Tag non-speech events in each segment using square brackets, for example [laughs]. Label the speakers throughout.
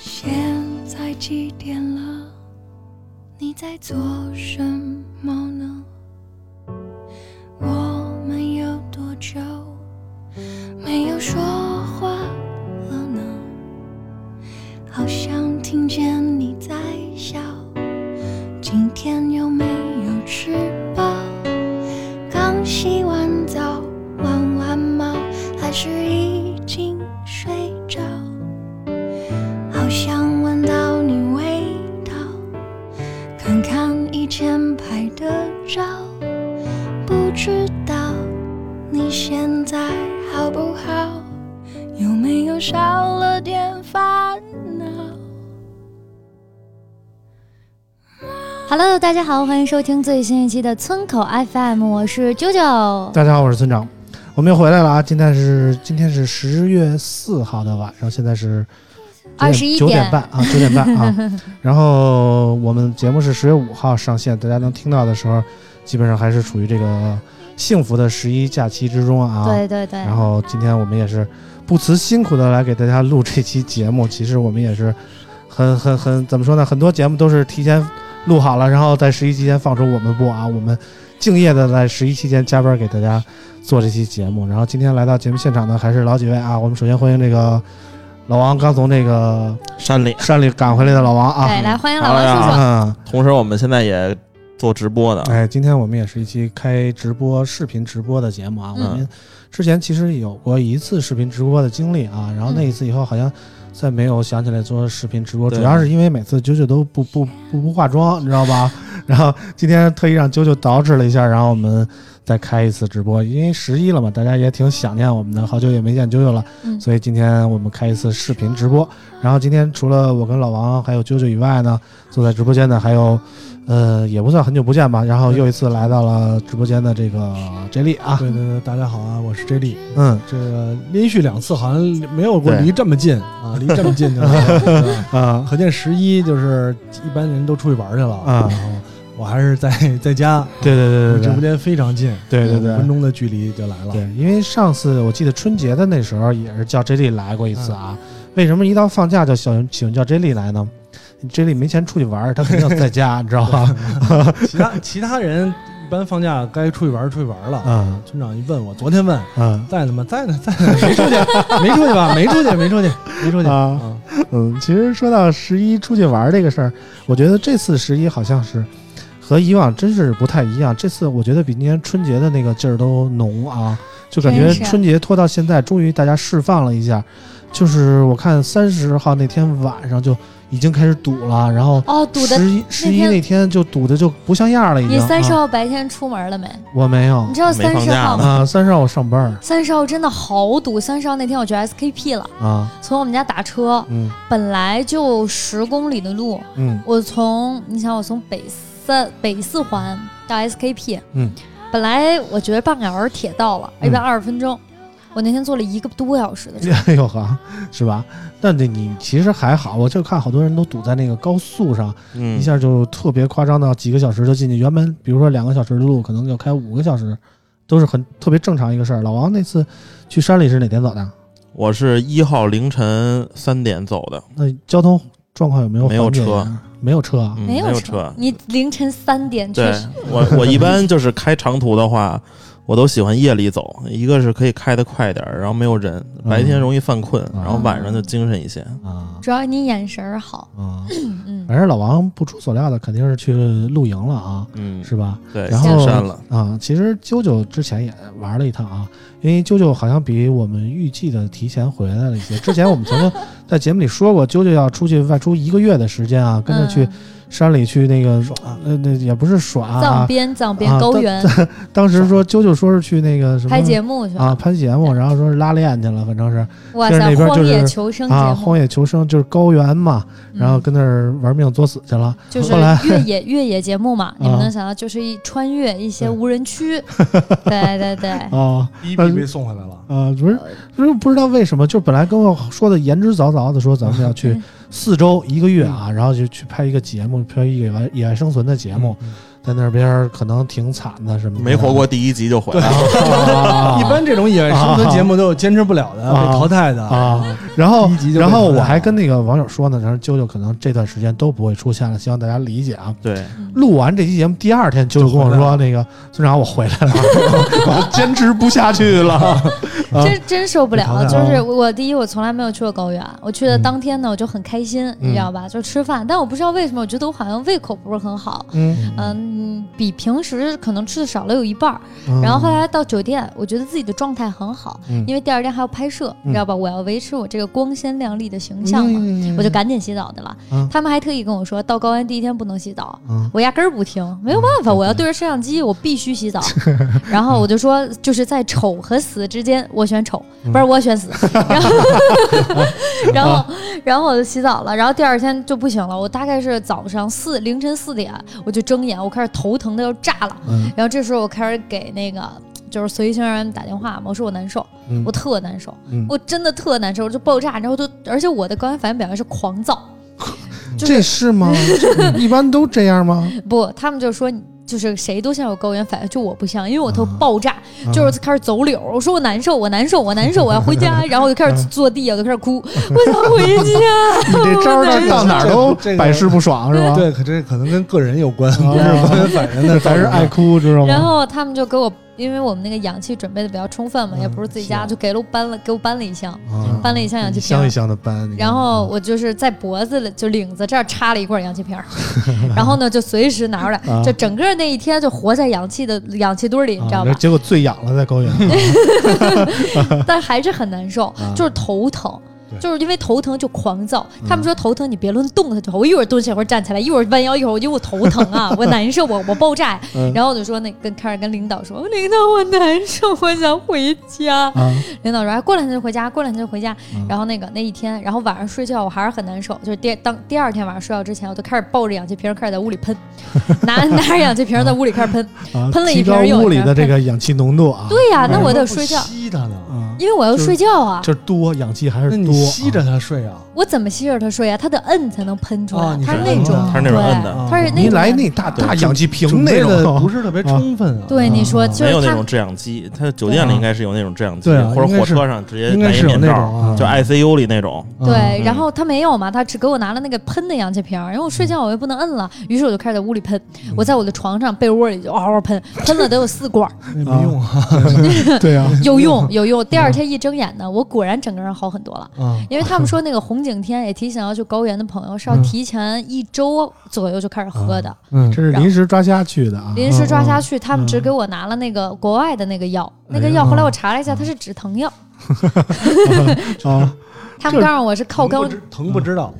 Speaker 1: 现在几点了？你在做什么呢？我们有多久没有说话了呢？好像听见你在笑，今天有没有吃饱？刚洗完澡，玩完猫，还是已经睡着？好想闻到你味道，看看以前拍的照，不知道你现在好不好，有没有少了点烦恼？
Speaker 2: Hello，大家好，欢迎收听最新一期的村口 FM，我是啾啾。
Speaker 3: 大家好，我是村长，我们又回来了啊！今天是今天是十月四号的晚上，现在是
Speaker 2: 21
Speaker 3: 九点
Speaker 2: 点
Speaker 3: 半啊，九点半啊。然后我们节目是十月五号上线，大家能听到的时候，基本上还是处于这个幸福的十一假期之中啊。
Speaker 2: 对对对，
Speaker 3: 然后今天我们也是不辞辛苦的来给大家录这期节目。其实我们也是很很很怎么说呢？很多节目都是提前录好了，然后在十一期间放出。我们不啊，我们敬业的在十一期间加班给大家做这期节目。然后今天来到节目现场呢，还是老几位啊。我们首先欢迎这个老王，刚从这个
Speaker 4: 山里。
Speaker 3: 山里赶回来的老王啊。
Speaker 2: 对，来欢迎老王
Speaker 4: 好
Speaker 2: 叔
Speaker 4: 了
Speaker 2: 叔。
Speaker 3: 嗯，
Speaker 4: 同时，我们现在也做直播呢。
Speaker 3: 哎，今天我们也是一期开直播、视频直播的节目啊。
Speaker 2: 嗯
Speaker 3: 我们之前其实有过一次视频直播的经历啊，然后那一次以后好像再没有想起来做视频直播，
Speaker 4: 对
Speaker 3: 主要是因为每次九九都不不不不化妆，你知道吧？ [laughs] 然后今天特意让九九捯饬了一下，然后我们再开一次直播，因为十一了嘛，大家也挺想念我们的，好久也没见九九了，
Speaker 2: 嗯
Speaker 3: 所以今天我们开一次视频直播。然后今天除了我跟老王还有啾啾以外呢，坐在直播间的还有，呃，也不算很久不见吧。然后又一次来到了直播间的这个 J 莉啊，
Speaker 5: [laughs] 对对对，大家好啊，我是 J 莉。
Speaker 3: 嗯
Speaker 5: 这个连续两次好像没有过
Speaker 4: 对
Speaker 5: 离这么近
Speaker 3: [laughs]
Speaker 5: 啊，离这么近就是对吧，
Speaker 3: 啊
Speaker 5: 可见十一就是一般人都出去玩去了
Speaker 3: 啊
Speaker 5: 然后我还是在在 [laughs] 家，
Speaker 3: 对对对
Speaker 5: 离直
Speaker 3: 对
Speaker 5: 播
Speaker 3: 对
Speaker 5: 间非常近，
Speaker 3: 对对对
Speaker 5: 五分钟的距离就来了。
Speaker 3: 对，因为上次我记得春节的那时候也是叫 J 莉来过一次啊。为什么一到放假就喜欢喜欢叫 J 莉来呢？J 莉没钱出去玩儿，她肯定在家，你知道吧？
Speaker 5: 其他其他人一般放假该出去玩儿出去玩儿了。
Speaker 3: [laughs] 嗯
Speaker 5: 村长一问我，昨天问
Speaker 3: 嗯
Speaker 5: 在呢吗？在呢，在呢，没出去， [laughs] 没出去吧？没出去，没出去，没出去
Speaker 3: 啊
Speaker 5: 啊！
Speaker 3: 嗯，其实说到十一出去玩儿这个事儿，我觉得这次十一好像是和以往真是不太一样。这次我觉得比今年春节的那个劲儿都浓啊，就感觉
Speaker 2: 真是
Speaker 3: 春节拖到现在，终于大家释放了一下。就是我看三十号那天晚上就已经开始堵了，然后
Speaker 2: 哦，堵的
Speaker 3: 十一啊十一
Speaker 2: 天
Speaker 3: 那天就堵的就不像样了，已经。
Speaker 2: 你三十
Speaker 3: 啊、
Speaker 2: 号白天出门了没？
Speaker 3: 我没有
Speaker 2: 你知道
Speaker 4: 没
Speaker 2: 三
Speaker 4: 放
Speaker 2: 十
Speaker 4: 假
Speaker 2: 号
Speaker 4: 呢
Speaker 3: 啊，三十号我上班儿
Speaker 2: 三十号真的好堵，三十号那天我去 SKP 了，
Speaker 3: 啊， [laughs]
Speaker 2: 从我们家打车，
Speaker 3: 嗯
Speaker 2: 本来就十公里的路，
Speaker 3: 嗯
Speaker 2: 我从你想我从北三北四环到 SKP，
Speaker 3: 嗯，
Speaker 2: 本来我觉得半个小时铁到了，
Speaker 3: 嗯
Speaker 2: 一百二十分钟，我那天坐了一个多小时的车，
Speaker 3: 哎呦呵，是吧？但这你其实还好，我就看好多人都堵在那个高速上，一
Speaker 4: 嗯
Speaker 3: 下就特别夸张到几个小时就进去。原本比如说两个小时的路，可能要开五个小时，都是很特别正常一个事儿。老王那次去山里是哪天走的？
Speaker 4: 我是一号凌晨三点走的，
Speaker 3: 那交通状况有没有
Speaker 4: 没有
Speaker 3: 缓解
Speaker 4: 车
Speaker 3: 一下？没有车啊？
Speaker 4: 嗯
Speaker 2: 没
Speaker 4: 没
Speaker 2: 有
Speaker 4: 车。
Speaker 2: 你凌晨三点
Speaker 4: 对
Speaker 2: 确实，
Speaker 4: 我，我一般就是开长途的话，我都喜欢夜里走。一个是可以开得快点儿，然后没有人，白天容易犯困，
Speaker 3: 嗯
Speaker 4: 然后晚上就精神一些。
Speaker 3: 啊
Speaker 2: 主要你眼神儿好，
Speaker 3: 啊！
Speaker 2: 嗯，
Speaker 3: 反正老王不出所料的，肯定是去露营了啊，
Speaker 4: 嗯，
Speaker 3: 是吧？
Speaker 4: 对，
Speaker 3: 然
Speaker 4: 进
Speaker 3: 后
Speaker 4: 山了。
Speaker 3: 啊，其实啾啾之前也玩了一趟啊，因为啾啾好像比我们预计的提前回来了一些。之前我们曾经在节目里说过，啾啾要出去外出一个月的时间啊，跟着去
Speaker 2: 嗯
Speaker 3: 山里去那个，
Speaker 5: 爽
Speaker 3: 呃，那也不是耍
Speaker 2: 藏
Speaker 3: 啊。
Speaker 2: 边藏边
Speaker 3: 啊
Speaker 2: 高
Speaker 3: 但
Speaker 2: 原
Speaker 3: 当时说啾啾说是去那个什么
Speaker 2: 拍节目去
Speaker 3: 啊，拍节目，然后说是拉练去了，反正是
Speaker 2: 哇
Speaker 3: 就是
Speaker 2: 塞，
Speaker 3: 那边
Speaker 2: 荒
Speaker 3: 就
Speaker 2: 野
Speaker 3: 是
Speaker 2: 求生节
Speaker 3: 啊，
Speaker 2: 目，
Speaker 3: 荒野求生就是高原嘛，
Speaker 2: 嗯
Speaker 3: 然后跟那儿玩命作死去了。
Speaker 2: 就是
Speaker 3: 后来
Speaker 2: 越野越野节目嘛，你们
Speaker 3: 啊
Speaker 2: 能想到就是一穿越一些
Speaker 3: 对
Speaker 2: 无人区，
Speaker 3: [laughs]
Speaker 2: 对对对，
Speaker 3: 啊
Speaker 5: 一比被送回来了。
Speaker 3: 啊，不是不
Speaker 2: 呃
Speaker 3: 是不知道为什么，就本来跟我说的言之凿凿的说咱们要去
Speaker 2: 嗯
Speaker 3: 四周一个月啊，然后就去拍一个节目，拍一个野外野外生存的节目，在那边儿可能挺惨的什么的，
Speaker 4: 嗯没活过第一集就回来了。
Speaker 3: 啊，
Speaker 5: 一般这种野外生存节目都有坚持不了的，
Speaker 3: 啊
Speaker 5: 被淘汰的。 [laughs]
Speaker 3: 啊。然后
Speaker 5: 一集就被
Speaker 3: 然后
Speaker 5: 淘汰
Speaker 3: 我
Speaker 5: 了
Speaker 3: 还跟那个网友说呢，然后啾啾可能这段时间都不会出现了，希望大家理解啊。
Speaker 4: 对，
Speaker 3: 录完这期节目第二天，啾啾跟我说那个村长我回来了， [laughs] 我坚持不下去了。
Speaker 5: [laughs]
Speaker 3: 啊
Speaker 2: 真真受不了
Speaker 3: 被淘汰啊嗯
Speaker 2: 了。
Speaker 3: 了
Speaker 2: 就是我我第一，我从来没有去过高原，我去的当天呢，我就很开心，你知道
Speaker 3: 嗯
Speaker 2: 吧？就吃饭，但我不知道为什么，我觉得我好像胃口不是很好。
Speaker 3: 嗯，
Speaker 2: 嗯，比平时可能吃的少了有一半儿。
Speaker 3: 嗯
Speaker 2: [laughs] 然后后来到酒店，我觉得自己的状态很好，
Speaker 3: 嗯
Speaker 2: 因为第二天还要拍摄，你知道吧？我要维持我这个光鲜亮丽的形象嘛，
Speaker 3: 嗯
Speaker 2: 我就赶紧洗澡去了。
Speaker 3: 嗯
Speaker 2: 他们还特意跟我说，到高原第一天不能洗澡，
Speaker 3: 嗯
Speaker 2: 我压根儿不听，没有办法，我要对着摄像机，我必须洗
Speaker 3: [laughs]
Speaker 2: 澡。 [laughs] 然后我就说，就是在丑和死之间，我选丑，
Speaker 3: 嗯
Speaker 2: 不是我选
Speaker 3: [laughs]
Speaker 2: 死。然后， [laughs] 然
Speaker 3: 嗯
Speaker 2: 后，然后我就洗澡了。然后第二天就不行了，我大概是早上四凌晨四点，我就睁眼，我开始头疼的要炸了。
Speaker 3: 嗯
Speaker 2: 然后这时候我开始给那个就是随行人打电话嘛，我说我难受，
Speaker 3: 嗯
Speaker 2: 我特难受，
Speaker 3: 嗯
Speaker 2: 我真的特难受，就爆炸，然后就而且我的高原反应表现是狂躁，就是
Speaker 3: 这是吗？这 [laughs] 一般都这样
Speaker 2: [laughs]
Speaker 3: 吗？
Speaker 2: 不，他们就说你就是谁都像有高原反应，就我不像，因为我头
Speaker 3: 啊
Speaker 2: 爆炸，就是开始走柳儿，我说我难受，我难受，我难受，我要回
Speaker 3: [laughs]
Speaker 2: 家，然后我就开始坐地，我就开始哭，我想回家。
Speaker 3: 你这招儿到哪儿
Speaker 5: [laughs]
Speaker 3: 都百试不爽是
Speaker 2: 啊
Speaker 3: 吧？ [laughs]
Speaker 5: 对，可这可能跟个人有关，
Speaker 3: 啊
Speaker 5: 不是完全
Speaker 3: [laughs]
Speaker 5: 反人的，啊
Speaker 3: 还是爱哭知道吗？啊
Speaker 2: 然后他们就给我，因为我们那个氧气准备的比较充分嘛，也
Speaker 3: 嗯
Speaker 2: 不是自己
Speaker 3: 是啊
Speaker 2: 家，就给了我搬了，给我搬了一箱，
Speaker 3: 啊
Speaker 5: 嗯
Speaker 2: 搬了一箱氧气瓶
Speaker 3: 香一。香的搬，你看
Speaker 2: 然后我就是在脖子里就领子这儿插了一罐氧气瓶儿，然后呢就随时拿出来
Speaker 3: 啊，
Speaker 2: 就整个那一天就活在氧气的氧气堆里，你知道
Speaker 3: 啊
Speaker 2: 吧？
Speaker 3: 结果最痒了在高
Speaker 2: [laughs]
Speaker 3: 原，
Speaker 2: 但还是很难受，
Speaker 3: 啊
Speaker 2: 就是头疼。就是因为头疼就狂躁，
Speaker 3: 嗯
Speaker 2: 他们说头疼你别乱动它就好。我一会儿蹲下，一会儿站起来，一会儿弯腰，一会儿我因为我头疼啊，我难受，我我爆炸。
Speaker 3: 嗯
Speaker 2: 然后我就说那跟开始跟领导说，领导我难受，我想回家。
Speaker 3: 啊
Speaker 2: 领导说哎过两天就回家，过两天就回家。
Speaker 3: 嗯
Speaker 2: 然后那个那一天，然后晚上睡觉我还是很难受，就是第当第二天晚上睡觉之前，我就开始抱着氧气瓶开始在屋里喷，拿拿着氧气瓶在屋里开始喷。
Speaker 3: 啊！
Speaker 2: 喷了一
Speaker 3: 提高
Speaker 2: 瓶儿又
Speaker 3: 屋
Speaker 2: 一
Speaker 3: 里
Speaker 2: 瓶
Speaker 3: 的
Speaker 2: 儿
Speaker 3: 这
Speaker 2: 喷
Speaker 3: 个氧气浓度啊，
Speaker 2: 对呀、
Speaker 5: 嗯
Speaker 2: 那我得睡觉，
Speaker 5: 吸它呢，
Speaker 3: 啊，
Speaker 2: 因为我要
Speaker 3: 就是
Speaker 2: 睡觉啊。
Speaker 3: 就是多氧气还
Speaker 5: 那
Speaker 3: 是
Speaker 5: 你
Speaker 3: 多，
Speaker 5: 吸着
Speaker 3: 啊
Speaker 5: 它睡啊？
Speaker 2: 我怎么吸着它睡啊？它得摁才能喷出来，
Speaker 5: 哦你是
Speaker 2: 它是
Speaker 5: 摁
Speaker 2: 那
Speaker 5: 的
Speaker 2: 种，
Speaker 3: [laughs]
Speaker 4: 它是那种摁
Speaker 2: 对
Speaker 4: 的，
Speaker 5: 啊
Speaker 2: 它是那种
Speaker 3: 你来那大大氧气瓶
Speaker 5: 准
Speaker 3: 那
Speaker 5: 备的
Speaker 3: 种啊
Speaker 5: 不是特别充分啊。
Speaker 2: 对你说就
Speaker 4: 没有
Speaker 2: 是
Speaker 4: 那
Speaker 2: 它
Speaker 4: 种制氧机，它酒店里应该是有那种制氧机，
Speaker 5: 对啊
Speaker 4: 或者
Speaker 5: 应该
Speaker 4: 火
Speaker 5: 是
Speaker 4: 车上直接
Speaker 5: 应
Speaker 4: 拿
Speaker 5: 该
Speaker 4: 一
Speaker 5: 是有
Speaker 4: 面
Speaker 5: 那
Speaker 4: 罩
Speaker 5: 种
Speaker 4: 儿，
Speaker 5: 啊，
Speaker 4: 就 ICU 里那种。
Speaker 2: 对，
Speaker 4: 嗯
Speaker 2: 然后他没有嘛，他只给我拿了那个喷的氧气瓶儿，然后我睡觉我又不能摁了，于是我就开始在屋里喷，我在我的床上被窝里就嗷嗷喷，喷了得有四罐儿，
Speaker 5: 那没用啊
Speaker 3: [laughs] 对
Speaker 2: [laughs]
Speaker 3: 啊， [laughs]
Speaker 2: 有用有用。第二
Speaker 3: 嗯
Speaker 2: 天一睁眼呢，我果然整个人好很多了。
Speaker 5: 啊！
Speaker 2: 因为他们说那个红景天也提醒要去高原的朋友是要
Speaker 3: 嗯
Speaker 2: 提前一周左右就开始喝的，
Speaker 5: 嗯
Speaker 3: 这，是临时抓瞎去的啊，
Speaker 2: 临时抓瞎去，他
Speaker 3: 嗯
Speaker 2: 们只给我拿了那个国外的那个药，那个
Speaker 3: 哎呀嗯
Speaker 2: 药后来我查了一下，它是止疼药。
Speaker 3: 啊，
Speaker 2: 他们告诉我是靠高
Speaker 5: 疼不，知疼不知道，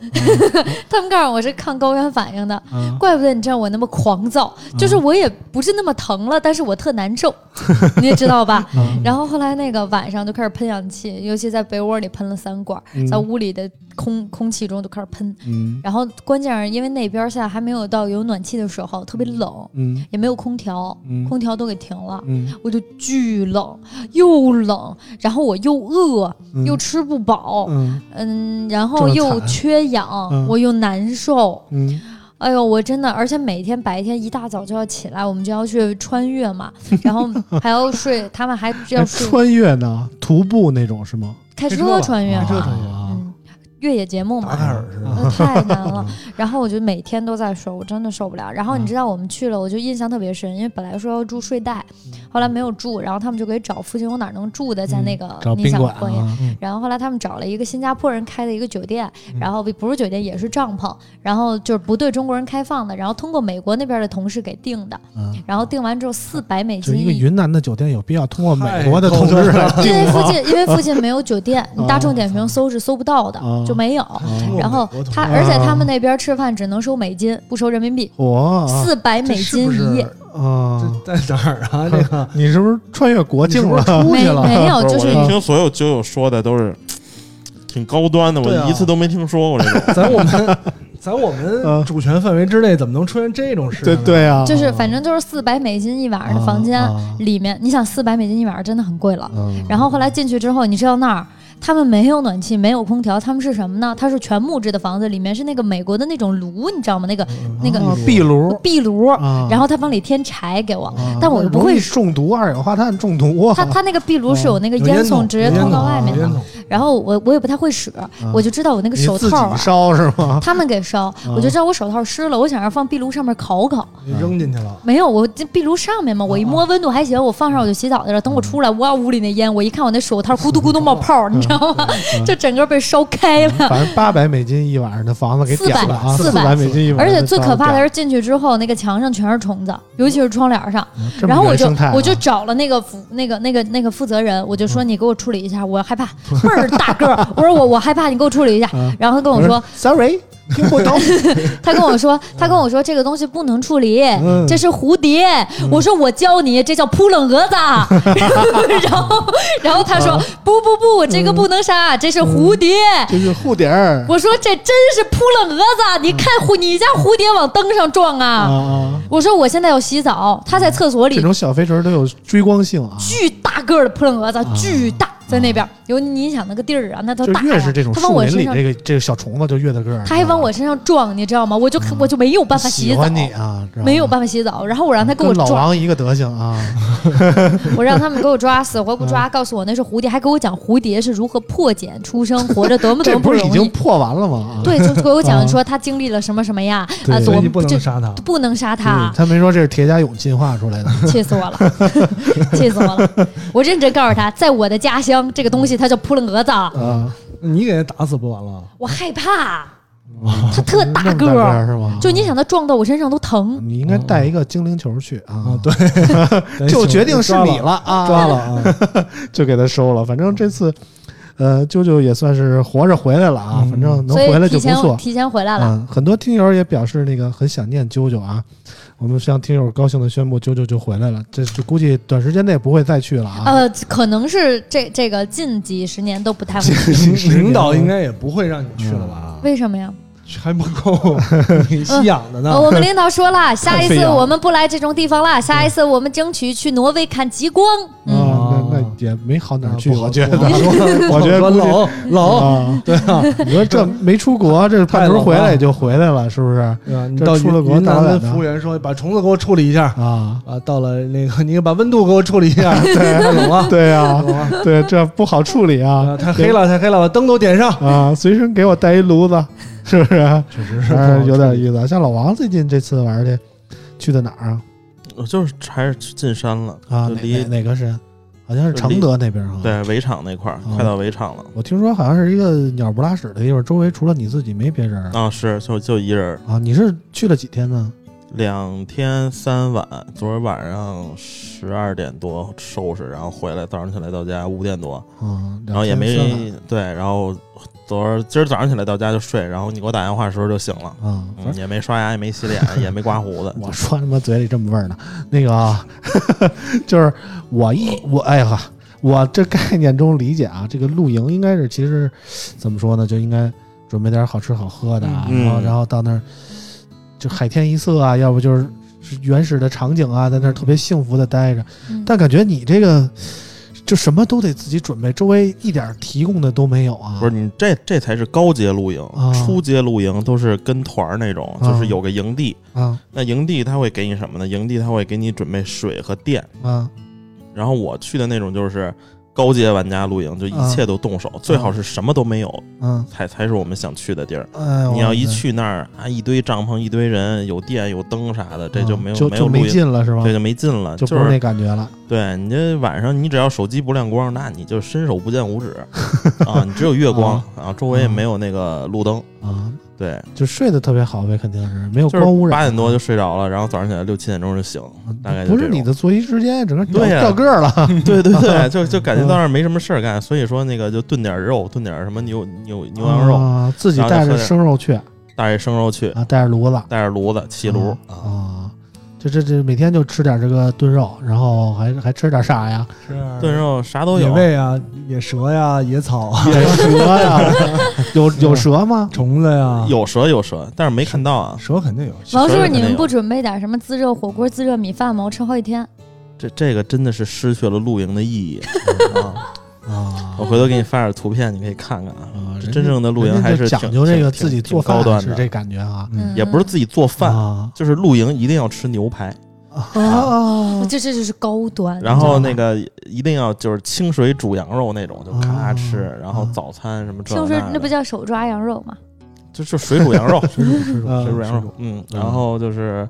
Speaker 2: 他们告诉我是抗高原反应的，
Speaker 3: 嗯
Speaker 2: 怪不得你知道我那么狂躁， [laughs] 就是我也不是那么疼了，但是我特难受，你也知
Speaker 3: [laughs]
Speaker 2: 道吧？
Speaker 3: 嗯
Speaker 2: 然后后来那个晚上就开始喷氧气，尤其在被窝里喷了三管， [laughs] 在屋里的空空气中就开始喷。
Speaker 3: 嗯
Speaker 2: 然后关键是因为那边现在还没有到有暖气的时候，特别冷，
Speaker 3: 嗯
Speaker 2: 也没有空调，
Speaker 3: 嗯
Speaker 2: 空调都给停了。
Speaker 3: 嗯
Speaker 2: 我就巨冷，又冷，然后我又饿，
Speaker 3: 嗯
Speaker 2: 又吃不饱，
Speaker 3: 嗯
Speaker 2: 嗯，然后
Speaker 3: 这么
Speaker 2: 又
Speaker 3: 惨
Speaker 2: 缺氧，
Speaker 3: 嗯
Speaker 2: 我又难受。
Speaker 3: 嗯
Speaker 2: 哎呦，我真的，而且每天白天一大早就要起来，我们就要去穿越嘛，然后还要睡，他们还要
Speaker 3: 哎
Speaker 2: 睡，
Speaker 3: [laughs] 穿越呢，徒步那种是吗？
Speaker 2: 开
Speaker 5: 开车
Speaker 2: 车
Speaker 5: 吧
Speaker 2: 穿越
Speaker 5: 开车
Speaker 2: 嘛，
Speaker 5: 穿越
Speaker 3: 啊
Speaker 2: 嗯，越野节目
Speaker 5: 达
Speaker 2: 嘛
Speaker 5: 喀，尔似的。
Speaker 2: 那太难了。
Speaker 3: 嗯
Speaker 2: 然后我就每天都在睡，我真的受不了。然后你知道我们去了，我就印象特别深，因为本来说要住睡袋，
Speaker 3: 嗯
Speaker 2: 后来没有住，然后他们就给找附近有哪儿能住的，在那个
Speaker 3: 找
Speaker 2: 你
Speaker 3: 宾
Speaker 2: 想
Speaker 3: 馆
Speaker 2: 过夜。
Speaker 3: 啊，
Speaker 2: 然后后来他们找了一个新加坡人开的一个酒店，
Speaker 3: 嗯
Speaker 2: 然后不是酒店也是帐篷，然后就是不对中国人开放的，然后通过美国那边的同事给订的，
Speaker 3: 嗯
Speaker 2: 然后订完之后四百美
Speaker 3: 就
Speaker 2: 金
Speaker 3: 一个
Speaker 2: 一。
Speaker 3: 云南的酒店有必要通过美国的同志来
Speaker 2: 因
Speaker 3: 订
Speaker 2: 为附
Speaker 3: 吗？
Speaker 2: 近，因为附近没有酒店，你大众点评搜是搜不到的
Speaker 3: 啊，
Speaker 2: 就没有。
Speaker 5: 哦
Speaker 2: 然后
Speaker 3: 啊
Speaker 2: 他，
Speaker 3: 啊
Speaker 2: 而且他们那边吃饭只能收美金，不收人民币，
Speaker 3: 我
Speaker 2: 四百美金一夜。
Speaker 3: 啊，
Speaker 5: 这在哪儿啊？这个
Speaker 3: 你是不是穿越国境了？
Speaker 5: 出去
Speaker 2: 没
Speaker 5: 了，
Speaker 2: 没
Speaker 4: [laughs]
Speaker 2: 有，
Speaker 4: 不，
Speaker 2: 就是是
Speaker 4: 我听所有酒友说的都是挺高端的，
Speaker 5: 对啊
Speaker 4: 我一次都没听说过这种。
Speaker 3: [laughs]
Speaker 5: 咱我们在我们
Speaker 3: 嗯
Speaker 5: 主权范围之内，怎么能出现这种事
Speaker 3: 对
Speaker 5: 呢？
Speaker 3: 对啊，
Speaker 2: 就是反正就是四百美金一晚上的房间
Speaker 3: 啊啊
Speaker 2: 里面，你想四百美金一晚上真的很贵了。
Speaker 3: 嗯，
Speaker 2: 然后后来进去之后，你知道那儿他们没有暖气，没有空调，他们是什么呢？它是全木质的房子，里面是那个美国的那种炉，你知道吗？那个那个
Speaker 3: 啊壁炉，
Speaker 2: 壁炉，
Speaker 3: 啊
Speaker 2: 然后他往里添柴给我，
Speaker 3: 啊
Speaker 2: 但我又不
Speaker 3: 容
Speaker 2: 会
Speaker 3: 易。中毒，二氧化碳中毒啊，
Speaker 2: 他他那个壁炉是有那个
Speaker 5: 有
Speaker 2: 烟
Speaker 5: 烟
Speaker 2: 囱
Speaker 5: 筒
Speaker 2: 直接
Speaker 5: 有
Speaker 2: 通
Speaker 5: 烟
Speaker 2: 到
Speaker 5: 筒
Speaker 2: 外面
Speaker 5: 有
Speaker 2: 的
Speaker 5: 烟，筒
Speaker 2: 然后我我也不太会使，我就知道我那个
Speaker 3: 你
Speaker 2: 手
Speaker 3: 自
Speaker 2: 套啊
Speaker 3: 己，烧是吗？
Speaker 2: 他们给
Speaker 3: 啊
Speaker 2: 烧，我就知道我手套湿了，我想让放壁炉上面烤烤，
Speaker 3: 嗯
Speaker 5: 你扔进去了，
Speaker 2: 没有，我这壁炉上
Speaker 3: 啊
Speaker 2: 面嘛，我一摸温度还行，我放上我就洗澡去了。
Speaker 3: 嗯
Speaker 2: 等我出来，哇，屋里那烟，我一看我那手
Speaker 3: [laughs]
Speaker 2: 套咕嘟咕嘟冒泡，你知道吗？
Speaker 3: 嗯
Speaker 2: 就整个被烧开了。
Speaker 3: 反正八百美金一晚上的房子给点了啊，
Speaker 2: 400
Speaker 3: 四百美金一晚
Speaker 2: [laughs] 而
Speaker 3: 上，
Speaker 2: 且最可怕的
Speaker 3: 嗯
Speaker 2: 是进去之后，那个墙上全是虫子，尤其是窗帘上。
Speaker 3: 这么
Speaker 2: 然后我
Speaker 3: 原
Speaker 2: 就
Speaker 3: 生态啊嗯
Speaker 2: 我就找了那个服那个那个那个负责人，我就说你给我处理一下，我害怕，倍儿大个儿。我说我我害怕，你给我处理一下。
Speaker 3: 嗯
Speaker 2: 然后他跟我说，
Speaker 3: sorry 听不懂，
Speaker 2: 他跟我说， [laughs] 他跟我说这个东西不能处理，
Speaker 3: 嗯
Speaker 2: 这是蝴蝶。我说我教你，这叫扑棱蛾子。啊
Speaker 3: [laughs]
Speaker 2: 然后，然后他说
Speaker 3: 嗯
Speaker 2: 不不不，这个不能杀，啊这是蝴蝶。
Speaker 3: 这是护点儿
Speaker 2: 我说这真是扑棱蛾子，啊你看蝴你家蝴蝶往灯上撞
Speaker 3: 啊
Speaker 2: 啊！
Speaker 3: 啊，
Speaker 2: 我说我现在要洗澡，他在厕所
Speaker 3: 这
Speaker 2: 里，
Speaker 3: 种小飞虫都有追光性啊，
Speaker 2: 巨大个儿的扑棱蛾子，巨大。在那边有你想那个地儿啊，那都
Speaker 3: 嗯就
Speaker 2: 大呀。
Speaker 3: 越是这种
Speaker 2: 他往
Speaker 3: 树
Speaker 2: 我
Speaker 3: 林
Speaker 2: 身
Speaker 3: 里
Speaker 2: 上
Speaker 3: 这个这个小虫子就越大个儿，啊
Speaker 2: 他还往我身上撞，你知道吗？我就我就没有办法洗
Speaker 3: 嗯喜
Speaker 2: 澡，
Speaker 3: 欢你啊，知道吗
Speaker 2: 没有办法洗澡。然后我让他给我
Speaker 3: 跟老
Speaker 2: 抓，
Speaker 3: 王一个德行啊，
Speaker 2: 我让他们给我抓，死
Speaker 3: 嗯
Speaker 2: 活不抓，告诉我那是蝴蝶，还给我讲蝴蝶是如何破茧出生，活着多么
Speaker 3: [laughs]
Speaker 2: 多
Speaker 3: 这
Speaker 2: 么
Speaker 3: 不
Speaker 2: 不
Speaker 3: 是已
Speaker 2: 容
Speaker 3: 经
Speaker 2: 易。
Speaker 3: 破完了吗？啊，
Speaker 2: 对，就给我讲说他经历了什么什么呀，啊，
Speaker 3: 对
Speaker 2: 我
Speaker 5: 所以你
Speaker 2: 们
Speaker 5: 不能
Speaker 2: 这
Speaker 5: 杀它。
Speaker 2: 不能杀他
Speaker 3: 嗯，他没说这是铁甲蛹进化出来的，
Speaker 2: [laughs] 气死我了，气死我了！我认真告诉他，在我的家乡，这个东
Speaker 3: 嗯
Speaker 2: 西它叫扑棱蛾子，
Speaker 3: 啊，
Speaker 5: 你给它打死不完了？
Speaker 2: 我害怕，它特
Speaker 3: 哦那么
Speaker 2: [laughs] 大
Speaker 3: 大
Speaker 2: 个
Speaker 3: 个
Speaker 2: 儿啊
Speaker 3: 儿，啊嗯是吗？
Speaker 2: 就嗯你想它撞到我身上都疼。
Speaker 3: 你应该带一个精灵球去啊
Speaker 5: 啊，，对，
Speaker 3: 就决定是你了啊，
Speaker 5: 抓了啊！
Speaker 3: 就给他收了。反正这次，呃，啾啾也算是活着回来了啊，
Speaker 5: 嗯
Speaker 3: 反正能
Speaker 2: 所
Speaker 3: 回来
Speaker 2: 以
Speaker 3: 就
Speaker 2: 提
Speaker 3: 不
Speaker 2: 前
Speaker 3: 错。
Speaker 2: 提前回来了，
Speaker 3: 嗯，很多听友也表示那个很想念啾啾啊，我们向听友高兴的宣布，啾啾就回来了。这就估计短时间内不会再去了啊。
Speaker 2: 呃，可能是这这个近几十年都不
Speaker 3: [laughs]
Speaker 2: 太会，
Speaker 5: [laughs] 领导应该也不会让你去了吧？
Speaker 2: 为什么呀？
Speaker 3: 啊
Speaker 5: 还不够，你吸氧的呢
Speaker 2: 呃，。我们领导说了，下一
Speaker 3: 太费
Speaker 2: 次
Speaker 3: 氧
Speaker 2: 我们不来这种地方了，下一次我们争取去挪威看极光。嗯，
Speaker 3: 啊
Speaker 5: 嗯，
Speaker 3: 那那也没好哪儿去，
Speaker 5: 不好
Speaker 3: 我觉得
Speaker 5: 不。好 [laughs] 说
Speaker 3: 我觉得
Speaker 5: 不好
Speaker 3: 估计
Speaker 5: 说冷冷，
Speaker 3: 啊，
Speaker 5: 对啊，
Speaker 3: 你说这没出国，这半途回来也就回来了，是不是？
Speaker 5: 对啊，你
Speaker 3: 这
Speaker 5: 到
Speaker 3: 出了国
Speaker 5: 云
Speaker 3: 咋
Speaker 5: 南
Speaker 3: 办
Speaker 5: 跟
Speaker 3: 呢
Speaker 5: 服务员说，把虫子给我处理一下
Speaker 3: 啊，
Speaker 5: 啊。到了那个， [laughs] 你把温度给我处理一 [laughs] 下，懂吗？
Speaker 3: [laughs] 对啊，对，这不好处理啊
Speaker 5: 啊，，太黑了，太黑了，把灯都点上。
Speaker 3: 啊，随身给我带一炉子， [laughs] 是不是？
Speaker 5: 确实
Speaker 3: 还是有点意思啊。像老王最近这次玩儿去，去的哪儿啊？
Speaker 4: 我就是还是进山了
Speaker 3: 啊，
Speaker 4: 就
Speaker 3: 哪
Speaker 4: 离
Speaker 3: 哪哪个山？好像是承德那边啊。，
Speaker 4: 对围场那块儿，
Speaker 3: 嗯
Speaker 4: 快到围场了
Speaker 3: 我听说好像是一个鸟不拉屎的地方，周围除了你自己没别人儿
Speaker 4: 啊，是就就一人儿，
Speaker 3: 啊。你是去了几天呢？
Speaker 4: 两天三晚，昨儿晚上十二点多收拾，然后回来，早上起来到家五点多，
Speaker 3: 啊，
Speaker 4: 然后也
Speaker 3: 两天三
Speaker 4: 没对，然后昨儿今儿早上起来到家就睡，然后你给我打电话的时候就醒了。
Speaker 3: 晚啊，反
Speaker 4: 嗯，
Speaker 3: 正
Speaker 4: 也没刷牙，也没洗脸，也没刮胡
Speaker 3: [laughs]
Speaker 4: 子。
Speaker 3: 我说他妈嘴里这么味儿呢。那个啊，就是我一我哎呀，我这概念中理解啊，这个露营应该是其实怎么说呢，就应该准备点好吃好喝的啊，
Speaker 4: 嗯
Speaker 3: 然后然后到那儿就海天一色啊，要不就是原始的场景啊，在那儿特别幸福的待着。
Speaker 2: 嗯
Speaker 3: 但感觉你这个就什么都得自己准备，周围一点提供的都没有啊。
Speaker 4: 不是你这这才是高阶露营
Speaker 3: 啊，
Speaker 4: 初阶露营都是跟团儿那种，
Speaker 3: 啊
Speaker 4: 就是有个营地。
Speaker 3: 啊
Speaker 4: 那营地他会给你什么呢？营地他会给你准备水和电。
Speaker 3: 啊
Speaker 4: 然后我去的那种就是高阶玩家露营，就一
Speaker 3: 啊
Speaker 4: 切都动手，最好是什么都没有，
Speaker 3: 嗯，
Speaker 4: 才才是我们想去的地儿。
Speaker 3: 哎，
Speaker 4: 你要一
Speaker 3: 我
Speaker 4: 去那儿啊，一堆帐篷，一堆人，有电有灯啥的，这就没有、
Speaker 3: 啊就
Speaker 4: 没有
Speaker 3: 就
Speaker 4: 露
Speaker 3: 没
Speaker 4: 营，
Speaker 3: 劲了是吧
Speaker 4: 这？就没劲了。
Speaker 3: 就不
Speaker 4: 是
Speaker 3: 是那感觉了。
Speaker 4: 对你这晚上，你只要手机不亮光，那你就伸手不见
Speaker 3: [laughs]
Speaker 4: 五指啊，你只有月光
Speaker 3: 啊
Speaker 4: 啊，周围也没有那个路灯。
Speaker 3: 啊，
Speaker 4: 对，
Speaker 3: 就睡得特别好呗，肯定是没有
Speaker 4: 就
Speaker 3: 光污染。
Speaker 4: 是八点多就嗯睡着了，然后早上起来六七点钟就 [laughs] 醒，大概就
Speaker 3: 不
Speaker 4: 这
Speaker 3: 是
Speaker 4: 种
Speaker 3: 你的作息时间，整个掉
Speaker 4: 对呀
Speaker 3: 掉个儿了。
Speaker 4: 对对对，就就感觉到那儿没什么事儿干，所以说那个就炖点肉，炖点什么牛牛牛羊肉，
Speaker 3: 啊，自己带着生肉去啊，
Speaker 4: 嗯带着生肉去，
Speaker 3: 带着炉子
Speaker 4: 嗯带着炉子起炉
Speaker 3: 啊。这这这每天就吃点这个炖肉，然后还还吃点啥呀？
Speaker 5: 吃点儿
Speaker 4: 炖肉啥都
Speaker 5: 啊野
Speaker 4: 有，
Speaker 5: 味啊、野蛇呀、野草啊、 [laughs]
Speaker 3: 野蛇呀，有有蛇吗？
Speaker 5: 虫子呀，
Speaker 4: 有蛇有蛇，但是没看到啊。
Speaker 5: 蛇肯定有。
Speaker 2: 王
Speaker 4: 蛇
Speaker 2: 叔，
Speaker 4: 肯定
Speaker 2: 你们
Speaker 4: 有
Speaker 2: 不准备点什么自热火锅、自热米饭吗？我吃好几天。
Speaker 4: 这这个真的是失去了露营的意义 [laughs] 啊！
Speaker 3: 啊
Speaker 4: 我回头给你发点图片，你可以看看啊。
Speaker 3: 啊，
Speaker 4: 这
Speaker 3: 人
Speaker 4: 真正的露营
Speaker 3: 人家
Speaker 4: 还
Speaker 3: 就是讲
Speaker 4: 挺
Speaker 3: 究这
Speaker 4: 挺
Speaker 3: 个
Speaker 4: 挺
Speaker 3: 自己
Speaker 4: 挺
Speaker 3: 做
Speaker 4: 高
Speaker 3: 饭
Speaker 4: 端
Speaker 3: 是
Speaker 4: 的，
Speaker 3: 这感觉啊，
Speaker 5: 嗯
Speaker 4: 也不是自己做饭，
Speaker 3: 啊
Speaker 4: 就是露营一定要吃牛排，
Speaker 3: 啊
Speaker 2: 嗯，这这就是高端。
Speaker 4: 然后那个一定要就是清水煮羊肉那种，就咔
Speaker 3: 哦
Speaker 4: 吃，然后
Speaker 3: 哦
Speaker 4: 早餐什么这
Speaker 2: 是不是
Speaker 4: 的
Speaker 2: 那不叫手抓羊肉吗？
Speaker 4: 就就水煮羊肉，
Speaker 5: 水煮水煮
Speaker 3: 嗯
Speaker 4: 水煮羊
Speaker 5: 水
Speaker 4: 肉
Speaker 5: 煮，
Speaker 4: 嗯，
Speaker 3: 嗯
Speaker 4: 然后就是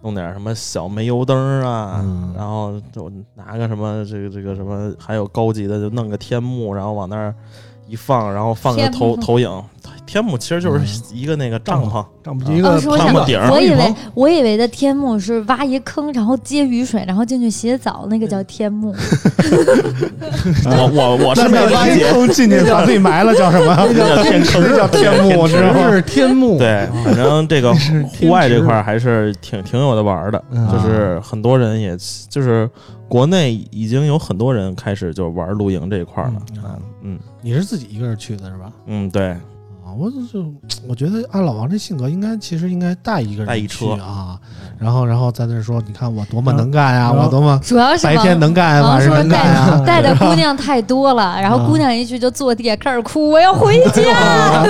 Speaker 4: 弄点什么小煤油灯啊
Speaker 3: 嗯，
Speaker 4: 然后就拿个什么这个这个什么，还有高级的就弄个天幕，然后往那儿一放，然后放个
Speaker 2: 天
Speaker 4: 投
Speaker 2: 幕
Speaker 4: 投影，哎天幕其实就是一个那个帐篷，
Speaker 5: 帐篷一
Speaker 2: 哦，
Speaker 5: 个
Speaker 2: 是我
Speaker 4: 泡
Speaker 2: 想
Speaker 4: 沫
Speaker 5: 帐
Speaker 4: 顶
Speaker 5: 篷
Speaker 4: 儿
Speaker 2: 我以为
Speaker 5: 帐
Speaker 2: 我以为的天幕是挖一坑，然后接雨水，然后进去洗澡，那个叫天幕。
Speaker 4: 我我我是
Speaker 3: 那
Speaker 4: 没
Speaker 3: 那
Speaker 4: 理
Speaker 3: 挖一
Speaker 4: 解，
Speaker 3: 坑进去把自己埋了叫什么？
Speaker 4: 那叫天坑，
Speaker 3: 那叫天幕，知道
Speaker 5: 篷
Speaker 3: 吗？
Speaker 5: 是天幕，
Speaker 4: 对，反正
Speaker 3: [laughs]
Speaker 4: 这个
Speaker 5: 是
Speaker 4: 户外这块儿还是挺挺有的玩儿的，
Speaker 5: 嗯
Speaker 4: 就是很多人也就是国内已经有很多人开始就玩露营这一块儿了
Speaker 3: 嗯
Speaker 4: 啊，嗯
Speaker 3: 你是自己一个人去的是吧？
Speaker 4: 嗯，对，
Speaker 3: [laughs] 啊，我就我觉得按老王这性格，应该其实应该带一个人
Speaker 4: 带一
Speaker 3: 去
Speaker 4: 车嗯
Speaker 3: 啊，然后然后在那儿说，你看我多么
Speaker 5: 然后
Speaker 3: 能干呀，
Speaker 5: 然后
Speaker 3: 我多么
Speaker 2: 主要是
Speaker 3: 白天能干，
Speaker 5: 啊
Speaker 2: 王
Speaker 3: 晚
Speaker 2: 叔
Speaker 3: 上能干
Speaker 2: 带
Speaker 3: 呀，
Speaker 2: 带的姑娘太多了，然后姑娘一去就坐地下开始哭，我要回家。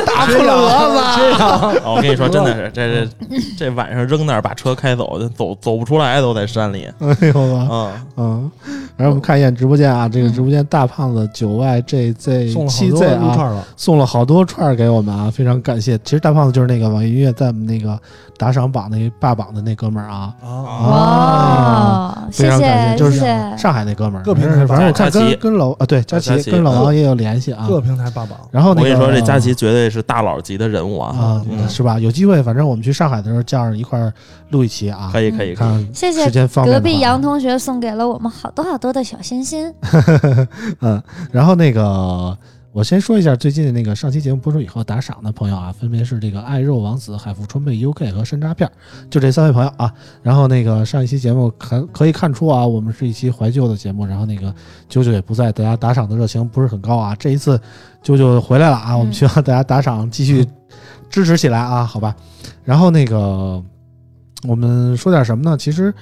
Speaker 3: 大菠萝吧，
Speaker 5: 这样
Speaker 4: 哦我跟你说，真的是这
Speaker 3: [laughs]
Speaker 4: 这这晚上扔那儿把车开走，就走走不出来都在山里，
Speaker 3: 哎呦我，
Speaker 4: 嗯，
Speaker 3: 嗯，然后我们看一眼直播间啊，这个
Speaker 2: 嗯
Speaker 3: 直播间大胖子九 Y J Z
Speaker 5: 送了好
Speaker 3: 七
Speaker 5: 多
Speaker 3: Z
Speaker 5: 撸
Speaker 3: 啊，
Speaker 5: 串了，
Speaker 3: 送了好多串儿给我们啊，非常感谢。其实大胖子就是那个网易音乐在我们那个打赏榜那霸榜的那哥们儿啊，
Speaker 5: 啊，
Speaker 3: 啊
Speaker 2: 哇，
Speaker 3: 非
Speaker 2: 谢
Speaker 3: 常感谢，
Speaker 2: 谢
Speaker 3: 就是
Speaker 2: 谢谢。
Speaker 3: 上海那哥们儿，
Speaker 5: 各平台
Speaker 3: 反正我看
Speaker 4: 佳
Speaker 3: 跟
Speaker 4: 琪
Speaker 3: 跟老啊对佳
Speaker 4: 佳
Speaker 3: 琪
Speaker 4: 琪嗯
Speaker 3: 跟老王也有联系啊，
Speaker 5: 各平台霸
Speaker 3: [laughs]
Speaker 5: 榜，
Speaker 3: 然后
Speaker 4: 我
Speaker 3: 那
Speaker 4: 跟
Speaker 3: 个
Speaker 4: 你说，这佳琪绝对是大佬级的人物啊，
Speaker 3: 啊
Speaker 4: 嗯
Speaker 3: 是吧？有机会，反正我们去上海的时候叫上一块儿录一期啊，
Speaker 4: 可以可以可以，
Speaker 3: 看
Speaker 2: 谢谢
Speaker 3: 时间方便
Speaker 2: 隔
Speaker 3: 的话
Speaker 2: 壁杨同学送给了我们好多好多的小
Speaker 3: [laughs]
Speaker 2: 心心，
Speaker 3: 嗯，然后那个，我先说一下最近那个上期节目播出以后打赏的朋友啊，分别是这个爱肉王子、海富川贝 UK 和山楂片儿，就这三位朋友啊。然后那个上一期节目看可以看出啊，我们是一期怀旧的节目，然后那个啾啾也不在，大家打赏的热情不是很高啊。这一次啾啾回来了啊，我们需要大家打赏继续支持起来啊，好吧？然后那个。我们说点什么呢？其实，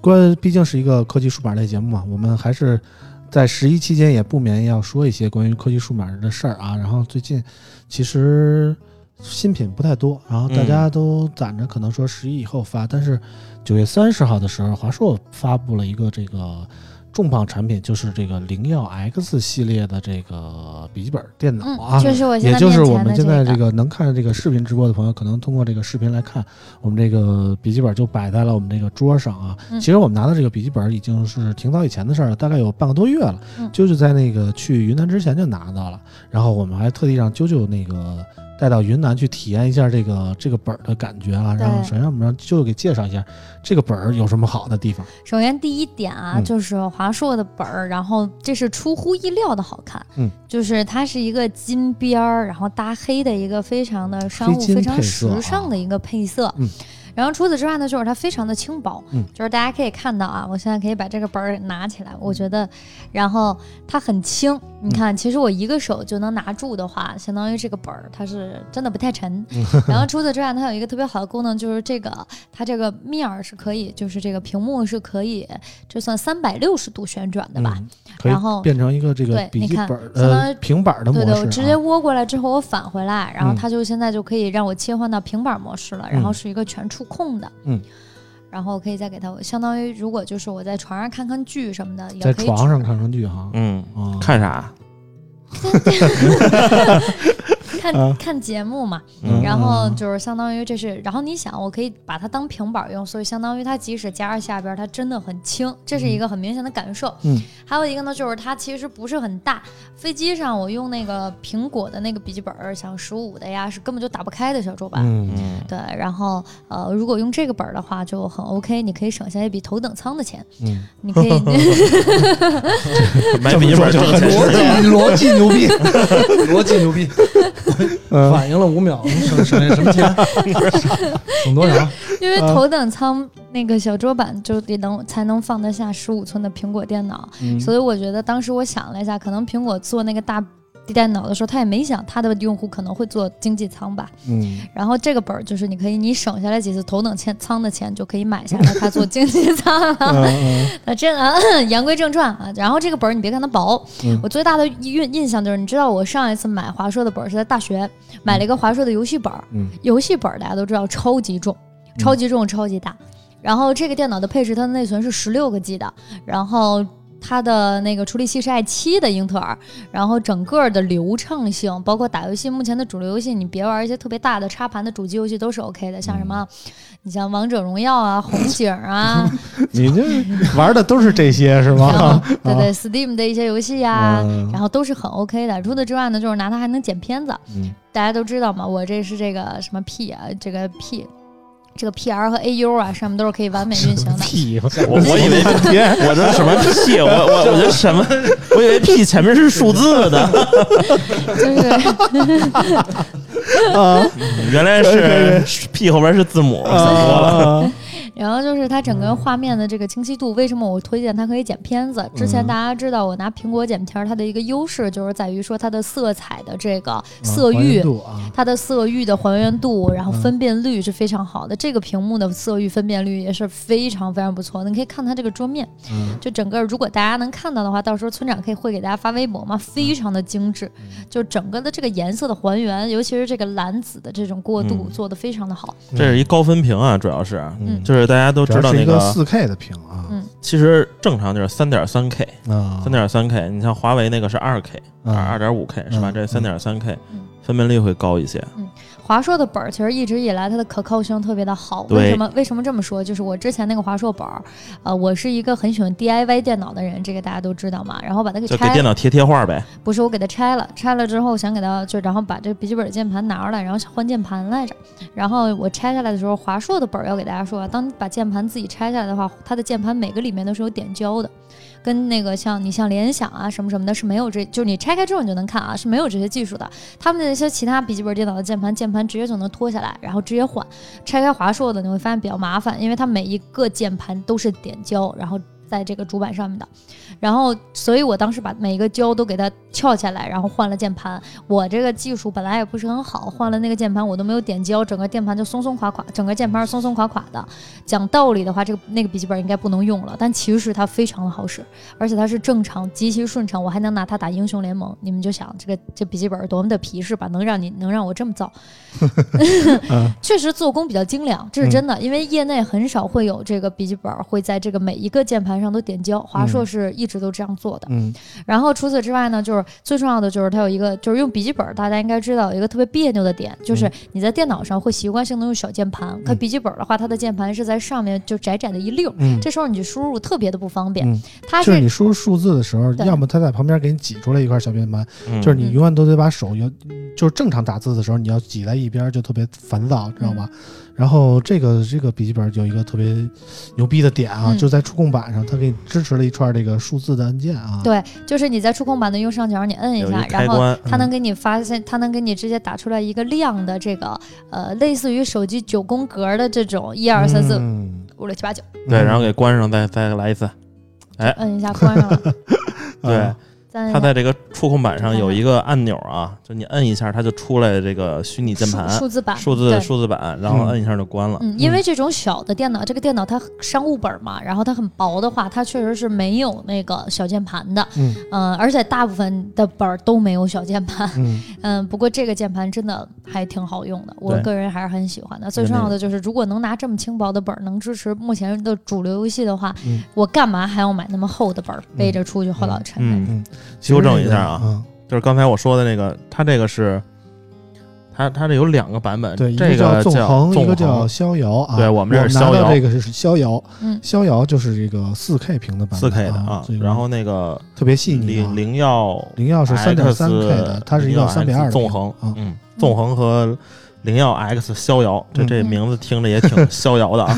Speaker 3: 关毕竟是一个科技数码类节目嘛，我们还是在十一期间也不免要说一些关于科技数码的事儿啊。然后最近其实新品不太多，然后大家都攒着可能说十一以后发，但是九月三十号的时候，华硕发布了一个这个。重磅产品就是这个灵耀 X 系列的这个笔记本电脑啊，
Speaker 2: 嗯，就是我现
Speaker 3: 也
Speaker 2: 在
Speaker 3: 就
Speaker 2: 面
Speaker 3: 是
Speaker 2: 前
Speaker 3: 我们
Speaker 2: 的
Speaker 3: 现在这个
Speaker 2: 个，
Speaker 3: 能看这个视频直播的朋友，可能通过这个视频来看，我们这个笔记本就摆在了我们这个桌上啊。
Speaker 2: 嗯
Speaker 3: 其实我们拿到这个笔记本已经是挺早以前的事儿了，大概有半个多月了，
Speaker 2: 嗯
Speaker 3: 就是在那个去云南之前就拿到了，然后我们还特地让啾啾那个。带到云南去体验一下这个这个本儿的感觉啊，
Speaker 2: 对
Speaker 3: 然后首先我们让啾啾给介绍一下这个本儿有什么好的地方。
Speaker 2: 首先第一点啊，
Speaker 3: 嗯
Speaker 2: 就是华硕的本儿，然后这是出乎意料的好看，
Speaker 3: 嗯，
Speaker 2: 就是它是一个金边儿，然后搭黑的一个非常的商
Speaker 3: 黑
Speaker 2: 务、
Speaker 3: 金
Speaker 2: 非常
Speaker 3: 配色啊
Speaker 2: 时尚的一个配色，
Speaker 3: 嗯。
Speaker 2: 然后除此之外呢，就是它非常的轻薄，
Speaker 3: 嗯
Speaker 2: 就是大家可以看到啊，我现在可以把这个本儿给拿起来，我觉得，然后它很轻，
Speaker 3: 嗯
Speaker 2: 你看，其实我一个手就能拿住的话，相当于这个本儿它是真的不
Speaker 3: [laughs]
Speaker 2: 太沉。然后除此之外，它有一个特别好的功能，就是这个它这个面儿是可以，就是这个屏幕是可以，这算三百六十度旋转的吧？
Speaker 3: 嗯？可以
Speaker 2: 然后
Speaker 3: 变成一个这个
Speaker 2: 对
Speaker 3: 笔
Speaker 2: 你
Speaker 3: 记
Speaker 2: 看
Speaker 3: 本儿
Speaker 2: 相当
Speaker 3: 呃
Speaker 2: 于
Speaker 3: 平板儿的模式、啊
Speaker 2: 对对，我直接窝过来之后，我返回来，然后
Speaker 3: 嗯
Speaker 2: 它就现在就可以让我切换到平板模式了，然后是一个全触控的。
Speaker 3: 嗯。
Speaker 2: 然后可以再给它，相当于如果就是我在床上看看剧什么的，也
Speaker 3: 在
Speaker 2: 可以
Speaker 3: 床上
Speaker 2: 指
Speaker 3: 看看剧哈。
Speaker 4: 嗯，
Speaker 3: 啊，
Speaker 4: 看啥？
Speaker 3: 啊
Speaker 2: 看看节目嘛。
Speaker 3: 嗯
Speaker 2: 然后就是相当于这是，然后你想，我可以把它当平板儿用，所以相当于它即使夹着下边儿，它真的很轻，这是一个很明显的感受。
Speaker 3: 嗯，
Speaker 2: 还有一个呢，就是它其实不是很大。飞机上我用那个苹果的那个笔记本儿，像十五的呀，是根本就打不开的小桌板。
Speaker 3: 嗯
Speaker 4: 嗯，
Speaker 2: 对，然后呃，如果用这个本儿的话就很 OK，你可以省下一笔头等舱的钱，
Speaker 3: 嗯，
Speaker 2: 你
Speaker 3: [laughs]
Speaker 2: 可以
Speaker 4: 买笔记本挣钱
Speaker 5: 逻辑逻辑牛逼， [laughs] 逻辑牛逼，
Speaker 3: 嗯
Speaker 5: [laughs] 反应了五秒，省省什么钱？省多少？
Speaker 3: 啊
Speaker 2: 因为头等舱那个小桌板就得能才能放得下十五寸的苹果电脑，
Speaker 3: 嗯
Speaker 2: 所以我觉得当时我想了一下，可能苹果做那个大电脑的时候，他也没想他的用户可能会做经济舱吧。
Speaker 3: 嗯，
Speaker 2: 然后这个本儿就是你可以你省下来几次头等舱舱的钱，就可以买下来它做经济舱
Speaker 3: [laughs]
Speaker 2: 了。
Speaker 3: 嗯
Speaker 2: 那这啊，言归正传啊，然后这个本儿你别看它薄，
Speaker 3: 嗯
Speaker 2: 我最大的印印象就是，你知道我上一次买华硕的本儿是在大学买了一个华硕的游戏本儿，
Speaker 3: 嗯
Speaker 2: 游戏本儿大家都知道超级重，超级重，超级大。然后这个电脑的配置，它的内存是十六个 G 的，然后它的那个处理器是 i 七的英特尔，然后整个的流畅性，包括打游戏，目前的主流游戏，你别玩一些特别大的插盘的主机游戏都是 OK 的，像什么，你像王者荣耀啊、红警啊，
Speaker 3: 你这玩的都是这些是
Speaker 2: 然
Speaker 3: 吗
Speaker 2: 后？对对，Steam 的一些游戏呀、
Speaker 3: 嗯
Speaker 2: 然后都是很 OK 的。除此之外呢，就是拿它还能剪片子。
Speaker 3: 嗯
Speaker 2: 大家都知道嘛，我这是这个什么 P 啊，这个 P，这个 PR 和 AU 啊，上面都是可以完美运行的。
Speaker 3: [laughs] 屁，
Speaker 4: 我我以为
Speaker 2: [laughs]
Speaker 4: 我这什么屁，我我我这什么，我以为屁前面是数字的，
Speaker 2: 就是
Speaker 3: 啊
Speaker 4: [laughs] 原来是屁后边是字母，想多了。
Speaker 3: 啊，
Speaker 2: [laughs] 然后就是它整个画面的这个清晰度，为什么我推荐它可以剪片
Speaker 3: 嗯
Speaker 2: 子？之前大家知道我拿苹果剪片儿，它的一个优势就是在于说它的色彩的这个色
Speaker 3: 嗯还
Speaker 2: 域
Speaker 3: 原。度啊，
Speaker 2: 它的色域的还原度，然后
Speaker 3: 嗯
Speaker 2: 分辨率是非常好的。这个屏幕的色域分辨率也是非常非常不错的。你可以看它这个桌面，
Speaker 3: 嗯
Speaker 2: 就整个如果大家能看到的话，到时候村长可以会给大家发微博
Speaker 4: 嗯
Speaker 2: 嘛，非常的精致，就整个的这个颜色的还原，尤其是这个蓝紫的这种过渡
Speaker 4: 嗯
Speaker 2: 做的非常的好。
Speaker 4: 这是一高分屏啊，主要是
Speaker 3: 嗯
Speaker 4: 就是大家都
Speaker 3: 主
Speaker 4: 知
Speaker 3: 要
Speaker 4: 道
Speaker 3: 是
Speaker 4: 那
Speaker 3: 一个四 K 的屏啊
Speaker 2: 嗯
Speaker 4: 其实正常就是三点三 K，
Speaker 3: 啊，
Speaker 4: 三点三 K，你像华为那个是二 K，
Speaker 3: 嗯
Speaker 4: 二点五 K 是吧？
Speaker 3: 嗯
Speaker 4: 这三点三 K
Speaker 2: 嗯
Speaker 4: 分辨率会高一些。
Speaker 2: 华硕的本儿其实一直以来它的可靠性特别的好，
Speaker 4: 对
Speaker 2: 为什么？为什么这么说？就是我之前那个华硕本儿，呃，我是一个很喜欢 DIY 电脑的人，这个大家都知道嘛。然后把它给
Speaker 4: 就给
Speaker 2: 拆
Speaker 4: 电
Speaker 2: 了，
Speaker 4: 脑贴贴画呗，
Speaker 2: 不是我给它拆了，拆了之后想给它就然后把这笔记本键盘拿出来，然后想换键盘来着。然后我拆下来的时候，华硕的本儿要给大家说啊，当你把键盘自己拆下来的话，它的键盘每个里面都是有点胶的，跟那个像你像联想啊什么什么的是没有这，就是你拆开之后你就能看啊是没有这些技术的。他们的那些其他笔记本电脑的键盘，键盘直接就能脱下来，然后直接换。拆开华硕的你会发现比较麻烦，因为它每一个键盘都是点胶，然后。在这个主板上面的，然后，所以我当时把每一个胶都给它撬下来，然后换了键盘。我这个技术本来也不是很好，换了那个键盘我都没有点胶，整个键盘就松松垮垮，整个键盘是松松垮垮的。讲道理的话，这个那个笔记本应该不能用了，但其实它非常的好使，而且它是正常极其顺畅，我还能拿它打英雄联盟。你们就想这个这笔记本多么的皮实吧，能让你能让我这么造， [laughs] 确实做工比较精良，这是真的，因为业内很少会有这个笔记本会在这个每一个键盘上都点胶，华硕是一直都这样做的。
Speaker 3: 嗯
Speaker 2: 然后除此之外呢，就是最重要的就是它有一个，就是用笔记本儿，大家应该知道有一个特别别扭的点，
Speaker 4: 嗯
Speaker 2: 就是你在电脑上会习惯性的用小键盘，可笔记本儿的话，它的键盘是在上面就窄窄的一溜儿，
Speaker 3: 嗯，
Speaker 2: 这时候你去输入特别的不方便。
Speaker 3: 嗯
Speaker 2: 它
Speaker 3: 就是
Speaker 2: 是
Speaker 3: 你输入数字的时候，
Speaker 2: 对
Speaker 3: 要么它在旁边给你挤出来一块小键盘，
Speaker 4: 嗯
Speaker 3: 就是你永远都得把手要，就是正常打字的时候，你要挤在一边，就特别烦
Speaker 2: 嗯
Speaker 3: 躁，知道吧？然后这个这个笔记本有一个特别牛逼的点啊，
Speaker 2: 嗯
Speaker 3: 就在触控板上，它给你支持了一串这个数字的按键啊。
Speaker 2: 对，就是你在触控板的右上角你摁一
Speaker 4: 有
Speaker 2: 下
Speaker 4: 一，开
Speaker 2: 然后。
Speaker 4: 关，嗯
Speaker 2: 它能给你发现，它能给你直接打出来一个亮的这个，呃，类似于手机九宫格的这种一二三四
Speaker 3: 嗯啊
Speaker 2: 五六七八九，
Speaker 4: 对，然后给关上，再再来一次。
Speaker 2: 摁一下关
Speaker 4: [laughs]
Speaker 2: 上了，嗯
Speaker 4: 对，
Speaker 2: 再摁
Speaker 4: 它
Speaker 2: 一下
Speaker 4: 在这个触控板上
Speaker 2: 嗯
Speaker 4: 有一个按钮啊，就你摁一下，它就出来这个虚拟键
Speaker 2: 数
Speaker 4: 盘、
Speaker 2: 数字板，
Speaker 4: 数字
Speaker 2: 对
Speaker 4: 数字板，然后摁一下就关了。
Speaker 2: 嗯，因为这种小的电脑，这个电脑它商务本嘛，然后它很薄的话，它确实是没有那个小键盘的，
Speaker 3: 嗯
Speaker 2: 呃而且大部分的本儿都没有小键盘，
Speaker 3: 嗯
Speaker 2: [laughs] 嗯，不过这个键盘真的还挺好用的，我
Speaker 4: 对
Speaker 2: 个人还是很喜欢的。最重要的就是，如果能拿这么轻薄的本儿能支持目前的主流游戏的话，
Speaker 3: 嗯
Speaker 2: 我干嘛还要买那么厚的本儿背着出去后脑沉
Speaker 4: 嗯
Speaker 2: 呢？
Speaker 3: 嗯，
Speaker 4: 纠正一下啊
Speaker 3: 嗯
Speaker 4: 就是刚才我说的那个，它这个是，它它这有两个版本，
Speaker 3: 对，一
Speaker 4: 呃这
Speaker 3: 个
Speaker 4: 个
Speaker 3: 纵横，一
Speaker 4: 纵
Speaker 3: 个
Speaker 4: 横，
Speaker 3: 叫逍遥啊。
Speaker 4: 对
Speaker 3: 我
Speaker 4: 我们这是
Speaker 3: 拿
Speaker 4: 逍
Speaker 3: 到
Speaker 4: 遥
Speaker 3: 这个是逍遥，
Speaker 2: 嗯
Speaker 3: 逍遥就是这个四 K 屏的版
Speaker 4: 四
Speaker 3: 本，
Speaker 4: K 的
Speaker 3: 啊
Speaker 4: 啊，，
Speaker 3: 所以
Speaker 4: 然后那个
Speaker 3: 特别细腻啊
Speaker 4: 灵。灵耀
Speaker 3: 灵耀是三点三 K 的
Speaker 4: X，
Speaker 3: 它是一个
Speaker 4: 灵耀 X
Speaker 3: 3.2的
Speaker 4: 纵横
Speaker 3: 啊，
Speaker 4: 嗯，纵横和灵耀 X 逍遥，这
Speaker 3: 嗯
Speaker 4: 这
Speaker 2: 嗯
Speaker 4: 名字听着也挺逍遥
Speaker 3: [laughs]
Speaker 4: 的啊。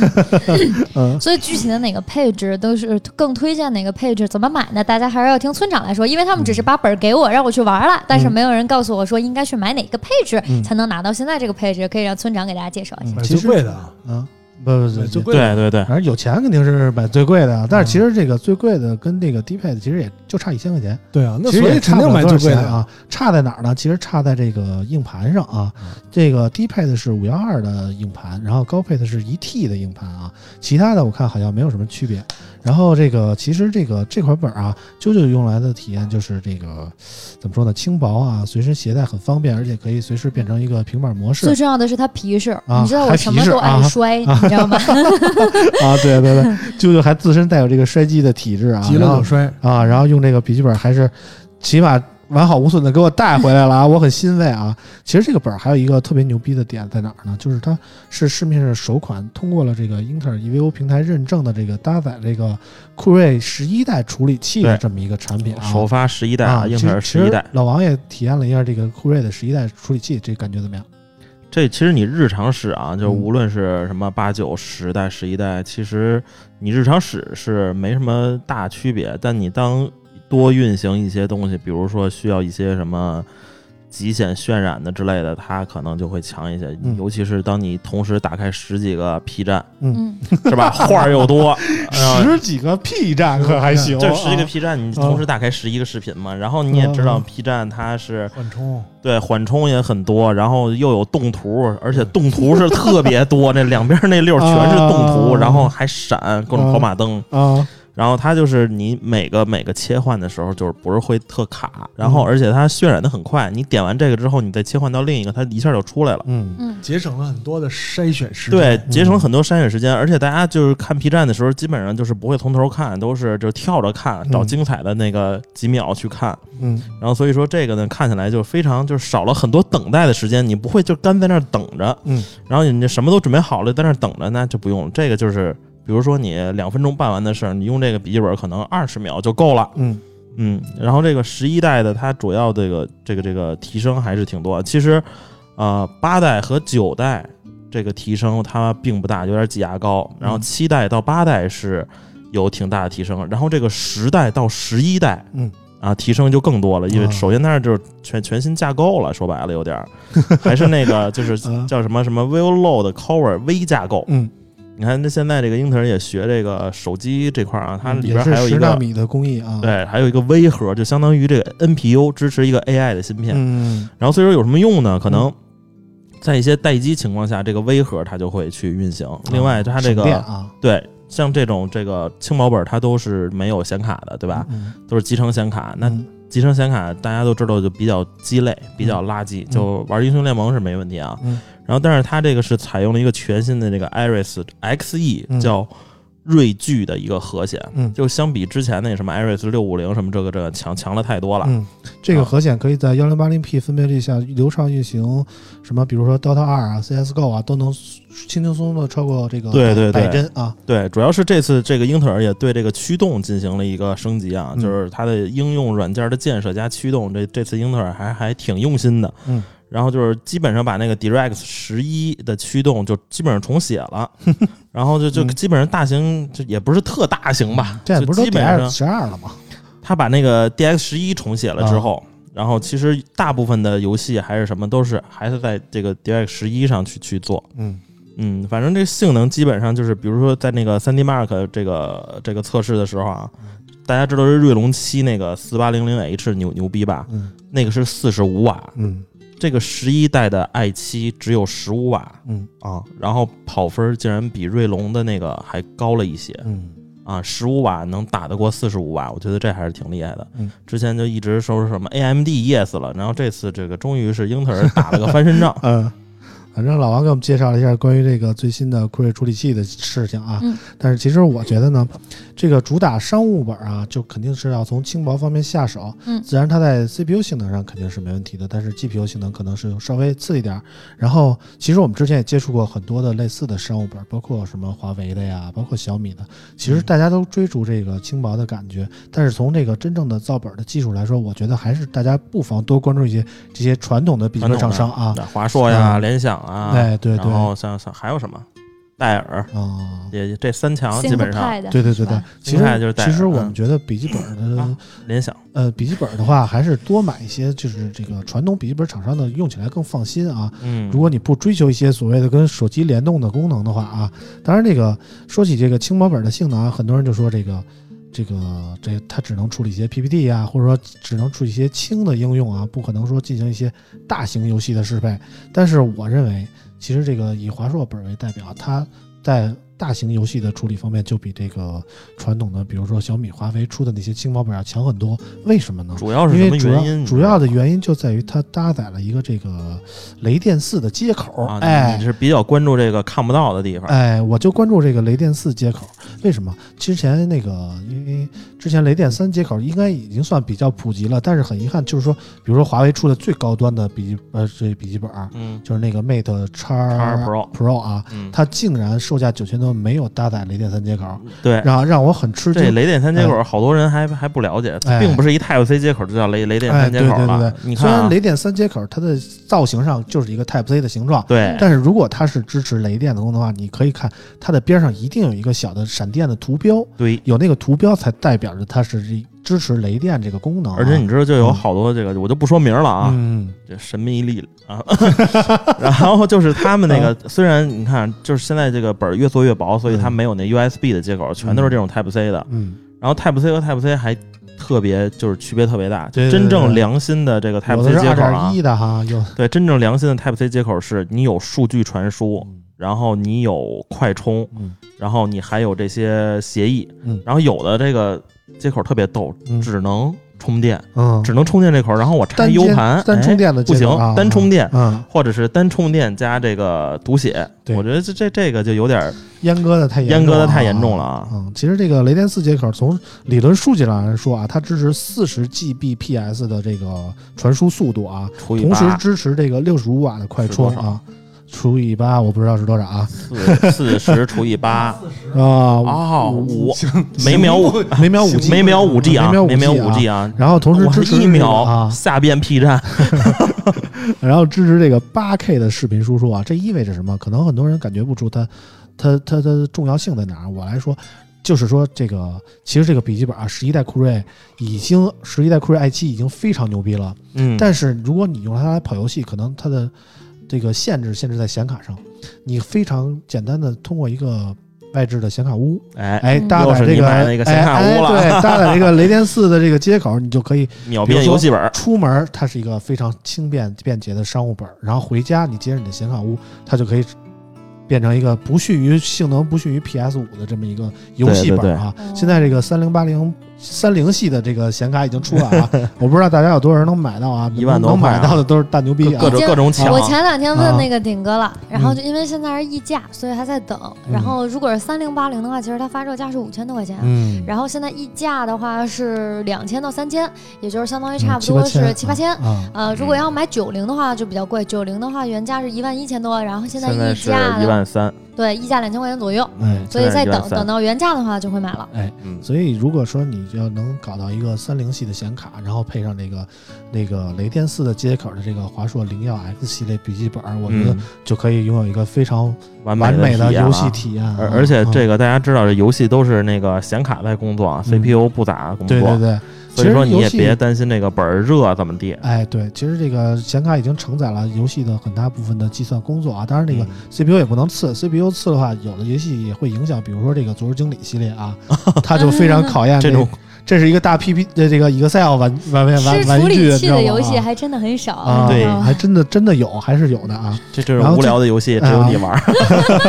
Speaker 3: 嗯， [laughs]
Speaker 2: 所以具体的哪个配置都是更推荐哪个配置，怎么买呢？大家还是要听村长来说，因为他们只是把本儿给我让我去玩了，但是没有人告诉我说应该去买哪个配置
Speaker 3: 嗯
Speaker 2: 才能拿到现在这个配置，可以让村长给大家介绍一下。
Speaker 3: 嗯
Speaker 5: 买
Speaker 3: 其
Speaker 5: 最
Speaker 3: 实
Speaker 5: 贵的啊，
Speaker 3: 啊，不
Speaker 5: 买
Speaker 3: 不
Speaker 5: 最
Speaker 3: 不，
Speaker 5: 贵的
Speaker 4: 对对对，
Speaker 3: 反正有钱肯定是买最贵的啊，但
Speaker 5: 嗯
Speaker 3: 是其实这个最贵的跟这个低配的其实也就差一千块钱，
Speaker 5: 对啊，那
Speaker 3: 其
Speaker 5: 所
Speaker 3: 实
Speaker 5: 以
Speaker 3: 也差
Speaker 5: 肯
Speaker 3: 不
Speaker 5: 定
Speaker 3: 了
Speaker 5: 买
Speaker 3: 多
Speaker 5: 最
Speaker 3: 少
Speaker 5: 贵
Speaker 3: 钱
Speaker 5: 的。
Speaker 3: 啊。差在哪儿呢？其实差在这个硬盘上啊。
Speaker 5: 嗯
Speaker 3: 这个低配的是五幺二的硬盘，然后高配的是一 T 的硬盘啊。其他的我看好像没有什么区别。然后这个其实这个这款本儿啊，啾啾用来的体验就是这个怎么说呢？轻薄啊，随身携带很方便，而且可以随时变成一个平板模式
Speaker 2: 最重要的是它皮实，
Speaker 3: 啊
Speaker 2: 你知道我
Speaker 3: 还
Speaker 2: 什
Speaker 3: 皮
Speaker 2: 么
Speaker 3: 实
Speaker 2: 都
Speaker 3: 啊
Speaker 2: 爱摔，你知道吗？
Speaker 3: [laughs] 啊。对对对，啾啾还自身带有这个摔机的体质啊，
Speaker 5: 急
Speaker 3: 然
Speaker 5: 了
Speaker 3: 后
Speaker 5: 就摔，
Speaker 3: 啊，然后用这个笔记本还是起码完好无损的给我带回来了 [laughs] 啊，我很欣慰啊。其实这个本儿还有一个特别牛逼的点在哪儿呢？就是它是市面上首款通过了这个英特尔 EVO 平台认证的这个搭载这个酷睿十一代处理器的
Speaker 4: 对
Speaker 3: 这么一个产品啊。
Speaker 4: 首发十一代
Speaker 3: 啊，
Speaker 4: 英
Speaker 3: 其
Speaker 4: 特
Speaker 3: 实
Speaker 4: 尔
Speaker 3: 其
Speaker 4: 十一
Speaker 3: 实
Speaker 4: 代。
Speaker 3: 老王也体验了一下这个酷睿的十一代处理器，这感觉怎么样？
Speaker 4: 这其实你日常使啊，就
Speaker 3: 嗯
Speaker 4: 无论是什么八九、十代、十一代，其实你日常使是没什么大区别。但你当多运行一些东西，比如说需要一些什么极限渲染的之类的，它可能就会强一些。
Speaker 3: 嗯
Speaker 4: 尤其是当你同时打开十几个 P 站，
Speaker 2: 嗯，
Speaker 4: 是吧？话儿
Speaker 3: [laughs]
Speaker 4: 又多，然后
Speaker 3: 几个 P 站可还行
Speaker 4: 就十一个 P 站，
Speaker 3: 啊
Speaker 4: 你同时打开十一个视频嘛。然后你也知道
Speaker 3: 嗯
Speaker 4: P 站它是
Speaker 5: 缓冲，
Speaker 4: 对，缓冲也很多，然后又有动图，而
Speaker 3: 嗯
Speaker 4: 且动图是特别多，那两边那溜儿全是动图，
Speaker 3: 啊
Speaker 4: 然后还闪各种跑马灯，
Speaker 3: 啊，
Speaker 4: 然后它就是你每个每个切换的时候，就是不是会特卡，然后
Speaker 3: 嗯
Speaker 4: 而且它渲染的很快，你点完这个之后，你再切换到另一个，它一下就出来了。
Speaker 3: 嗯
Speaker 2: 嗯，
Speaker 5: 节省了很多的筛选时间。
Speaker 4: 对，节省很多筛选时间，而且大家就是看 B 站的时候，基本上就是不会从头看，都是就跳着看，找
Speaker 3: 嗯
Speaker 4: 精彩的那个几秒去看。
Speaker 3: 嗯，
Speaker 4: 然后所以说这个呢，看起来就非常就是少了很多等待的时间，你不会就干在那儿等着，
Speaker 3: 嗯，
Speaker 4: 然后你什么都准备好了，在那儿等着，那就不用了。这个就是，比如说你两分钟办完的事儿，你用这个笔记本可能二十秒就够了，
Speaker 3: 嗯
Speaker 4: 嗯。然后这个十一代的它主要这个这个这个提升还是挺多，其实，呃，八代和九代这个提升它并不大，有点挤牙膏。然后
Speaker 3: 嗯
Speaker 4: 七代到八代是有挺大的提升，然后这个十代到十一代，
Speaker 3: 嗯
Speaker 4: 啊，提升就更多了，因为
Speaker 3: 啊
Speaker 4: 首先它是就是全全新架构了，说白了
Speaker 3: [laughs]
Speaker 4: 有点儿，还是那个就是
Speaker 3: 啊
Speaker 4: 叫什么什么 VLO 的 Cover V 架构。
Speaker 3: 嗯，
Speaker 4: 你看，那现在这个英特尔也学这个手机这块儿啊，它里边
Speaker 3: 嗯也
Speaker 4: 还有
Speaker 3: 是
Speaker 4: 一
Speaker 3: 十纳
Speaker 4: 个
Speaker 3: 米的工艺啊，，
Speaker 4: 对，还有一个微核，就相当于这个 NPU 支持一个 AI 的芯片。
Speaker 3: 嗯
Speaker 4: 然后所以说有什么用呢？可能在一些待机情况下，这个微核它就会去运行。另外，它这
Speaker 3: 省电
Speaker 4: 个
Speaker 3: 啊，
Speaker 4: 对像这种这个轻薄本，它都是没有显卡的，对吧？
Speaker 3: 嗯？
Speaker 4: 都是集成显卡。那
Speaker 3: 嗯
Speaker 4: 集成显卡大家都知道就比较鸡肋，比较垃圾，就玩英雄联盟是没问题啊。
Speaker 3: 嗯
Speaker 4: 然后，但是它这个是采用了一个全新的这个 Iris XE，、
Speaker 3: 嗯
Speaker 4: 叫锐炬的一个核显，
Speaker 3: 嗯
Speaker 4: 就相比之前那什么 Iris 六五零什么这个这个强强了太多了。
Speaker 3: 嗯，这
Speaker 4: 啊
Speaker 3: 个核显可以在幺零八零 P 分辨率下流畅运行，什么比如说 Dota 二啊、CS:GO 啊，都能轻轻松松的超过这个
Speaker 4: 对对对
Speaker 3: 百帧啊。
Speaker 4: 对，主要是这次这个英特尔也对这个驱动进行了一个升级啊，
Speaker 3: 嗯
Speaker 4: 就是它的应用软件的建设加驱动，这这次英特尔还还挺用心的。
Speaker 3: 嗯。
Speaker 4: 然后就是基本上把那个 DirectX 十一的驱动就基本上重写
Speaker 3: [laughs]
Speaker 4: 了，然后就就
Speaker 3: 嗯
Speaker 4: 基本上大型就也不是特大型吧，
Speaker 3: 这不是都
Speaker 4: 就基
Speaker 3: D E
Speaker 4: 本
Speaker 3: X
Speaker 4: 上
Speaker 3: 十二了吗？
Speaker 4: 他把那个 DX 十一重写了之后，然后其实大部分的游戏还是什么都是还是在这个 DX 十一上去去做，
Speaker 3: 嗯
Speaker 4: 嗯，反正这个性能基本上就是，比如说在那个 3D Mark 这个这个测试的时候啊，大家知道是锐龙七那个 4800H 牛牛逼吧？
Speaker 3: 嗯
Speaker 4: 那个是45瓦，
Speaker 3: 嗯
Speaker 4: 这个十一代的 i 7只有15瓦
Speaker 3: 嗯
Speaker 4: 啊，然后跑分竟然比锐龙的那个还高了一些
Speaker 3: 嗯
Speaker 4: 啊，1 5瓦能打得过45瓦，我觉得这还是挺厉害的。
Speaker 3: 嗯。
Speaker 4: 之前就一直说是什么 AMD yes E 了，然后这次这个终于是英特尔打了个翻身仗
Speaker 3: 嗯，反正老王给我们介绍了一下关于这个最新的酷睿处理器的事情啊。
Speaker 2: 嗯
Speaker 3: 但是其实我觉得呢，这个主打商务本啊，就肯定是要从轻薄方面下手。
Speaker 2: 嗯
Speaker 3: 自然它在 CPU 性能上肯定是没问题的，但是 GPU 性能可能是稍微次一点儿。然后其实我们之前也接触过很多的类似的商务本，包括什么华为的呀，包括小米的。其
Speaker 2: 嗯
Speaker 3: 实大家都追逐这个轻薄的感觉，但是从这个真正的造本的技术来说，我觉得还是大家不妨多关注一些这些 [laughs] 传统的笔记本厂商啊。
Speaker 4: 那华硕呀、
Speaker 3: 嗯
Speaker 4: 联想啊，
Speaker 3: 哎对对
Speaker 4: 然后像像还有什么戴尔
Speaker 3: 啊。
Speaker 4: 也这三强基本上
Speaker 2: ThinkPad
Speaker 3: 对对对对
Speaker 2: 是吧，
Speaker 3: 其实
Speaker 4: 现在就是戴尔
Speaker 3: 其实我
Speaker 4: 嗯
Speaker 3: 们觉得笔记本的、
Speaker 4: 啊联想
Speaker 3: 呃笔记本的话，还是多买一些，就是这个传统笔记本厂商的，用起来更放心啊。
Speaker 4: 嗯，
Speaker 3: 如果你不追求一些所谓的跟手机联动的功能的话啊，当然这个说起这个轻薄本的性能啊，很多人就说这个这个这它只能处理一些 PPT 啊，或者说只能处理一些轻的应用啊，不可能说进行一些大型游戏的适配。但是我认为，其实这个以华硕本为代表，它在大型游戏的处理方面就比这个传统的，比如说小米、华为出的那些轻薄本要强很多。为什么呢？
Speaker 4: 主要是什
Speaker 3: 因
Speaker 4: 么
Speaker 3: 为主
Speaker 4: 原因？
Speaker 3: 要主要的原因就在于它搭载了一个这个雷电四的接口，
Speaker 4: 啊，你
Speaker 3: 哎
Speaker 4: 你是比较关注这个看不到的地方，
Speaker 3: 哎，我就关注这个雷电四接口，为什么？之前那个因为之前雷电三接口应该已经算比较普及了，但是很遗憾，就是说，比如说华为出的最高端的笔记呃这笔记本儿，
Speaker 4: 嗯
Speaker 3: 就是那个 Mate 叉
Speaker 4: Pro
Speaker 3: Pro 啊，
Speaker 4: 嗯，
Speaker 3: 它竟然售价九千多没有搭载雷电三接口，
Speaker 4: 对。
Speaker 3: 让让我很吃
Speaker 4: 这
Speaker 3: 惊。
Speaker 4: 雷电三接口，好多人还还不了解，
Speaker 3: 哎
Speaker 4: 并不是一 Type C 接口就叫雷雷电
Speaker 3: 哎，
Speaker 4: 三
Speaker 3: 对
Speaker 4: 接口
Speaker 3: 对对
Speaker 4: 了
Speaker 3: 对。，
Speaker 4: 你
Speaker 3: 虽
Speaker 4: 看啊
Speaker 3: 然，雷电三接口它的造型上就是一个 Type C 的形状，
Speaker 4: 对，
Speaker 3: 但是如果它是支持雷电的功能的话，你可以看它的边上一定有一个小的闪电的图标，
Speaker 4: 对，
Speaker 3: 有那个图标才代表着它是一支持雷电这个功能啊、
Speaker 4: 而且你知道，就有
Speaker 3: 嗯
Speaker 4: 好多这个，我就不说名了啊，
Speaker 3: 嗯
Speaker 4: 这神秘力啊。 [laughs] 然后就是他们那个，虽然你看，就是现在这个本儿越做越薄，所以它
Speaker 3: 嗯
Speaker 4: 没有那 USB 的接口，全都是这种 Type C 的。
Speaker 3: 嗯，
Speaker 4: 然后 Type C 和 Type C 还特别就是区别特别大，
Speaker 3: 对对对
Speaker 4: 真
Speaker 3: 对
Speaker 4: 正
Speaker 3: 对
Speaker 4: 良心的这个 Type
Speaker 3: 有的
Speaker 4: C
Speaker 3: 是
Speaker 4: 接
Speaker 3: 二
Speaker 4: 口啊
Speaker 3: 点，一的哈，有
Speaker 4: 对，真正良心的 Type C 接口是你有数据传输，然后你有快充，
Speaker 3: 嗯
Speaker 4: 然后你还有这些协议，
Speaker 3: 嗯
Speaker 4: 然后有的这个接口特别逗，
Speaker 3: 嗯
Speaker 4: 只能充电，
Speaker 3: 嗯，
Speaker 4: 只能充电这口，然后我插
Speaker 3: 单
Speaker 4: 一 U
Speaker 3: 接
Speaker 4: 盘，
Speaker 3: 单充
Speaker 4: 哎
Speaker 3: 电的
Speaker 4: 不
Speaker 3: 接
Speaker 4: 行
Speaker 3: 口啊，
Speaker 4: 单充电
Speaker 3: 嗯，
Speaker 4: 或者是单充电加这个读写，
Speaker 3: 对
Speaker 4: 我觉得这这这个就有点
Speaker 3: 阉割的太严
Speaker 4: 阉割的太严重
Speaker 3: 了
Speaker 4: 了
Speaker 3: 啊。
Speaker 4: 啊。
Speaker 3: 嗯，其实这个雷电四接口从理论数据上来说啊，它支持四十 GBps 的这个传输速度啊，
Speaker 4: 除以
Speaker 3: 同时
Speaker 4: 八，
Speaker 3: 支持这个六十五瓦的快
Speaker 4: 是多
Speaker 3: 充
Speaker 4: 少
Speaker 3: 啊，除以八我不知道是多少啊
Speaker 4: 四四十除
Speaker 3: [laughs]
Speaker 4: 以八，
Speaker 3: 啊，
Speaker 4: 哦，五每
Speaker 5: 每
Speaker 4: 秒五
Speaker 3: 每秒五 G
Speaker 4: 啊每秒五 G 啊，每
Speaker 3: 每
Speaker 4: 秒
Speaker 3: 秒
Speaker 4: 五
Speaker 3: 5G
Speaker 4: G 啊，
Speaker 3: 然后同时
Speaker 4: 我
Speaker 3: 支持
Speaker 4: 一
Speaker 3: 这个
Speaker 4: 秒
Speaker 3: 啊，
Speaker 4: 下遍 P 站，
Speaker 3: 然后支持这个八 K 的视频输出啊，这意味着什么？可能很多人感觉不出它，它它它的重要性在哪儿。我来说，就是说这个，其实这个笔记本啊，十一代酷睿已经，十一代酷睿 i 7已经非常牛逼了。
Speaker 4: 嗯，
Speaker 3: 但是如果你用它来跑游戏，可能它的这个限制限制在显卡上，你非常简单的通过一个外置的显卡屋，
Speaker 4: 哎，
Speaker 3: 哎，
Speaker 2: 嗯
Speaker 3: 搭载这
Speaker 4: 又是你
Speaker 3: 个
Speaker 4: 买那
Speaker 3: 哎
Speaker 4: 个显卡屋了
Speaker 3: 哎对，搭载这个雷电四的这个接口，你就可以
Speaker 4: 秒变游戏本儿，
Speaker 3: 出门它是一个非常轻便便捷的商务本儿，然后回家你接着你的显卡屋，它就可以变成一个不逊于性能不逊于 PS 五的这么一个游戏本儿啊。
Speaker 2: 对对对
Speaker 3: 现在这个三零八零三零系的这个显卡已经出来
Speaker 4: [laughs]
Speaker 3: 了，啊我不知道大家有多少人能买到啊？
Speaker 4: 一万多
Speaker 3: 能
Speaker 4: 块啊
Speaker 3: 买到的都是大牛逼啊！
Speaker 4: 各种
Speaker 2: 已经
Speaker 4: 各种抢，
Speaker 2: 我前两天
Speaker 3: 啊
Speaker 2: 问那个顶哥了，然后
Speaker 3: 嗯
Speaker 2: 就因为现在是溢价，所以还在等。
Speaker 3: 嗯
Speaker 2: 然后如果是三零八零的话，其实它发售价是五千多块钱。
Speaker 3: 嗯，
Speaker 2: 然后现在溢价的话是两千到三千，也就是相当
Speaker 3: 嗯
Speaker 2: 于差不多是七八千。
Speaker 3: 啊，
Speaker 2: 呃，如果要买九零的话就比较贵，九零的话原价是一万一千多，然后现
Speaker 4: 现
Speaker 2: 在溢
Speaker 4: 是
Speaker 2: 价
Speaker 4: 一
Speaker 2: 的
Speaker 4: 万三，
Speaker 2: 对溢价两千块钱左右，
Speaker 3: 哎，
Speaker 2: 所以
Speaker 4: 现在
Speaker 2: 再
Speaker 4: 是
Speaker 2: 等
Speaker 4: 13000
Speaker 2: 等到原价的话就会买了。
Speaker 4: 嗯，
Speaker 3: 所以，如果说你要能搞到一个三零系的显卡，然后配上这个那个雷电四的接口的这个华硕灵耀 X 系列笔记本，我觉得
Speaker 4: 嗯
Speaker 3: 就可以拥有一个非常
Speaker 4: 完
Speaker 3: 完美
Speaker 4: 的
Speaker 3: 的
Speaker 4: 体验
Speaker 3: 游戏
Speaker 4: 了。
Speaker 3: 体验啊。
Speaker 4: 而而且这
Speaker 3: 个
Speaker 4: 个大家知道，这游戏都是那个显卡在工作啊
Speaker 3: 嗯
Speaker 4: ，CPU 不咋工
Speaker 3: 对对
Speaker 4: 作，
Speaker 3: 对，
Speaker 4: 所以说你也
Speaker 3: 其实游戏
Speaker 4: 别担心这个本儿热怎么地。
Speaker 3: 哎对，其实这个显卡已经承载了游戏的很大部分的计算工作啊。当然，这个
Speaker 4: 嗯
Speaker 3: CPU 也不能次，CPU 次的话，有的游戏也会影响，比如说这个《昨日经理》系列
Speaker 4: [laughs]
Speaker 3: 啊，它就非常考验
Speaker 4: 这种
Speaker 3: 这是一个大 PP 的这个 Excel 玩玩玩
Speaker 2: 吃
Speaker 3: 玩
Speaker 2: 处
Speaker 3: 玩具，
Speaker 2: 理
Speaker 3: 你
Speaker 2: 器
Speaker 3: 知道
Speaker 2: 的
Speaker 3: 吗
Speaker 2: 游戏
Speaker 3: 啊
Speaker 2: 还真的很少，嗯
Speaker 3: 啊，
Speaker 2: 你知
Speaker 4: 对
Speaker 2: 道吗
Speaker 3: 还真的真的有，还是有的啊。
Speaker 4: 这这
Speaker 3: 然
Speaker 4: 种
Speaker 3: 后啊
Speaker 4: 无
Speaker 3: 这
Speaker 4: 聊的游戏，只有你玩儿，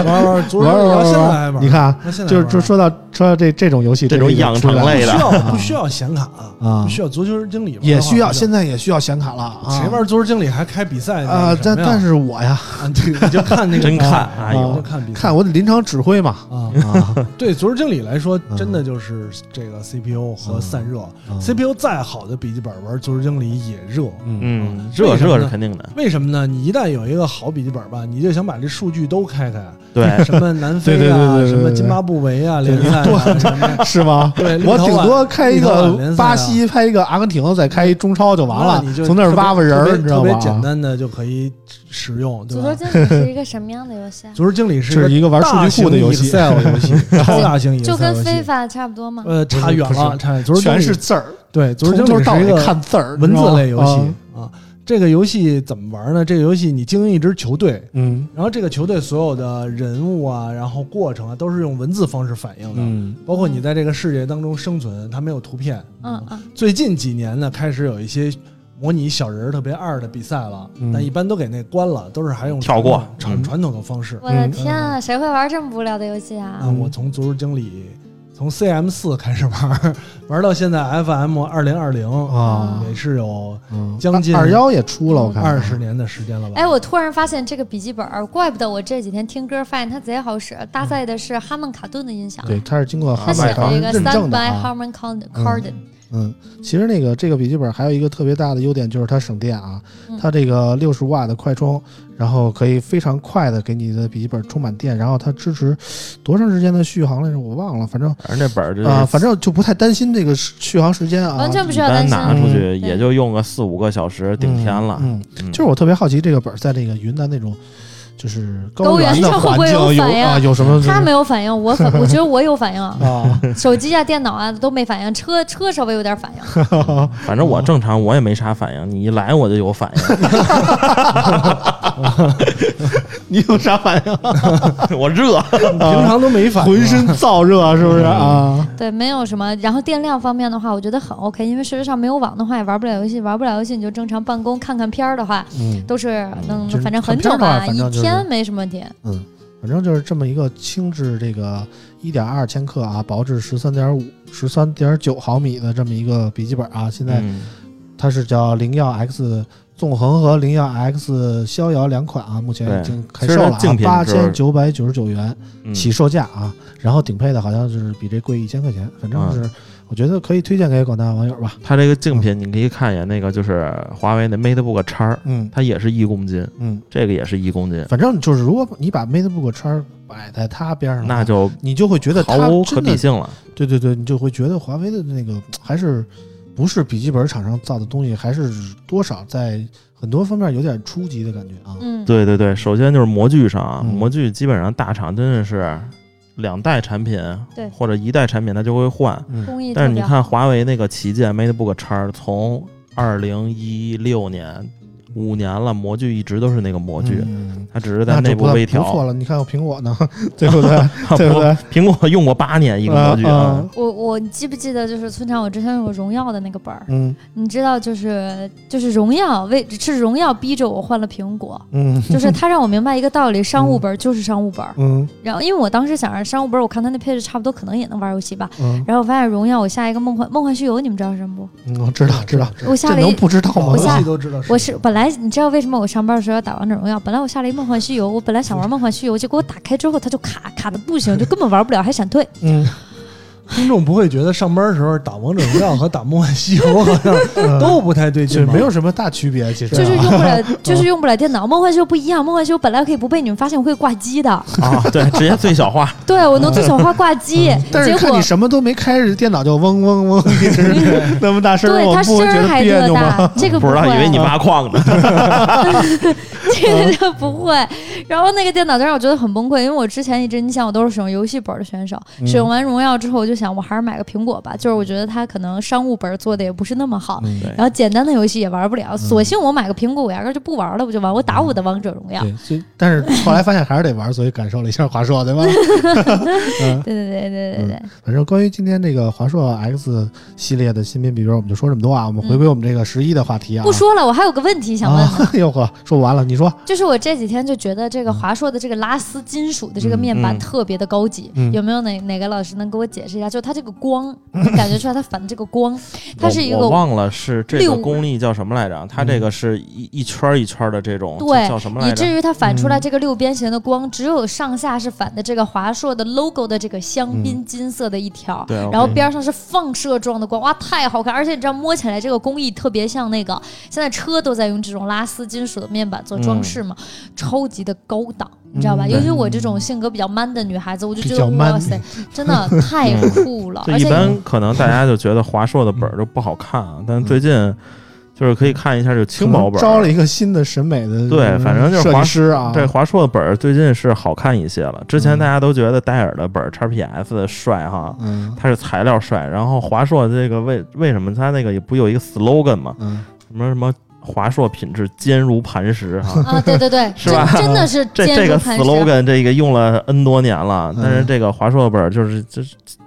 Speaker 5: 玩玩，昨天
Speaker 3: 玩
Speaker 5: 玩，
Speaker 3: 玩
Speaker 5: 现在还
Speaker 3: 玩
Speaker 5: 玩，
Speaker 3: 玩，你看啊，
Speaker 5: 那现在
Speaker 3: 就是
Speaker 5: 玩
Speaker 3: 就说到说到这这种游戏，
Speaker 4: 这种
Speaker 3: 个就
Speaker 4: 养成
Speaker 3: 出来了
Speaker 4: 类的
Speaker 5: 不需要
Speaker 3: 啊
Speaker 5: 不需要显卡，
Speaker 3: 啊
Speaker 5: 不，需要足球经理玩的话
Speaker 3: 也需要，
Speaker 5: 不
Speaker 3: 现在也需要显卡了啊。
Speaker 5: 谁玩足球经理还开比赛呢
Speaker 3: 啊？但但
Speaker 5: [laughs] 是
Speaker 3: 是我呀，
Speaker 5: 啊对，你就看那个
Speaker 4: 真看，
Speaker 5: 啊
Speaker 4: 哎
Speaker 5: 你
Speaker 4: 呦
Speaker 5: 就，看比赛
Speaker 3: 看我得临场指挥嘛
Speaker 5: 啊。
Speaker 3: [laughs] 啊，
Speaker 5: 对足球经理来说
Speaker 3: 嗯，
Speaker 5: 真的就是这个 CPU 和和散热。
Speaker 3: 嗯
Speaker 5: CPU 再好的笔记本玩《足球经理》也热，
Speaker 3: 嗯
Speaker 4: 嗯，
Speaker 5: 为
Speaker 4: 热
Speaker 5: 什么
Speaker 4: 热
Speaker 5: 呢
Speaker 4: 是肯定
Speaker 3: [laughs]
Speaker 4: 的，
Speaker 5: 为什么呢？你一旦有一个好笔记本吧，你就想把这数据都开
Speaker 3: [laughs]
Speaker 5: 开，
Speaker 3: 嗯
Speaker 4: 对，嗯
Speaker 5: 什么南非
Speaker 3: 对对对
Speaker 5: 啊，
Speaker 3: 对对
Speaker 5: 什么津巴布韦啊联赛啊，什么
Speaker 3: 是吗？
Speaker 5: 对，立
Speaker 3: 我
Speaker 5: 陶
Speaker 3: 顶
Speaker 5: 宛
Speaker 3: 多开一
Speaker 5: 立陶宛
Speaker 3: 个
Speaker 5: 联赛啊
Speaker 3: 巴西，拍一个阿根廷，再开一中超就完
Speaker 5: 那
Speaker 3: 了
Speaker 5: 你，就
Speaker 3: 从那儿挖挖人
Speaker 5: 特
Speaker 3: 儿，
Speaker 5: 别
Speaker 3: 你知道
Speaker 5: 特
Speaker 3: 吧
Speaker 5: 别？简单的就可以使用，对
Speaker 2: 足球
Speaker 5: 吧？
Speaker 2: 经理是一个什么样的游戏
Speaker 5: [laughs]
Speaker 2: 啊？
Speaker 5: 足球经理是
Speaker 3: 这是一个玩数据库的游戏 [laughs]
Speaker 5: 大型 Excel 游戏，超大型 Excel 游戏，
Speaker 2: 就跟非法差不多吗？
Speaker 5: 呃差远
Speaker 3: 不是不
Speaker 5: 了，
Speaker 3: 是
Speaker 5: 差远足球经理
Speaker 3: 全是字儿，
Speaker 5: 对足
Speaker 3: 从
Speaker 5: 球经
Speaker 3: 头
Speaker 5: 理
Speaker 3: 到
Speaker 5: 是
Speaker 3: 尾
Speaker 5: 一个
Speaker 3: 看字儿，
Speaker 5: 文字
Speaker 3: 你
Speaker 5: 类
Speaker 3: 知
Speaker 5: 游
Speaker 3: 道吗
Speaker 5: 戏。啊。这个游戏怎么玩呢？这个游戏你经营一支球队，
Speaker 3: 嗯
Speaker 5: 然后这个球队所有的人物啊，然后过程啊，都是用文字方式反映的。
Speaker 3: 嗯
Speaker 5: 包括你在这个世界当中生存，它没有图片。
Speaker 2: 嗯嗯，
Speaker 5: 最近几年呢，开始有一些模拟小人儿特别二的比赛了，
Speaker 3: 嗯
Speaker 5: 但一般都给那关了，都是还用
Speaker 4: 跳过
Speaker 5: 传传
Speaker 4: 嗯
Speaker 5: 传统的方式。
Speaker 2: 我的天啊，谁会玩这么无聊的游戏
Speaker 5: 啊，
Speaker 2: 啊？
Speaker 5: 我从足球经理从 CM 四开始玩儿，玩到现在 FM 二零二零，
Speaker 3: 啊
Speaker 5: 也是有
Speaker 3: 嗯，
Speaker 5: 将近
Speaker 3: 二幺也出了，我看啊
Speaker 5: 二十年的时间了吧？
Speaker 2: 哎，我突然发现这个笔记本儿，怪不得我这几天听歌发现它贼好使，搭载的是哈曼卡顿的音响。
Speaker 3: 对，它是经过
Speaker 2: 他
Speaker 3: 哈
Speaker 2: 写
Speaker 3: 麦
Speaker 2: 了
Speaker 3: 房
Speaker 2: 一个
Speaker 3: 认
Speaker 2: Stand
Speaker 3: 证的
Speaker 2: by
Speaker 3: 啊。
Speaker 2: Harman Kardon，
Speaker 3: 嗯，其实那个这个笔记本还有一个特别大的优点就是它省电啊
Speaker 2: 嗯，
Speaker 3: 它这个六十瓦的快充，然后可以非常快的给你的笔记本充满电，然后它支持多长时间的续航来着？我忘了，反正
Speaker 4: 反正这本儿就是
Speaker 3: 啊，反正就不太担心这个续航时间啊，
Speaker 2: 完全不
Speaker 4: 一
Speaker 2: 需要担
Speaker 4: 般
Speaker 2: 心。
Speaker 4: 拿出去
Speaker 2: 嗯
Speaker 4: 也就用个四五个小时顶天了。
Speaker 3: 嗯，嗯
Speaker 4: 嗯
Speaker 3: 就是我特别好奇这个本儿在那个云南那种就是高
Speaker 2: 高原
Speaker 3: 的
Speaker 2: 上会
Speaker 3: 环
Speaker 2: 不会
Speaker 3: 境
Speaker 2: 有
Speaker 3: 有
Speaker 2: 反应
Speaker 3: 啊有什么就是？，
Speaker 2: 他没有反应，我反我觉得我有反应啊
Speaker 3: [laughs] 啊，
Speaker 2: 手机啊、电脑啊都没反应，车车稍微有点反
Speaker 3: [laughs]
Speaker 2: 应。
Speaker 4: 反正
Speaker 3: 哦
Speaker 4: 我正常我也没啥反应，你一来我就有反应，
Speaker 3: 你有啥反应？啊 [laughs]
Speaker 4: 我热。
Speaker 5: 平常都没反应
Speaker 3: 浑身燥热是不是啊？
Speaker 2: 对，没有什么。然后电量方面的话，我觉得很 OK，因为事实上没有网的话也玩不了游戏，玩不了游戏你就正常办公看看片儿的话，
Speaker 3: 嗯，
Speaker 2: 都是能
Speaker 3: 就是
Speaker 2: 反正很
Speaker 3: 看片儿
Speaker 2: 久
Speaker 3: 的
Speaker 2: 吧，
Speaker 3: 话反
Speaker 2: 一
Speaker 3: 正就是
Speaker 2: 天没什么问题。
Speaker 3: 嗯，反正就是这么一个轻质这个一点二千克啊，薄至十三点五、十三点九毫米的这么一个笔记本啊，现在
Speaker 4: 嗯
Speaker 3: 它是叫灵耀 X 纵横和灵耀 X 逍遥两款啊，目前已经开售了
Speaker 4: 其实它竞品
Speaker 3: 八
Speaker 4: 是
Speaker 3: 千九百九十九元
Speaker 4: 嗯
Speaker 3: 起售价啊，然后顶配的好像就是比这贵一千块钱，反
Speaker 4: 嗯
Speaker 3: 正是我觉得可以推荐给广大网友吧。
Speaker 4: 它这个竞品你可以看一眼，那个就是华为那 MateBook 叉儿，
Speaker 3: 嗯
Speaker 4: 它也是一公斤，
Speaker 3: 嗯，
Speaker 4: 这个也是一公斤，
Speaker 3: 反正就是如果你把 MateBook 叉摆在它边上，
Speaker 4: 那就
Speaker 3: 你就会觉得它
Speaker 4: 毫无可
Speaker 3: 真的
Speaker 4: 比性了。
Speaker 3: 对对对，你就会觉得华为的那个还是不是笔记本厂商造的东西，还是多少在很多方面有点初级的感觉啊。 [laughs]
Speaker 2: 嗯，
Speaker 4: 对对对，首先就是模具上啊，
Speaker 3: 嗯
Speaker 4: 模具基本上大厂真的是两代产品，
Speaker 2: 对
Speaker 4: 或者一代产品它就会换。
Speaker 3: 嗯
Speaker 2: 工艺
Speaker 4: 但
Speaker 2: 特
Speaker 4: 是你
Speaker 2: 别好。
Speaker 4: 看华为那个旗舰 MateBook 叉儿，从二零一六年五年了，模具一直都是那个模具，
Speaker 3: 嗯
Speaker 4: 它只是在
Speaker 3: 那
Speaker 4: 内
Speaker 3: 就
Speaker 4: 部
Speaker 3: 不太
Speaker 4: 微
Speaker 3: 不错
Speaker 4: 调。
Speaker 3: 了。你看我苹果呢， [laughs] 对不
Speaker 4: [laughs]
Speaker 3: 对？对不对？
Speaker 4: 苹果用过八年一个模具
Speaker 3: 啊，
Speaker 2: 我我你记不记得就是村长，我之前有个荣耀的那个本儿，
Speaker 3: 嗯
Speaker 2: 你知道就是就是荣耀为是荣耀逼着我换了苹果，
Speaker 3: 嗯
Speaker 2: 就是他让我明白一个道理，商务本儿就是商务本儿。
Speaker 3: 嗯
Speaker 2: 然后因为我当时想着商务本儿，我看他那配置差不多，可能也能玩游戏吧。
Speaker 3: 嗯
Speaker 2: 然后我发现荣耀，我下一个梦幻梦幻西游，你们知道是什么不？
Speaker 3: 嗯，我知道知道，
Speaker 2: 我下
Speaker 3: 这
Speaker 2: 了
Speaker 3: 能
Speaker 2: 一。
Speaker 3: 不知道
Speaker 5: 老
Speaker 3: 吗
Speaker 2: 我？下
Speaker 5: 游戏都知道
Speaker 2: 我是本来你知道为什么我上班的时候要打王者荣耀？本来我下了一梦幻西游，我本来想玩梦幻西游，结果我打开之后它就卡卡的不行，就根本玩不了，还闪退。
Speaker 3: 嗯，
Speaker 5: 听众不会觉得上班的时候打王者荣耀和打梦幻西游好像都不太对
Speaker 3: 这
Speaker 5: 劲吗，
Speaker 3: 嗯没有什么大区别，其实
Speaker 2: 就是
Speaker 3: 啊
Speaker 2: 用不
Speaker 3: [laughs]
Speaker 2: 了，就是用不了电脑。梦幻修不一样，梦幻修本来可以不背，你们发现我可以挂机的，
Speaker 4: 啊，对，直接最
Speaker 3: [laughs]
Speaker 4: 小化。
Speaker 2: 对我能最小化挂机。
Speaker 3: 嗯但是
Speaker 2: 结
Speaker 3: 看
Speaker 2: 果
Speaker 3: 你什么都没开着，电脑就嗡嗡嗡一直 [laughs] 那么大声，
Speaker 2: 嗯对
Speaker 3: 我
Speaker 2: 它
Speaker 3: 不
Speaker 2: 声
Speaker 3: 会觉
Speaker 2: 儿
Speaker 3: 得
Speaker 2: 还
Speaker 3: 别
Speaker 2: 特
Speaker 3: 扭吗？
Speaker 2: 大，
Speaker 4: [laughs]
Speaker 2: 这个
Speaker 4: 不知道，
Speaker 2: 会
Speaker 4: 以为
Speaker 2: [laughs]
Speaker 4: 你挖矿呢。
Speaker 3: [laughs]
Speaker 2: 这个就不会。然后那个电脑就让我觉得很崩溃，因为我之前一直，你想我都是使用游戏本的选手，
Speaker 3: 嗯
Speaker 2: 使用完荣耀之后，我就想我还是买个苹果吧，就是我觉得它可能商务本做的也不是那么好。
Speaker 3: 嗯
Speaker 4: 对
Speaker 2: 然后简单的游戏也玩不了，索性我买个苹果，我压根儿就不玩了，我就玩我打我的王者荣耀。
Speaker 3: 对，所以但是后来发现还是得玩，所以感受了一下华硕，
Speaker 2: [laughs]
Speaker 3: 对吧？嗯
Speaker 2: 对对对对对对，
Speaker 3: 反正关于今天这个华硕 X 系列的新品笔记本，我们就说这么多啊。我们回归我们这个十一的话题啊。
Speaker 2: 嗯不说了，我还有个问题想问呢。
Speaker 3: 啊， [laughs] 哟呵，说不完了，你说，
Speaker 2: 就是我这几天就觉得这个华硕的这个拉丝金属的这个面板
Speaker 4: 嗯
Speaker 2: 特别的高级，
Speaker 3: 嗯
Speaker 2: 有没有哪哪个老师能给我解释一下，就是它这
Speaker 4: [laughs]
Speaker 2: 个光，你感觉出来它反的这个光，它是一
Speaker 4: 我我
Speaker 2: 个。
Speaker 4: 忘了是这
Speaker 2: 六
Speaker 4: 个功力叫什么来着？它这个
Speaker 3: 嗯
Speaker 4: 是一一圈儿一圈儿的哦这种，
Speaker 2: 对
Speaker 4: 这叫什么来
Speaker 2: 以
Speaker 4: 着
Speaker 2: 至？于它反出来
Speaker 3: 嗯
Speaker 2: 这个六边形的光，只有上下是反的这个华硕的 logo 的这个香槟金色的一条，
Speaker 4: 嗯对
Speaker 2: 然后
Speaker 4: ，OK
Speaker 2: 边上是放射状的光，哇，太好看！而且你知道摸起来这个工艺特别像那个，现在车都在用这种拉丝金属的面板做
Speaker 4: 嗯
Speaker 2: 装饰嘛，超级的高档，你知道吧？
Speaker 3: 嗯
Speaker 2: 尤其我这种性格比较 man 的女孩子，我就觉得
Speaker 3: 比较 man
Speaker 2: 哇塞，真的
Speaker 4: [laughs]
Speaker 2: 太酷了！
Speaker 4: 就
Speaker 2: 而
Speaker 4: 嗯一
Speaker 2: 且
Speaker 4: 般可能大家就觉得华硕的本儿就不好看啊，但最近就是可以看一下这轻薄本
Speaker 3: 招了
Speaker 4: 儿。
Speaker 3: 一个新的审美的
Speaker 4: 对反正就是
Speaker 3: 设计
Speaker 4: 华
Speaker 3: 师啊，
Speaker 4: 这华硕的本儿最近是好看一些了，之前大家都觉得戴尔的本儿 XPS 帅哈，
Speaker 3: 嗯
Speaker 4: 它是材料帅，然后华硕这个为为什么它那个也不有一个 slogan 嘛，
Speaker 3: 嗯，
Speaker 4: 什么什么华硕品质坚如磐石
Speaker 2: [laughs]
Speaker 4: 哈，
Speaker 2: 啊，对对对，
Speaker 4: [laughs] 是
Speaker 2: 真
Speaker 4: 吧
Speaker 2: 真的是
Speaker 4: 这
Speaker 2: 坚
Speaker 4: 这
Speaker 2: 如
Speaker 4: 个
Speaker 2: 磐石。
Speaker 4: slogan 这个用了 N 多年了，但是
Speaker 3: 嗯
Speaker 4: 这个华硕的本儿就是这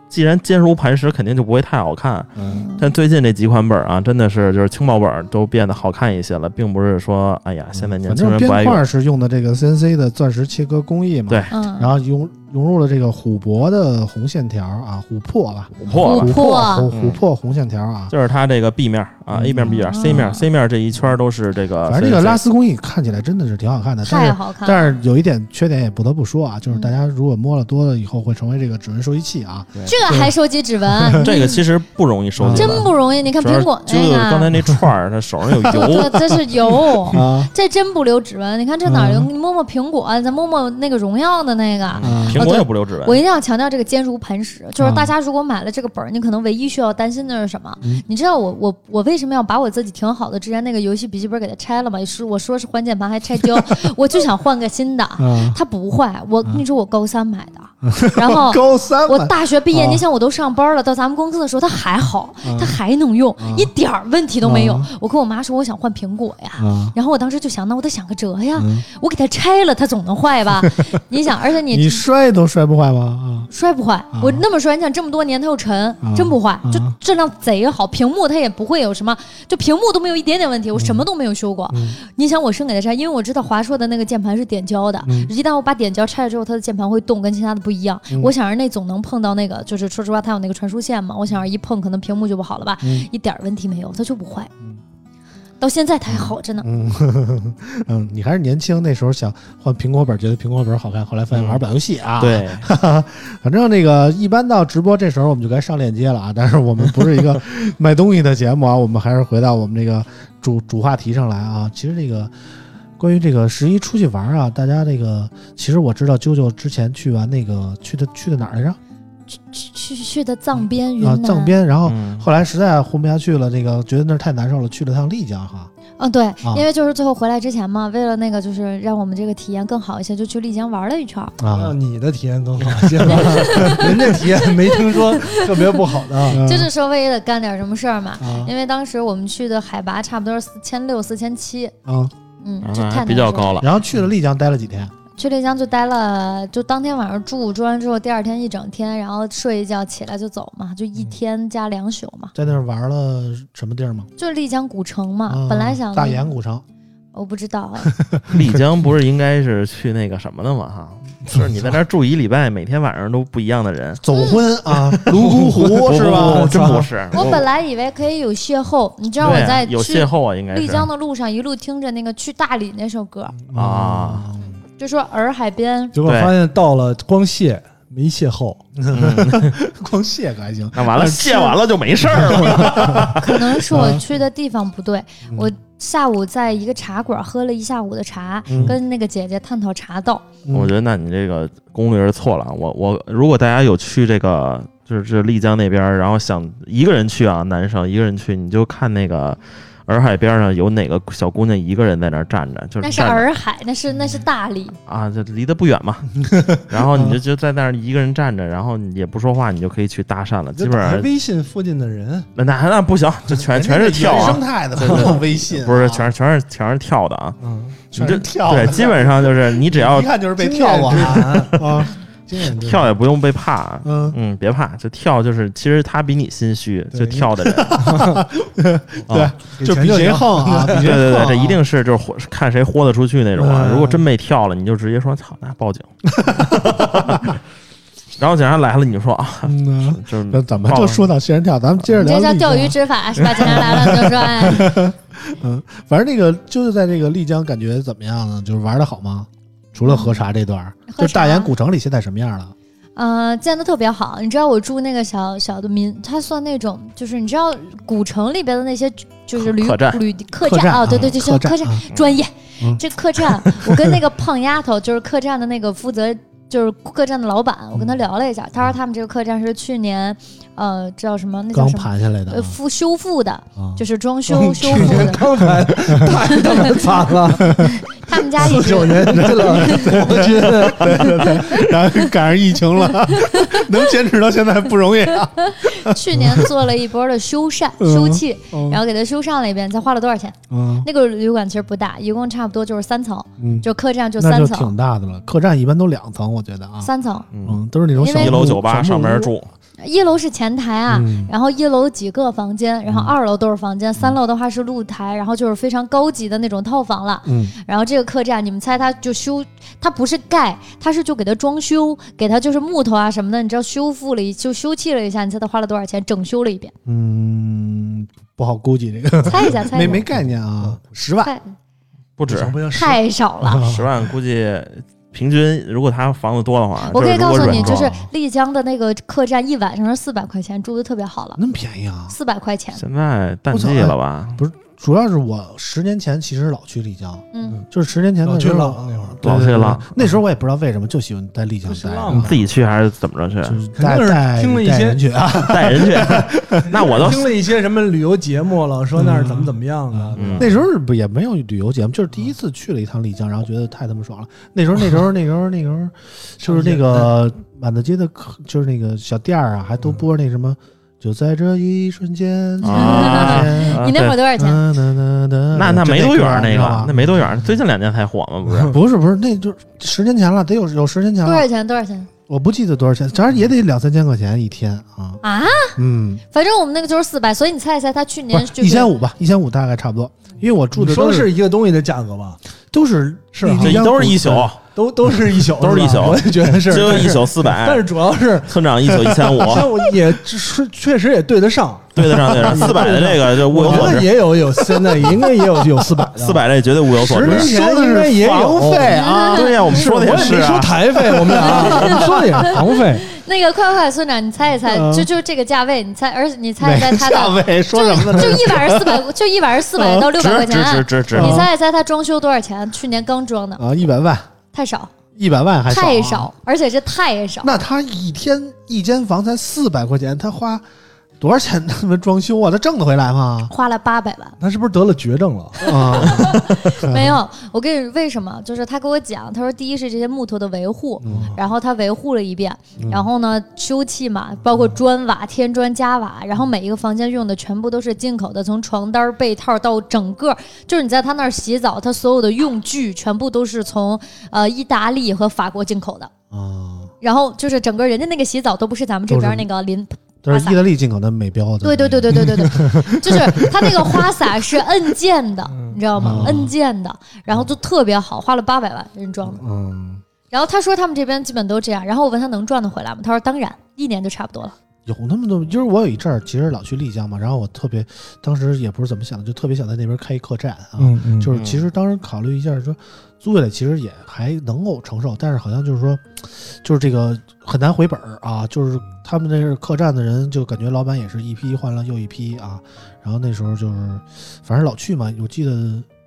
Speaker 4: 既然坚如磐石，肯定就不会太好看。
Speaker 3: 嗯
Speaker 4: 但最近这几款本儿啊，真的是就是轻薄本儿都变得好看一些了，并不是说哎呀，现在年
Speaker 3: 反
Speaker 4: 轻
Speaker 3: 正
Speaker 4: 人不爱
Speaker 3: 边
Speaker 4: 用。
Speaker 3: 框是用的这个 CNC 的钻石切割工艺嘛，
Speaker 4: 对
Speaker 2: 嗯，
Speaker 3: 然后融融入了这个琥珀的红线条啊，琥珀吧，
Speaker 4: 琥珀了
Speaker 2: 琥，珀
Speaker 3: 琥琥
Speaker 4: 嗯
Speaker 3: 珀红线条啊，
Speaker 4: 就是它这个 B 面儿啊
Speaker 3: 嗯
Speaker 4: ，A 面、B
Speaker 2: 哦
Speaker 4: 面、C 面、C 面这一圈儿都是这个。
Speaker 3: 反正这个拉丝工艺看起来真的是挺好看的，但
Speaker 2: 太
Speaker 3: 是
Speaker 2: 好看了。
Speaker 3: 但是有一点缺点也不得不说啊，就是
Speaker 2: 嗯
Speaker 3: 大家如果摸了多了以后，会成为这个指纹收集器啊，
Speaker 2: 这个还收集指纹，
Speaker 4: 这个其实不容易收集
Speaker 2: 真
Speaker 4: 的，
Speaker 2: 不容易。你看
Speaker 4: 嗯主要
Speaker 2: 苹
Speaker 4: 是
Speaker 2: 果
Speaker 4: 就
Speaker 2: 那
Speaker 4: 是
Speaker 2: 个，
Speaker 4: 刚才那串儿，它手上有油
Speaker 2: [laughs] 这。这是
Speaker 4: [laughs]
Speaker 2: 油，
Speaker 3: 啊
Speaker 2: 这真不留指纹。你看这哪儿留？
Speaker 3: 嗯
Speaker 2: 你摸摸苹果，咱摸摸那个荣耀的那个。
Speaker 3: 啊
Speaker 4: 苹果也不留指纹，
Speaker 2: 我一定要强调这个坚如磐石，就是
Speaker 4: 嗯
Speaker 2: 大家如果买了这个本儿，你可能唯一需要担心的是什么？
Speaker 3: 嗯
Speaker 2: 你知道我我我为什么要把我自己挺好的之前那个游戏笔记本给它拆了吗？是我说是换键盘还拆
Speaker 4: [laughs]
Speaker 2: 胶，我就想换个新的。
Speaker 4: 嗯
Speaker 3: 啊，
Speaker 2: 它不坏，我跟你说我高三买
Speaker 4: [laughs]
Speaker 2: 的，然后
Speaker 3: 高三 [laughs]
Speaker 2: [laughs] 我
Speaker 3: 吧
Speaker 2: 大学毕业，
Speaker 3: 啊
Speaker 2: 你想我都上班了，到咱们公司的时候，它还好，
Speaker 3: 啊
Speaker 2: 它还能用
Speaker 3: 啊，
Speaker 2: 一点儿问题都没有
Speaker 3: 啊。
Speaker 2: 我跟我妈说，我想换苹果呀。
Speaker 3: 啊，
Speaker 2: 然后我当时就想，那我得想个辙呀，
Speaker 3: 嗯
Speaker 2: 我给它拆了，它总能坏吧？ [laughs] 你想，而且
Speaker 3: 你摔都摔不坏吗？
Speaker 2: 摔不坏，我那么摔，你想这么多年它又沉，真不坏，就
Speaker 3: 啊
Speaker 2: 质量贼好，屏幕它也不会有什么，就屏幕都没有一点点问题，我
Speaker 3: 嗯
Speaker 2: 什么都没有修过。你想我生给它拆，因为我知道华硕的那个键盘是点胶的，
Speaker 3: 嗯
Speaker 2: 一旦我把点胶拆了之后，它的键盘会动，跟其他的不一样。
Speaker 3: 嗯
Speaker 2: 我想着那总能碰到那个，就是说实话，它有那个传输线嘛，我想着一碰可能屏幕就不好了吧，
Speaker 3: 嗯
Speaker 2: 一点儿问题没有，它就不坏
Speaker 3: 嗯。
Speaker 2: 到现在它还好着呢，
Speaker 3: 嗯 [laughs] 呵呵呵嗯，你还是年轻，那时候想换苹果本，觉得苹果本好看，后来发现玩不了游戏啊。 [laughs]
Speaker 4: 对，
Speaker 3: 反正那个一般到直播这时候我们就该上链接了啊，但是我们不是一
Speaker 4: [laughs]
Speaker 3: 个卖东西的节目啊，我们还是回到我们这个主主话题上来啊。其实这个关于这个十一出去玩啊，大家这个其实我知道啾啾之前去完那个去的去的哪儿来着
Speaker 2: 去去去的藏边云
Speaker 3: 啊
Speaker 2: 南，
Speaker 3: 藏边，然后
Speaker 4: 嗯
Speaker 3: 后来实在混不下去了，那个觉得那儿太难受了，去了趟丽江哈。
Speaker 2: 嗯，对，
Speaker 3: 啊
Speaker 2: 因为就是最后回来之前嘛，为了那个就是让我们这个体验更好一些，就去丽江玩了一圈儿。
Speaker 3: 啊
Speaker 5: 让，你的体验更好些吧，人家体验没听说特别
Speaker 3: [laughs]
Speaker 5: 不好的啊。
Speaker 3: 嗯
Speaker 2: 就是说为了干点什么事儿嘛，
Speaker 3: 啊
Speaker 2: 因为当时我们去的海拔差不多四千六、四千七，
Speaker 3: 啊，
Speaker 2: 嗯，
Speaker 4: 啊
Speaker 2: [laughs] 就
Speaker 4: 那还
Speaker 2: 太难
Speaker 4: 比较
Speaker 2: 受了
Speaker 4: 高了。
Speaker 3: 然后去了丽江待了几天，
Speaker 2: 去丽江就待了，就当天晚上住，住完之后第二天一整天，然后睡一觉起来就走嘛，就
Speaker 3: 嗯
Speaker 2: 一天加两宿嘛，
Speaker 3: 在那儿玩了什么地儿吗？
Speaker 2: 就丽江古城嘛。
Speaker 3: 啊
Speaker 2: 本来想
Speaker 3: 大研古城，
Speaker 2: 我不知
Speaker 3: [laughs]
Speaker 2: 道哎，
Speaker 4: [laughs] 丽江不是应该是去那个什么的吗？ [laughs] 哈，就是你在那儿住一礼拜，每天晚上都不一样的人，
Speaker 3: 走婚啊，泸沽
Speaker 4: [laughs]
Speaker 3: 湖
Speaker 4: 不
Speaker 3: 是
Speaker 4: 不
Speaker 3: 吧
Speaker 4: 嗯哦不？真不是，
Speaker 2: [laughs] 我本来以为可以有邂逅，你知
Speaker 4: 对
Speaker 2: 道我在
Speaker 4: 有
Speaker 2: 去
Speaker 4: 邂逅啊，应该是
Speaker 2: 丽江的路上一路听着那个去大理那首歌，
Speaker 4: 啊，
Speaker 2: 就说洱海边。
Speaker 5: 结果发现到了光谢没邂逅，
Speaker 3: 光谢个还行，
Speaker 4: 那 [laughs] 完了，卸完了就没事儿了。
Speaker 2: 可能是我去的地方不对，我下午在一个茶馆喝了一下午的茶，跟那个姐姐探讨茶道。
Speaker 4: [laughs] 我觉得那你这个攻略是错了。我我如果大家有去这个就是这丽江那边儿，然后想一个人去啊，男生一个人去，你就看那个洱海边上有哪个小姑娘一个人在那儿站着，就
Speaker 2: 那是
Speaker 4: 站着
Speaker 2: 洱海，那是那是大理，
Speaker 4: 啊，就离得不远嘛。 [laughs] 然后你就就在那儿一个人站着，然后你也不说话，你就可以去搭讪了。
Speaker 5: 你就
Speaker 4: 基本
Speaker 5: 打开
Speaker 4: 上
Speaker 5: 微信附近的人，
Speaker 4: 那那那不行，这全全是跳
Speaker 3: 原
Speaker 4: 啊
Speaker 3: 生，态的，
Speaker 4: 对
Speaker 3: 不
Speaker 4: 对
Speaker 3: 用微信啊，
Speaker 4: 不是全是全是全是跳的啊。
Speaker 5: 嗯，
Speaker 4: 你
Speaker 3: 全
Speaker 4: 这
Speaker 3: 是跳的，
Speaker 4: 对，基本上就是你只要
Speaker 3: 一看就是被跳过啊
Speaker 5: [laughs]
Speaker 3: 啊，
Speaker 5: 经验之谈
Speaker 4: 跳也不用被怕。
Speaker 3: 嗯，
Speaker 4: 嗯，别怕，就跳就是，其实他比你心虚，
Speaker 5: 对
Speaker 4: 就跳的人，
Speaker 3: [laughs] 对，
Speaker 5: 给
Speaker 3: 就
Speaker 5: 钱
Speaker 3: 比
Speaker 5: 就
Speaker 3: 谁
Speaker 5: 行
Speaker 3: 横啊，比
Speaker 4: [laughs] 对
Speaker 3: 谁横
Speaker 4: 对对，
Speaker 3: 啊
Speaker 4: 这
Speaker 3: [laughs]
Speaker 4: 一定是就是豁看谁豁得出去那种啊。
Speaker 3: 嗯 [laughs]
Speaker 4: 如果真被跳了，你就直接说操，那报警。 [laughs] 然后警察来了，你就说啊，
Speaker 3: 嗯
Speaker 5: [laughs]
Speaker 3: 呐
Speaker 4: 就是
Speaker 3: 那怎么就说到仙人跳？咱们接着
Speaker 2: 你这
Speaker 3: 聊。
Speaker 2: 叫钓鱼。执法是吧？警察来了就说哎，
Speaker 3: 嗯，反正那个就是在这个丽江，感觉怎么样呢？就是玩的好吗？除了喝茶这段儿，
Speaker 2: 喝
Speaker 3: 就是大
Speaker 2: 茶
Speaker 3: 研古城里现在什么样了？
Speaker 2: 呃，建的特别好。你知道我住那个小小的民，它算那种就是你知道古城里边的那些就是旅
Speaker 4: 客栈
Speaker 2: 旅客
Speaker 3: 客
Speaker 2: 栈
Speaker 3: 栈
Speaker 2: 啊，对对对，
Speaker 3: 客
Speaker 2: 叫
Speaker 3: 栈
Speaker 2: 客栈
Speaker 3: 啊
Speaker 2: 专业
Speaker 3: 嗯。
Speaker 2: 这客栈，我跟那个胖丫头就是客栈的那个负责。就是客栈的老板，我跟
Speaker 3: 嗯
Speaker 2: 他聊了一下，他说他们这个客栈是去年，呃，叫什么那叫
Speaker 3: 刚
Speaker 2: 什么
Speaker 3: 盘下来的
Speaker 2: 呃
Speaker 3: 啊
Speaker 2: 复修复的，
Speaker 3: 啊， [laughs]
Speaker 2: 就是装修修
Speaker 5: 去
Speaker 2: 复
Speaker 5: 年
Speaker 2: 的。
Speaker 5: 刚来，太他妈惨了，
Speaker 2: 他们 [laughs] 家一
Speaker 5: 四 [laughs]
Speaker 2: 直
Speaker 5: 九年真的国军，
Speaker 3: 然后赶上疫情
Speaker 2: [laughs]
Speaker 3: 了， [laughs] 能坚持到现在不容易啊。
Speaker 2: 去年做了一波的修缮、
Speaker 3: 嗯
Speaker 2: 修葺，然
Speaker 3: 嗯
Speaker 2: 后给它修缮了一遍，才花了多少钱？
Speaker 3: 嗯
Speaker 2: 那个旅馆其实不大，一共差不多就是三层，
Speaker 3: 嗯，
Speaker 2: 就客栈就
Speaker 3: 那
Speaker 2: 三
Speaker 3: 就
Speaker 2: 层，
Speaker 3: 挺大的了。客栈一般都两层，我觉得啊，
Speaker 2: 三层。
Speaker 4: 嗯，
Speaker 3: 嗯，都是那种小
Speaker 2: 因为
Speaker 4: 一楼
Speaker 3: 木
Speaker 4: 酒吧
Speaker 3: 小
Speaker 4: 上
Speaker 3: 木
Speaker 4: 面
Speaker 3: 屋
Speaker 4: 住，
Speaker 2: 一楼是前台啊，
Speaker 3: 嗯
Speaker 2: 然后一楼几个房间，然后
Speaker 3: 嗯
Speaker 2: 二楼都是房间，三楼的话是露台，然后就是非常高级的那种套房了。
Speaker 3: 嗯，
Speaker 2: 然后这个客栈，你们猜它就修，它不是盖，它是就给它装修，给它就是木头啊什么的，你知道修复了一就修葺了一下，你猜它花了多少钱？整修了
Speaker 3: [laughs]
Speaker 2: 一遍，
Speaker 3: 嗯，不好估计 [laughs] 这个，
Speaker 2: 猜一下，猜
Speaker 3: 没
Speaker 2: 一
Speaker 3: 没
Speaker 2: 下，
Speaker 3: 概念啊，十万
Speaker 2: 太
Speaker 4: 不止
Speaker 5: 行不行？
Speaker 2: 太少了。
Speaker 4: 十万，估计平均如果他房子多的话，
Speaker 2: 我可以告诉你，
Speaker 4: 这
Speaker 2: 就是是
Speaker 4: 软装
Speaker 2: 丽江的那个客栈一晚上是四百块钱，住的特别好了，
Speaker 3: 那么便宜啊！
Speaker 2: 四百块钱。
Speaker 4: 现在淡季了吧？
Speaker 3: 主要是我十年前其实老去丽江，
Speaker 2: 嗯，
Speaker 3: 就是十年前
Speaker 5: 老
Speaker 3: 的
Speaker 5: 去
Speaker 3: 时候
Speaker 5: 浪那会儿，
Speaker 3: 对
Speaker 4: 老
Speaker 3: 对
Speaker 4: 去
Speaker 3: 对
Speaker 4: 浪
Speaker 3: 那时候我也不知道为什么就喜欢在丽江
Speaker 5: 就喜
Speaker 3: 待
Speaker 5: 欢
Speaker 3: 着，
Speaker 5: 浪嘛
Speaker 4: 自己去还是怎么着
Speaker 3: 就
Speaker 4: 去？
Speaker 3: 是
Speaker 5: 肯
Speaker 3: 带
Speaker 5: 定是
Speaker 3: 带
Speaker 5: 听了一
Speaker 3: 带
Speaker 5: 些
Speaker 3: 人去啊，
Speaker 4: 带人去？那我都
Speaker 5: 听了一些什么旅游节目了，说那儿怎么怎么样啊，
Speaker 4: 嗯
Speaker 3: 那时候不也没有旅游节目，就是第一次去了一趟丽江，然后觉得太他妈爽了。那时候，那时候，那时候，那时候，就是那个满大街的客，就是那个小店儿啊，还都播那什么，就在这一瞬间。
Speaker 4: 啊
Speaker 3: 嗯
Speaker 2: 你那会儿多嗯少钱？
Speaker 3: 那那
Speaker 4: 那那没多远那个，那
Speaker 3: 个
Speaker 4: 没多远，最近两年才火嘛，不是？
Speaker 3: 不是不是，那就是十年前了，得有有十年前
Speaker 2: 多
Speaker 3: 了
Speaker 2: 少，钱？多少钱
Speaker 3: 我不记得多少钱，反正也得两三千块钱一天啊。
Speaker 2: 啊？
Speaker 3: 嗯，
Speaker 2: 反正我们那个就是四百，所以你猜一猜，他去
Speaker 3: 不
Speaker 2: 年
Speaker 3: 是
Speaker 2: 就
Speaker 3: 一
Speaker 2: 是
Speaker 3: 千五吧，一千五大概差不多，因为我住
Speaker 5: 住
Speaker 3: 的
Speaker 5: 的说
Speaker 3: 都
Speaker 5: 的是一个东西的价格吧，
Speaker 3: 都是
Speaker 5: 是啊
Speaker 3: 丽
Speaker 4: 这
Speaker 3: 江
Speaker 4: 都
Speaker 3: 古
Speaker 4: 是一宿，
Speaker 5: 都都是一宿，
Speaker 4: 都是一宿
Speaker 5: 吧我也觉得
Speaker 4: [laughs]
Speaker 5: 是，
Speaker 4: 只有
Speaker 5: 但
Speaker 4: 一
Speaker 5: 是
Speaker 4: 宿哎四
Speaker 5: 但
Speaker 4: 百
Speaker 5: 是，主要
Speaker 4: [laughs]
Speaker 5: 是，
Speaker 4: 村长一宿一千五，
Speaker 5: 但我也是确实也对得上，
Speaker 4: [laughs] 对得上对得上。四百的这个就物
Speaker 5: 我
Speaker 4: 有
Speaker 5: 觉
Speaker 4: 所
Speaker 5: 得
Speaker 4: 值，
Speaker 5: 也有有现在应该也有有四百的，
Speaker 4: 四百这绝对物有所
Speaker 5: 十
Speaker 4: 值
Speaker 5: 年。
Speaker 2: [laughs]
Speaker 5: 前
Speaker 3: 说的
Speaker 5: 应该
Speaker 3: 是
Speaker 5: 也有
Speaker 3: 房费
Speaker 2: 啊
Speaker 4: 对呀，我们
Speaker 5: 是
Speaker 4: 说
Speaker 5: 我
Speaker 4: 的
Speaker 5: 也
Speaker 4: 也
Speaker 5: 没
Speaker 4: 是
Speaker 5: 说
Speaker 4: 啊。
Speaker 5: 台费，我们俩
Speaker 4: [laughs]
Speaker 5: 我们说的也是房费，
Speaker 2: 那个快快村长，你猜一猜，
Speaker 3: 嗯
Speaker 2: 就就这个价位，你猜，而且你猜一猜
Speaker 3: 哪个
Speaker 2: 他
Speaker 3: 价
Speaker 2: 的，
Speaker 3: 位说
Speaker 2: [laughs]
Speaker 3: 什么呢？嗯
Speaker 2: 就一晚上
Speaker 3: [laughs]
Speaker 2: 四百，就一晚上四百到六百块
Speaker 4: 值
Speaker 2: 钱啊。
Speaker 4: 值值值
Speaker 2: 你
Speaker 4: 值，
Speaker 2: 猜一猜他装修多少钱？去年刚装的，
Speaker 3: 啊，一百万，
Speaker 2: 太少，
Speaker 3: 一百万还少、啊
Speaker 2: 太。少，而且是太少。
Speaker 3: 那他一天一间房才四百块钱，他花多少钱他们装修啊？他挣得回来
Speaker 2: [laughs]
Speaker 3: 吗？
Speaker 2: 花了八百万。
Speaker 5: 他是不是得了绝症了？
Speaker 3: 啊，
Speaker 2: 没有，我跟你为什么？就是他跟我讲，他说第一是这些木头的维护，
Speaker 3: 嗯
Speaker 2: 然后他维护了一遍，然后呢修葺嘛，包括砖瓦、添砖加瓦，然后每一个房间用的全部都是进口的，从床单儿、被套到整个，就是你在他那儿洗澡，他所有的用具全部都是从呃意大利和法国进口的。
Speaker 3: 啊，
Speaker 2: 然后就是整个人家那个洗澡都不是咱们这边儿那个淋
Speaker 3: 这是意大利进口的美标的。
Speaker 2: 对对对对对对 [laughs] 对，就是它那个花洒是摁键的，你知道吗？
Speaker 3: 嗯
Speaker 2: 摁键的，然后就特别好，花了八百万人装的。
Speaker 3: 嗯，
Speaker 2: 然后他说他们这边基本都这样，然后我问他能赚得回来吗？他说当然，一年就差不多了。
Speaker 3: 有那么多，就是我有一阵儿其实老去丽江嘛，然后我特别当时也不是怎么想的，就特别想在那边开一客栈啊。
Speaker 5: 嗯嗯
Speaker 3: 就是其实当时考虑一下说，租下来其实也还能够承受，但是好像就是说，就是这个很难回本儿啊。就是他们那是客栈的人，就感觉老板也是一批换了又一批啊。然后那时候就是，反正老去嘛，我记得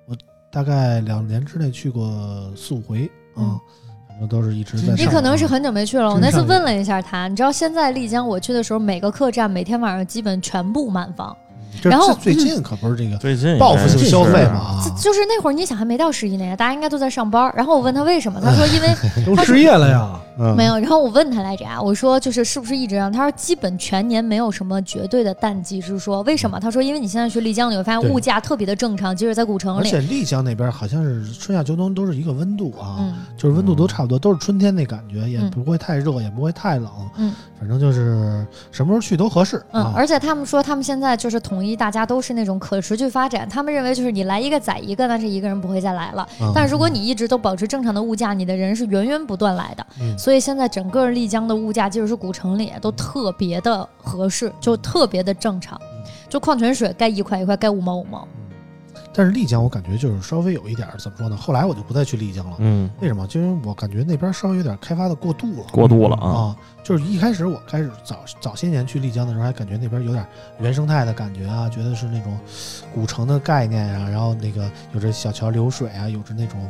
Speaker 3: 我大概两年之内去过四五回啊
Speaker 2: 嗯，
Speaker 3: 反正都是一直在上。啊
Speaker 2: 你可能是很久没去了。我
Speaker 3: 真
Speaker 2: 那次
Speaker 3: 上瘾
Speaker 2: 问了一下他，你知道现在丽江我去的时候，每个客栈每天晚上基本全部满房，
Speaker 3: 这，
Speaker 2: 然后嗯
Speaker 3: 这最近可不是这个
Speaker 4: 最近
Speaker 3: 报复性
Speaker 4: 应该
Speaker 3: 消费
Speaker 4: 是
Speaker 3: 嘛，啊
Speaker 2: 就就是那会儿你想还没到十一呢，大家应该都在上班。然后我问他为什么，他说
Speaker 3: [laughs]
Speaker 2: 因为
Speaker 4: 嗯
Speaker 5: 都失业了呀，
Speaker 3: 嗯
Speaker 2: 没有。然后我问他来着啊，我说就是是不是一直这样？他说基本全年没有什么绝对的淡季，是说为什么？他说因为你现在去丽江，你会发
Speaker 3: 对
Speaker 2: 现物价特别的正常，即使在古城
Speaker 3: 而
Speaker 2: 里。
Speaker 3: 且丽江那边好像是春夏秋冬都是一个温度啊，
Speaker 2: 嗯，
Speaker 3: 就是温度都差不多，都是春天那感觉，也
Speaker 2: 嗯
Speaker 3: 不会太热，也不会太冷，
Speaker 2: 嗯，
Speaker 3: 反正就是什么时候去都合适，
Speaker 2: 嗯
Speaker 3: 啊，
Speaker 2: 而且他们说他们现在就是统一，大家都是那种可持续发展。他们认为就是你来一个宰一个，但是一个人不会再来了。
Speaker 3: 嗯
Speaker 2: 但是如果你一直都保持正常的物价，你的人是源源不断来的。
Speaker 3: 嗯
Speaker 2: 所以现在整个丽江的物价，即使是古城里，都特别的合适，就特别的正常。
Speaker 3: 嗯
Speaker 2: 就矿泉水该一块一块，该五毛五毛。
Speaker 3: 但是丽江我感觉就是稍微有一点儿怎么说呢？后来我就不再去丽江了，
Speaker 4: 嗯，
Speaker 3: 为什么？就是我感觉那边稍微有点开发的过度了，
Speaker 4: 过度了啊，
Speaker 3: 啊，就是一开始我开始早早些年去丽江的时候，还感觉那边有点原生态的感觉啊，觉得是那种古城的概念啊，然后那个有着小桥流水啊，有着那种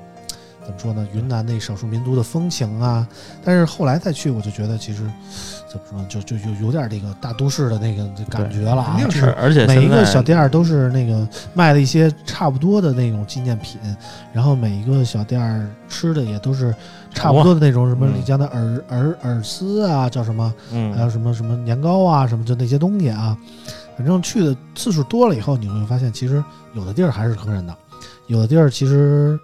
Speaker 3: 怎么说呢，云南那少数民族的风情啊。但是后来再去，我就觉得其实怎么说呢，就就就有点这个大都市的那个感觉了啊，
Speaker 5: 对肯定
Speaker 3: 就是
Speaker 4: 是而且
Speaker 3: 每一
Speaker 4: 现在
Speaker 3: 个小店儿都是那个卖了一些差不多的那种纪念品，然后每一个小店儿吃的也都是差不多的那种什么
Speaker 4: 嗯
Speaker 3: 丽江的饵饵饵丝啊，叫什么，还有
Speaker 4: 嗯，
Speaker 3: 什么什么年糕啊，什么就那些东西啊。反正去的次数多了以后，你会发现其实有的地儿还是坑人的，有的地儿其实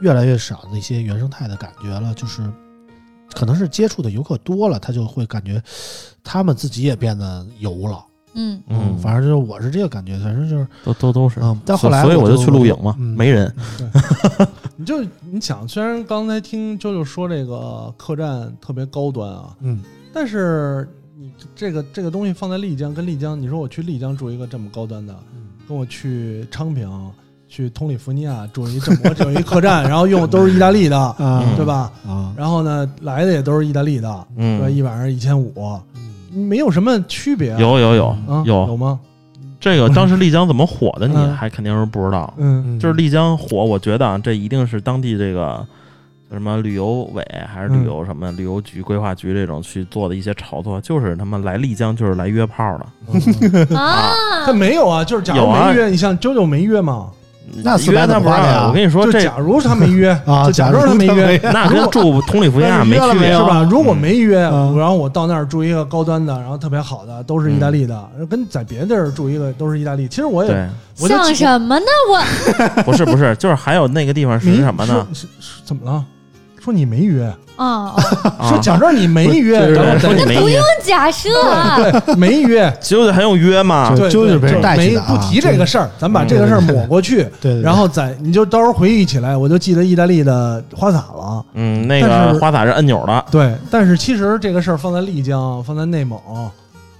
Speaker 3: 越来越少的一些原生态的感觉了，就是可能是接触的游客多了，他就会感觉他们自己也变得油了。
Speaker 2: 嗯，
Speaker 4: 嗯
Speaker 3: 反正就是我是这个感觉，反正就是
Speaker 4: 都都都是。
Speaker 3: 嗯，但后
Speaker 4: 所
Speaker 3: 来
Speaker 4: 所以我
Speaker 3: 就
Speaker 4: 去露营嘛，
Speaker 3: 嗯
Speaker 4: 没人。
Speaker 5: 你就你想，虽然刚才听啾啾说这个客栈特别高端啊，
Speaker 3: 嗯，
Speaker 5: 但是你这个这个东西放在丽江跟丽江，你说我去丽江住一个这么高端的，跟我去昌平、去通里福尼亚住一这么我整一客栈，然后用的都是意大利的，
Speaker 3: [laughs]
Speaker 4: 嗯
Speaker 3: 啊
Speaker 5: 对吧？
Speaker 3: 啊，
Speaker 5: 然后呢，来的也都是意大利的，对吧？
Speaker 4: 嗯，
Speaker 5: 一晚上一千五，没有什么区别啊。
Speaker 4: 有有有
Speaker 3: 嗯
Speaker 5: 啊
Speaker 4: 有，
Speaker 5: 吗？
Speaker 4: 这个当时丽江怎么火的，你
Speaker 5: 嗯
Speaker 4: 还肯定是不知道。
Speaker 5: 嗯
Speaker 4: 就是丽江火，我觉得啊，这一定是当地这个什么旅游委还是
Speaker 3: 嗯
Speaker 4: 旅游什么、旅游局、规划局这种去做的一些炒作，就是他妈来丽江就是来约炮的，
Speaker 2: 啊
Speaker 5: 嗯他，没有啊，就是假
Speaker 4: 嗯
Speaker 5: 如
Speaker 4: 有啊
Speaker 5: 没约，你像啾啾没约嘛？
Speaker 3: 那四
Speaker 4: 约
Speaker 3: 百怎
Speaker 4: 他
Speaker 3: 么
Speaker 4: 不
Speaker 3: 办呀
Speaker 4: 让。我跟你说
Speaker 5: 就
Speaker 4: 这
Speaker 5: 假如他没约
Speaker 3: 啊
Speaker 5: 就假如
Speaker 3: 假如
Speaker 5: 他没
Speaker 3: 他没
Speaker 5: 约，
Speaker 4: 那跟住同里福
Speaker 3: [laughs]
Speaker 4: 尼亚没区
Speaker 5: 没
Speaker 4: 别
Speaker 5: 是吧？如果
Speaker 4: 嗯
Speaker 5: 没约，
Speaker 3: 嗯
Speaker 5: 然后我到那儿住一个高端的，然后特别好的，都是意大利的，跟在别的地儿住一个都是意大利。其实我也，
Speaker 4: 嗯对，
Speaker 5: 我就
Speaker 2: 像什么 [laughs] 呢？我
Speaker 4: 不是不是，就是还有那个地方是
Speaker 5: 你
Speaker 4: 什么呢？
Speaker 5: 是是是怎么了？说你没约，
Speaker 2: 啊，
Speaker 4: 啊
Speaker 5: 说假装你没约，
Speaker 4: 对
Speaker 5: 然后
Speaker 4: 说你没约，
Speaker 2: 假设啊，
Speaker 5: [laughs] 对
Speaker 4: [laughs]
Speaker 5: 没约，
Speaker 4: 就还用约吗？
Speaker 5: 对，
Speaker 3: 就就是
Speaker 5: 对
Speaker 3: 被人带起
Speaker 5: 没
Speaker 3: 的啊
Speaker 5: 不提这个事儿，咱把这个事儿
Speaker 4: 嗯
Speaker 5: 抹过去，
Speaker 3: 对对对
Speaker 5: 然后再你就到时候回忆起来，我就记得意大利的花洒了。
Speaker 4: 嗯，那
Speaker 5: 但
Speaker 4: 个
Speaker 5: 是
Speaker 4: 花洒是按钮的，
Speaker 5: 对，但是其实这个事儿放在丽江，放在内蒙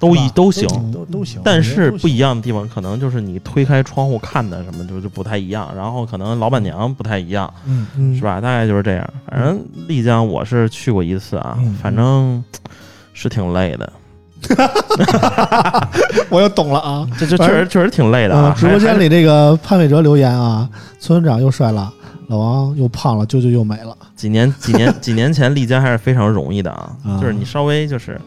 Speaker 4: 都
Speaker 5: 是
Speaker 4: 一
Speaker 5: 吧
Speaker 4: 都行。
Speaker 5: 都都行。
Speaker 4: 但是不一样的地方，可能就是你推开窗户看的什么就就不太一样，然后可能老板娘不太一样，
Speaker 5: 嗯，
Speaker 3: 嗯
Speaker 4: 是吧？大概就是这样。反正丽江我是去过一次啊
Speaker 5: 嗯，
Speaker 4: 反正是挺累的，
Speaker 3: [laughs] 我又懂了
Speaker 4: [laughs]
Speaker 3: 啊。
Speaker 4: 这这
Speaker 3: 反
Speaker 4: 确
Speaker 3: 正
Speaker 4: 实确实挺累的
Speaker 3: 嗯
Speaker 4: 啊。，
Speaker 3: 直播
Speaker 4: 还
Speaker 3: 间里这个潘伟哲留言啊，村长又帅了，老王又胖了，舅舅又美了。
Speaker 4: 还几年几年几年前丽江还是非常容易的啊
Speaker 3: 啊，
Speaker 4: 就是你稍微就是。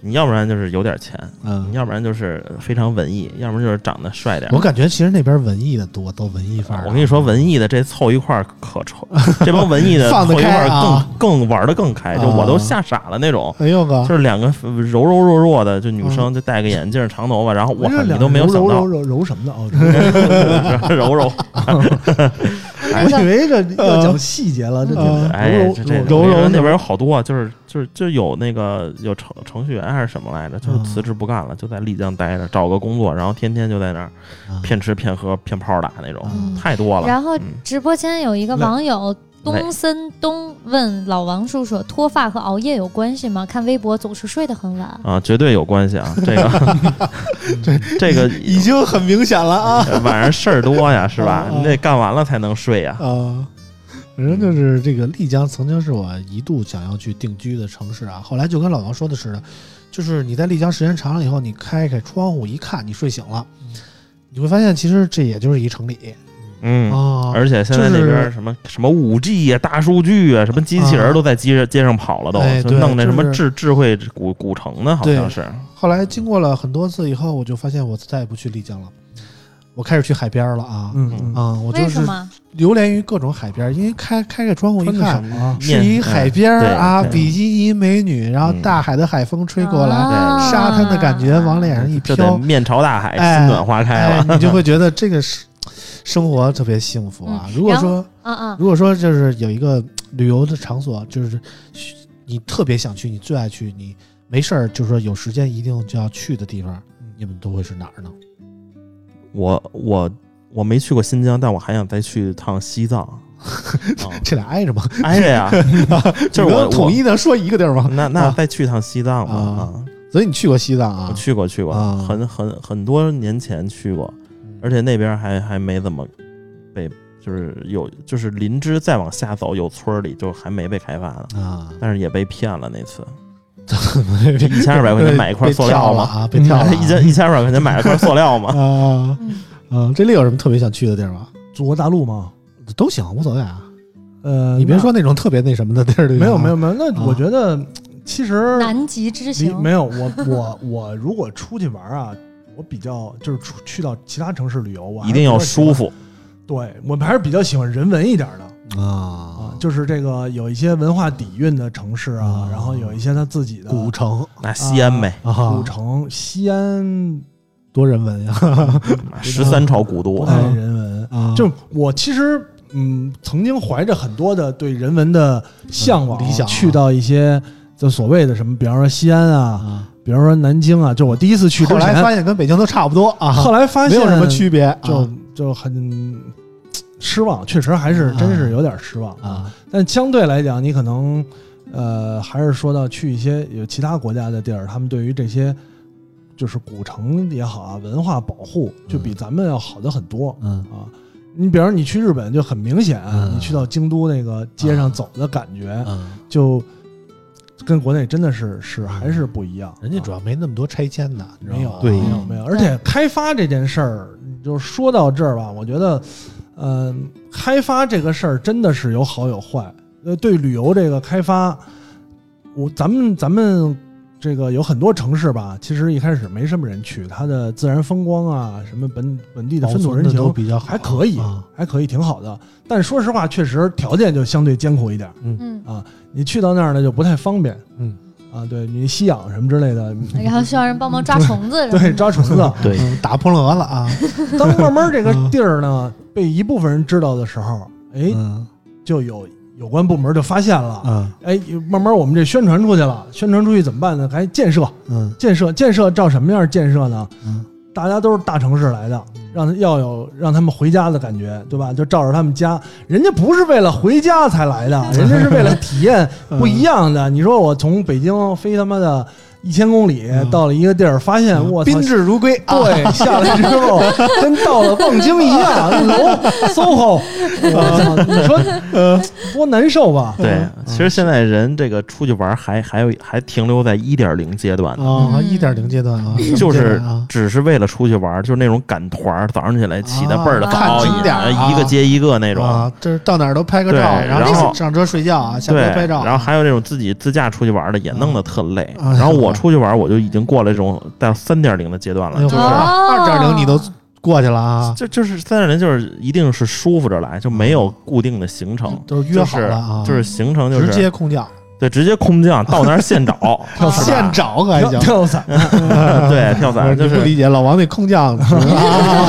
Speaker 4: 你要不然就是有点钱，
Speaker 3: 嗯
Speaker 4: 你，要不然就是非常文艺，要不然就是长得帅点儿。
Speaker 3: 我感觉其实那边文艺的多，都文艺范儿啊。
Speaker 4: 我跟你说，文艺的这凑一块儿可臭， [laughs] 这帮文艺
Speaker 3: [laughs]
Speaker 4: 的
Speaker 3: 放得
Speaker 4: 凑一块
Speaker 3: 开
Speaker 4: 儿
Speaker 3: 啊
Speaker 4: 更更玩的更开，就我都吓傻了那种。
Speaker 3: 哎呦哥
Speaker 4: 就，是两个柔柔弱弱的，就女
Speaker 3: 啊
Speaker 4: 生就戴个眼镜、长头发，然后
Speaker 3: 哎
Speaker 4: 我
Speaker 5: 这
Speaker 4: 靠，
Speaker 5: 两
Speaker 4: 你
Speaker 5: 个
Speaker 4: 都没有想
Speaker 5: 揉揉
Speaker 4: 到
Speaker 5: 揉揉什么的哦，
Speaker 4: [laughs] 柔柔，
Speaker 5: 我以为这要讲细节了，这
Speaker 3: 嗯
Speaker 4: 哎，这这
Speaker 3: 柔柔
Speaker 4: 我跟你说
Speaker 3: 柔
Speaker 4: 那边有好多啊，就是就是就有那个有程程序员还是什么来着，就是
Speaker 3: 嗯
Speaker 4: 辞职不干了，就在丽江待着，找个工作，然后天天就在那儿
Speaker 3: 啊
Speaker 4: 骗吃骗喝骗炮打那种
Speaker 2: 嗯，
Speaker 4: 太多了。
Speaker 2: 然后
Speaker 4: 嗯
Speaker 2: 直播间有一个网友
Speaker 4: 累
Speaker 2: 东森东问老王叔叔，脱发和熬夜有关系吗？看微博总是睡得很晚。
Speaker 4: 啊，绝对有关系啊！这
Speaker 3: [laughs]
Speaker 4: 个， [laughs] 这个
Speaker 3: 已经很明显了
Speaker 4: [laughs]
Speaker 3: 啊
Speaker 4: 晚上事儿多呀，是吧
Speaker 3: 啊啊？
Speaker 4: 你得干完了才能睡呀。
Speaker 3: [laughs] 啊。反正就是这个丽江曾经是我一度想要去定居的城市啊，后来就跟老王说的似的，就是你在丽江时间长了以后，你开开窗户一看，你睡醒了，你会发现其实这也就是一城里
Speaker 4: 嗯，
Speaker 3: 啊。
Speaker 4: 而且现在
Speaker 3: 就
Speaker 4: 那
Speaker 3: 是
Speaker 4: 边什么什么五 G 呀、大数据啊、什么机器人都在街上街上跑了，都
Speaker 3: 哎
Speaker 4: 就
Speaker 3: 对
Speaker 4: 弄那什么
Speaker 3: 就是
Speaker 4: 智智慧古古城呢，好像是。
Speaker 3: 后来经过了很多次以后，我就发现我再也不去丽江了，我开始去海边了啊。
Speaker 5: 嗯嗯，
Speaker 3: 啊、我就
Speaker 2: 为
Speaker 3: 是
Speaker 2: 什么？
Speaker 3: 流连于各种海边，因为开开开窗户
Speaker 5: 穿
Speaker 3: 一
Speaker 5: 的什
Speaker 3: 看，
Speaker 5: 么啊？
Speaker 3: 是一海边儿
Speaker 4: 嗯对
Speaker 3: 啊，
Speaker 4: 对
Speaker 3: 比基尼美女，然后
Speaker 4: 嗯
Speaker 3: 大海的海风吹过来，
Speaker 2: 啊
Speaker 3: 沙滩的感觉往脸哎上一
Speaker 4: 就得
Speaker 3: 飘，
Speaker 4: 面朝大海，
Speaker 3: 哎
Speaker 4: 心暖花开
Speaker 3: 哎
Speaker 4: 了，。
Speaker 3: 你就会觉得这个是生活特别幸福啊。
Speaker 2: 嗯
Speaker 3: 如果
Speaker 2: 然后
Speaker 3: 说
Speaker 2: 啊啊
Speaker 3: 如果说就是有一个旅游的场所，就是你特别想去，你最爱去，你没事儿就是说有时间一定就要去的地方，你们都会是哪儿呢？
Speaker 4: [laughs] 我我我没去过新疆，但我还想再去趟西藏啊
Speaker 3: 这俩挨着吗？
Speaker 4: 挨
Speaker 3: [laughs]
Speaker 4: 着呀，就是
Speaker 3: 你
Speaker 4: 我
Speaker 3: 能统一的说一个地儿
Speaker 4: 我
Speaker 3: 吗？
Speaker 4: 那那
Speaker 3: 啊
Speaker 4: 再去趟西藏吧
Speaker 3: 啊
Speaker 4: 啊！
Speaker 3: 所以你去过西藏啊
Speaker 4: 我？去过去过
Speaker 3: 啊，嗯
Speaker 4: 很很很多年前去过，而
Speaker 3: 且
Speaker 4: 且那边还还没怎么被，就是有就是林芝再往下走有村儿里就还没被开发呢，
Speaker 3: 啊，
Speaker 4: 但是也被骗了那次，
Speaker 3: 一
Speaker 4: 一千二百块钱买一块塑料嘛，
Speaker 3: 啊，被跳了啊，
Speaker 4: [laughs] 一千一千二百块钱买了块塑
Speaker 3: [laughs]
Speaker 4: 料嘛，
Speaker 3: 啊
Speaker 2: 嗯
Speaker 3: 啊！这里有什么特别想去的地儿吗？
Speaker 5: 祖国大陆嘛，
Speaker 3: 都行，无所谓啊。
Speaker 5: 呃，
Speaker 3: 你别
Speaker 5: 那
Speaker 3: 说那种特别那什么的地儿，
Speaker 5: 没有没有，没有，那
Speaker 3: 啊
Speaker 5: 我觉得其实
Speaker 2: 南极之
Speaker 5: 离
Speaker 2: 行
Speaker 5: 没有我我我如果出去玩啊，我比较就是出去到其他城市旅游，我
Speaker 3: 啊
Speaker 5: 还
Speaker 4: 一
Speaker 5: 是
Speaker 4: 定
Speaker 5: 比
Speaker 4: 要
Speaker 5: 较喜欢
Speaker 4: 舒。服。
Speaker 5: 对我还是比较喜欢人文一点的啊
Speaker 3: 啊，，
Speaker 5: 就是这个有一些文化底蕴的城市啊
Speaker 3: 啊，
Speaker 5: 然后有一些它自己的
Speaker 3: 古城
Speaker 4: 那西安呗，
Speaker 3: 啊，
Speaker 5: 古城，西安
Speaker 3: 多人文呀
Speaker 4: 十三朝古都
Speaker 5: 不
Speaker 4: 啊
Speaker 5: 太人
Speaker 3: [laughs]
Speaker 5: 文。
Speaker 3: 啊，
Speaker 5: 就我其实嗯，曾经怀着很多的对人文的向往，
Speaker 3: 嗯理想啊
Speaker 5: 去到一些就所谓的什么，比方说西安啊，
Speaker 3: 啊，
Speaker 5: 比方说南京啊，就我第一次去之
Speaker 3: 后来
Speaker 5: 前，
Speaker 3: 发现跟北京都差不多啊，
Speaker 5: 后来发
Speaker 3: 没
Speaker 5: 现
Speaker 3: 有什么区别，啊
Speaker 5: 就就很失望，确实还是
Speaker 3: 啊
Speaker 5: 真是有点失望。
Speaker 3: 啊
Speaker 5: 但相对来讲，你可能呃还是说到去一些有其他国家的地儿，他们对于这些就是古城也好啊，文化保护就比咱们要好的很多、
Speaker 3: 嗯
Speaker 5: 啊。你比方说你去日本就很明显啊、
Speaker 3: 嗯
Speaker 5: 你去到京都那个街
Speaker 3: 啊
Speaker 5: 上走的感觉，
Speaker 3: 嗯，
Speaker 5: 就跟国内真的是是还是不一样。
Speaker 3: 人家
Speaker 5: 啊
Speaker 3: 主要没那么多拆迁的，你知道吗
Speaker 5: 没有，
Speaker 4: 对
Speaker 5: 没有，没有。而且开发这件事儿，你就说到这儿吧，我觉得，嗯、开发这个事儿真的是有好有坏。呃，对旅游这个开发，我咱们咱们这个有很多城市吧，其实一开始没什么人去，它的自然风光啊，什么本本地的
Speaker 3: 保
Speaker 5: 风土
Speaker 3: 存
Speaker 5: 人
Speaker 3: 的都
Speaker 5: 情
Speaker 3: 比较好，
Speaker 5: 还可以，
Speaker 3: 啊
Speaker 5: 还可以，挺好的。但说实话，确实条件就相对艰苦一点。
Speaker 2: 嗯，
Speaker 5: 你去到那儿呢，就不太方便。
Speaker 3: 嗯，
Speaker 5: 啊，对你吸氧什么之类的，
Speaker 2: 然后需要人帮忙抓虫子，
Speaker 5: [laughs] 对，抓
Speaker 3: [laughs]
Speaker 5: 虫子。
Speaker 4: 对
Speaker 3: 嗯打破了蛾了啊，
Speaker 5: 当慢慢这个地儿呢被一部分人知道的时候，哎，
Speaker 3: 嗯
Speaker 5: 就有有关部门就发现了，
Speaker 3: 嗯
Speaker 5: 哎，慢慢我们这宣传出去了，宣传出去怎么办呢？还建设，
Speaker 3: 嗯
Speaker 5: 建设，建设，照什么样建设呢？
Speaker 3: 嗯
Speaker 5: 大家都是大城市来的，让他要有让他们回家的感觉，对吧？就照着他们家，人家不是为了回家才来的，人家是为 [laughs] 了体验不一样的。你说我从北京飞他妈的一千公里
Speaker 3: 嗯
Speaker 5: 到了一个地儿，发现我操
Speaker 3: 宾至如归啊，
Speaker 5: 对，下来之 [laughs] 后跟到了望京一样，楼 [laughs] SOHO，我操，你说多难受吧？
Speaker 4: 对，
Speaker 3: 嗯
Speaker 4: 其实现在人这个出去玩儿还还有还停留在一点零阶段呢，
Speaker 3: 啊，
Speaker 2: 嗯
Speaker 3: 一点零阶段啊，什么阶
Speaker 4: 就是
Speaker 3: 段啊
Speaker 4: 只是为了出去玩儿，就是那种赶团儿，早上起来起的倍儿的
Speaker 3: 啊
Speaker 4: 早，
Speaker 2: 看景点
Speaker 3: 儿
Speaker 4: 一个接一个那种。
Speaker 3: 啊，这是到哪儿都拍个照，
Speaker 4: 对
Speaker 3: 然
Speaker 4: 然后
Speaker 3: 上车睡觉啊，下车
Speaker 4: 对，
Speaker 3: 拍照啊，
Speaker 4: 然后还有这种自己自驾出去玩儿的也弄得特累。
Speaker 3: 啊
Speaker 4: 然后我出去玩儿，我就已经过了这种到三点零的阶段了，
Speaker 3: 哎呦
Speaker 4: 就是
Speaker 2: 哦
Speaker 3: 二点零你都过去了啊，
Speaker 4: 就就是三点零就是一定是舒服着来，就没有固定的行程，
Speaker 3: 都嗯是约好了啊，
Speaker 4: 就是行程就是
Speaker 3: 直接空降，
Speaker 4: 对直接空降到那儿
Speaker 3: [laughs]
Speaker 4: 现找，
Speaker 2: 跳
Speaker 4: 是吧
Speaker 3: 现找可还
Speaker 5: 跳
Speaker 3: 行。
Speaker 5: 跳伞，
Speaker 4: 对跳伞
Speaker 3: 不
Speaker 4: 就是是
Speaker 3: 你不理解老王那空降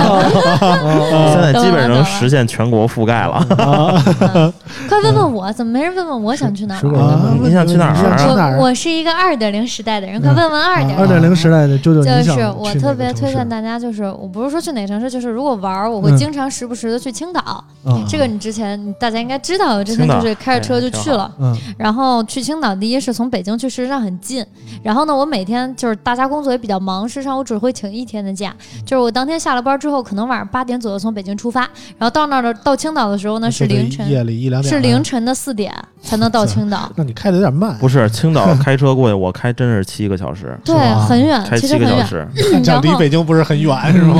Speaker 4: 现在基本上
Speaker 2: 懂了懂了
Speaker 4: 能实现全国覆盖了。
Speaker 2: 嗯快问问我，怎么没人问问我想去哪儿
Speaker 5: 水
Speaker 2: 啊？
Speaker 5: 果
Speaker 3: 啊
Speaker 4: 你想去哪儿啊
Speaker 3: 你想去哪儿
Speaker 2: 我我是一个二点零时代的人，快问问二点
Speaker 3: 啊
Speaker 5: 二
Speaker 2: 零。
Speaker 5: 点零时代的九九，
Speaker 2: 就
Speaker 5: 你想
Speaker 2: 是我
Speaker 5: 去哪
Speaker 2: 特
Speaker 5: 个
Speaker 2: 别
Speaker 5: 城
Speaker 2: 推
Speaker 5: 市
Speaker 2: 荐大家，就是我不是说去哪个城市，就是如果玩儿，我会
Speaker 5: 嗯
Speaker 2: 经常时不时的去青岛。
Speaker 5: 啊
Speaker 2: 这个你之前你大家应该知道，我之前
Speaker 4: 青岛哎
Speaker 2: 就是开着车就去了。
Speaker 5: 嗯
Speaker 2: 然后去青岛，第一是从北京去，事实上很近。然后呢，我每天就是大家工作也比较忙，事实上我只会请一天的假，就是我当天下了班之后，可能晚上八点左右从北京出发，然后到那儿的到青岛的时候呢是
Speaker 3: 就得
Speaker 2: 凌晨，
Speaker 3: 夜里一两点。
Speaker 2: 是凌，晨的四点才能到青岛
Speaker 3: 那你开的有点慢，
Speaker 4: [laughs] 不是
Speaker 3: [laughs]
Speaker 4: 青岛开车过去，我开真是七个小时，
Speaker 2: 对
Speaker 3: 是吧，
Speaker 2: 很远，
Speaker 4: 开
Speaker 2: 其实
Speaker 4: 七
Speaker 2: 很
Speaker 4: 个小
Speaker 2: 远，
Speaker 4: 时，
Speaker 3: 这样
Speaker 2: 然
Speaker 3: 离
Speaker 2: 后
Speaker 3: 北京不是很远是吗？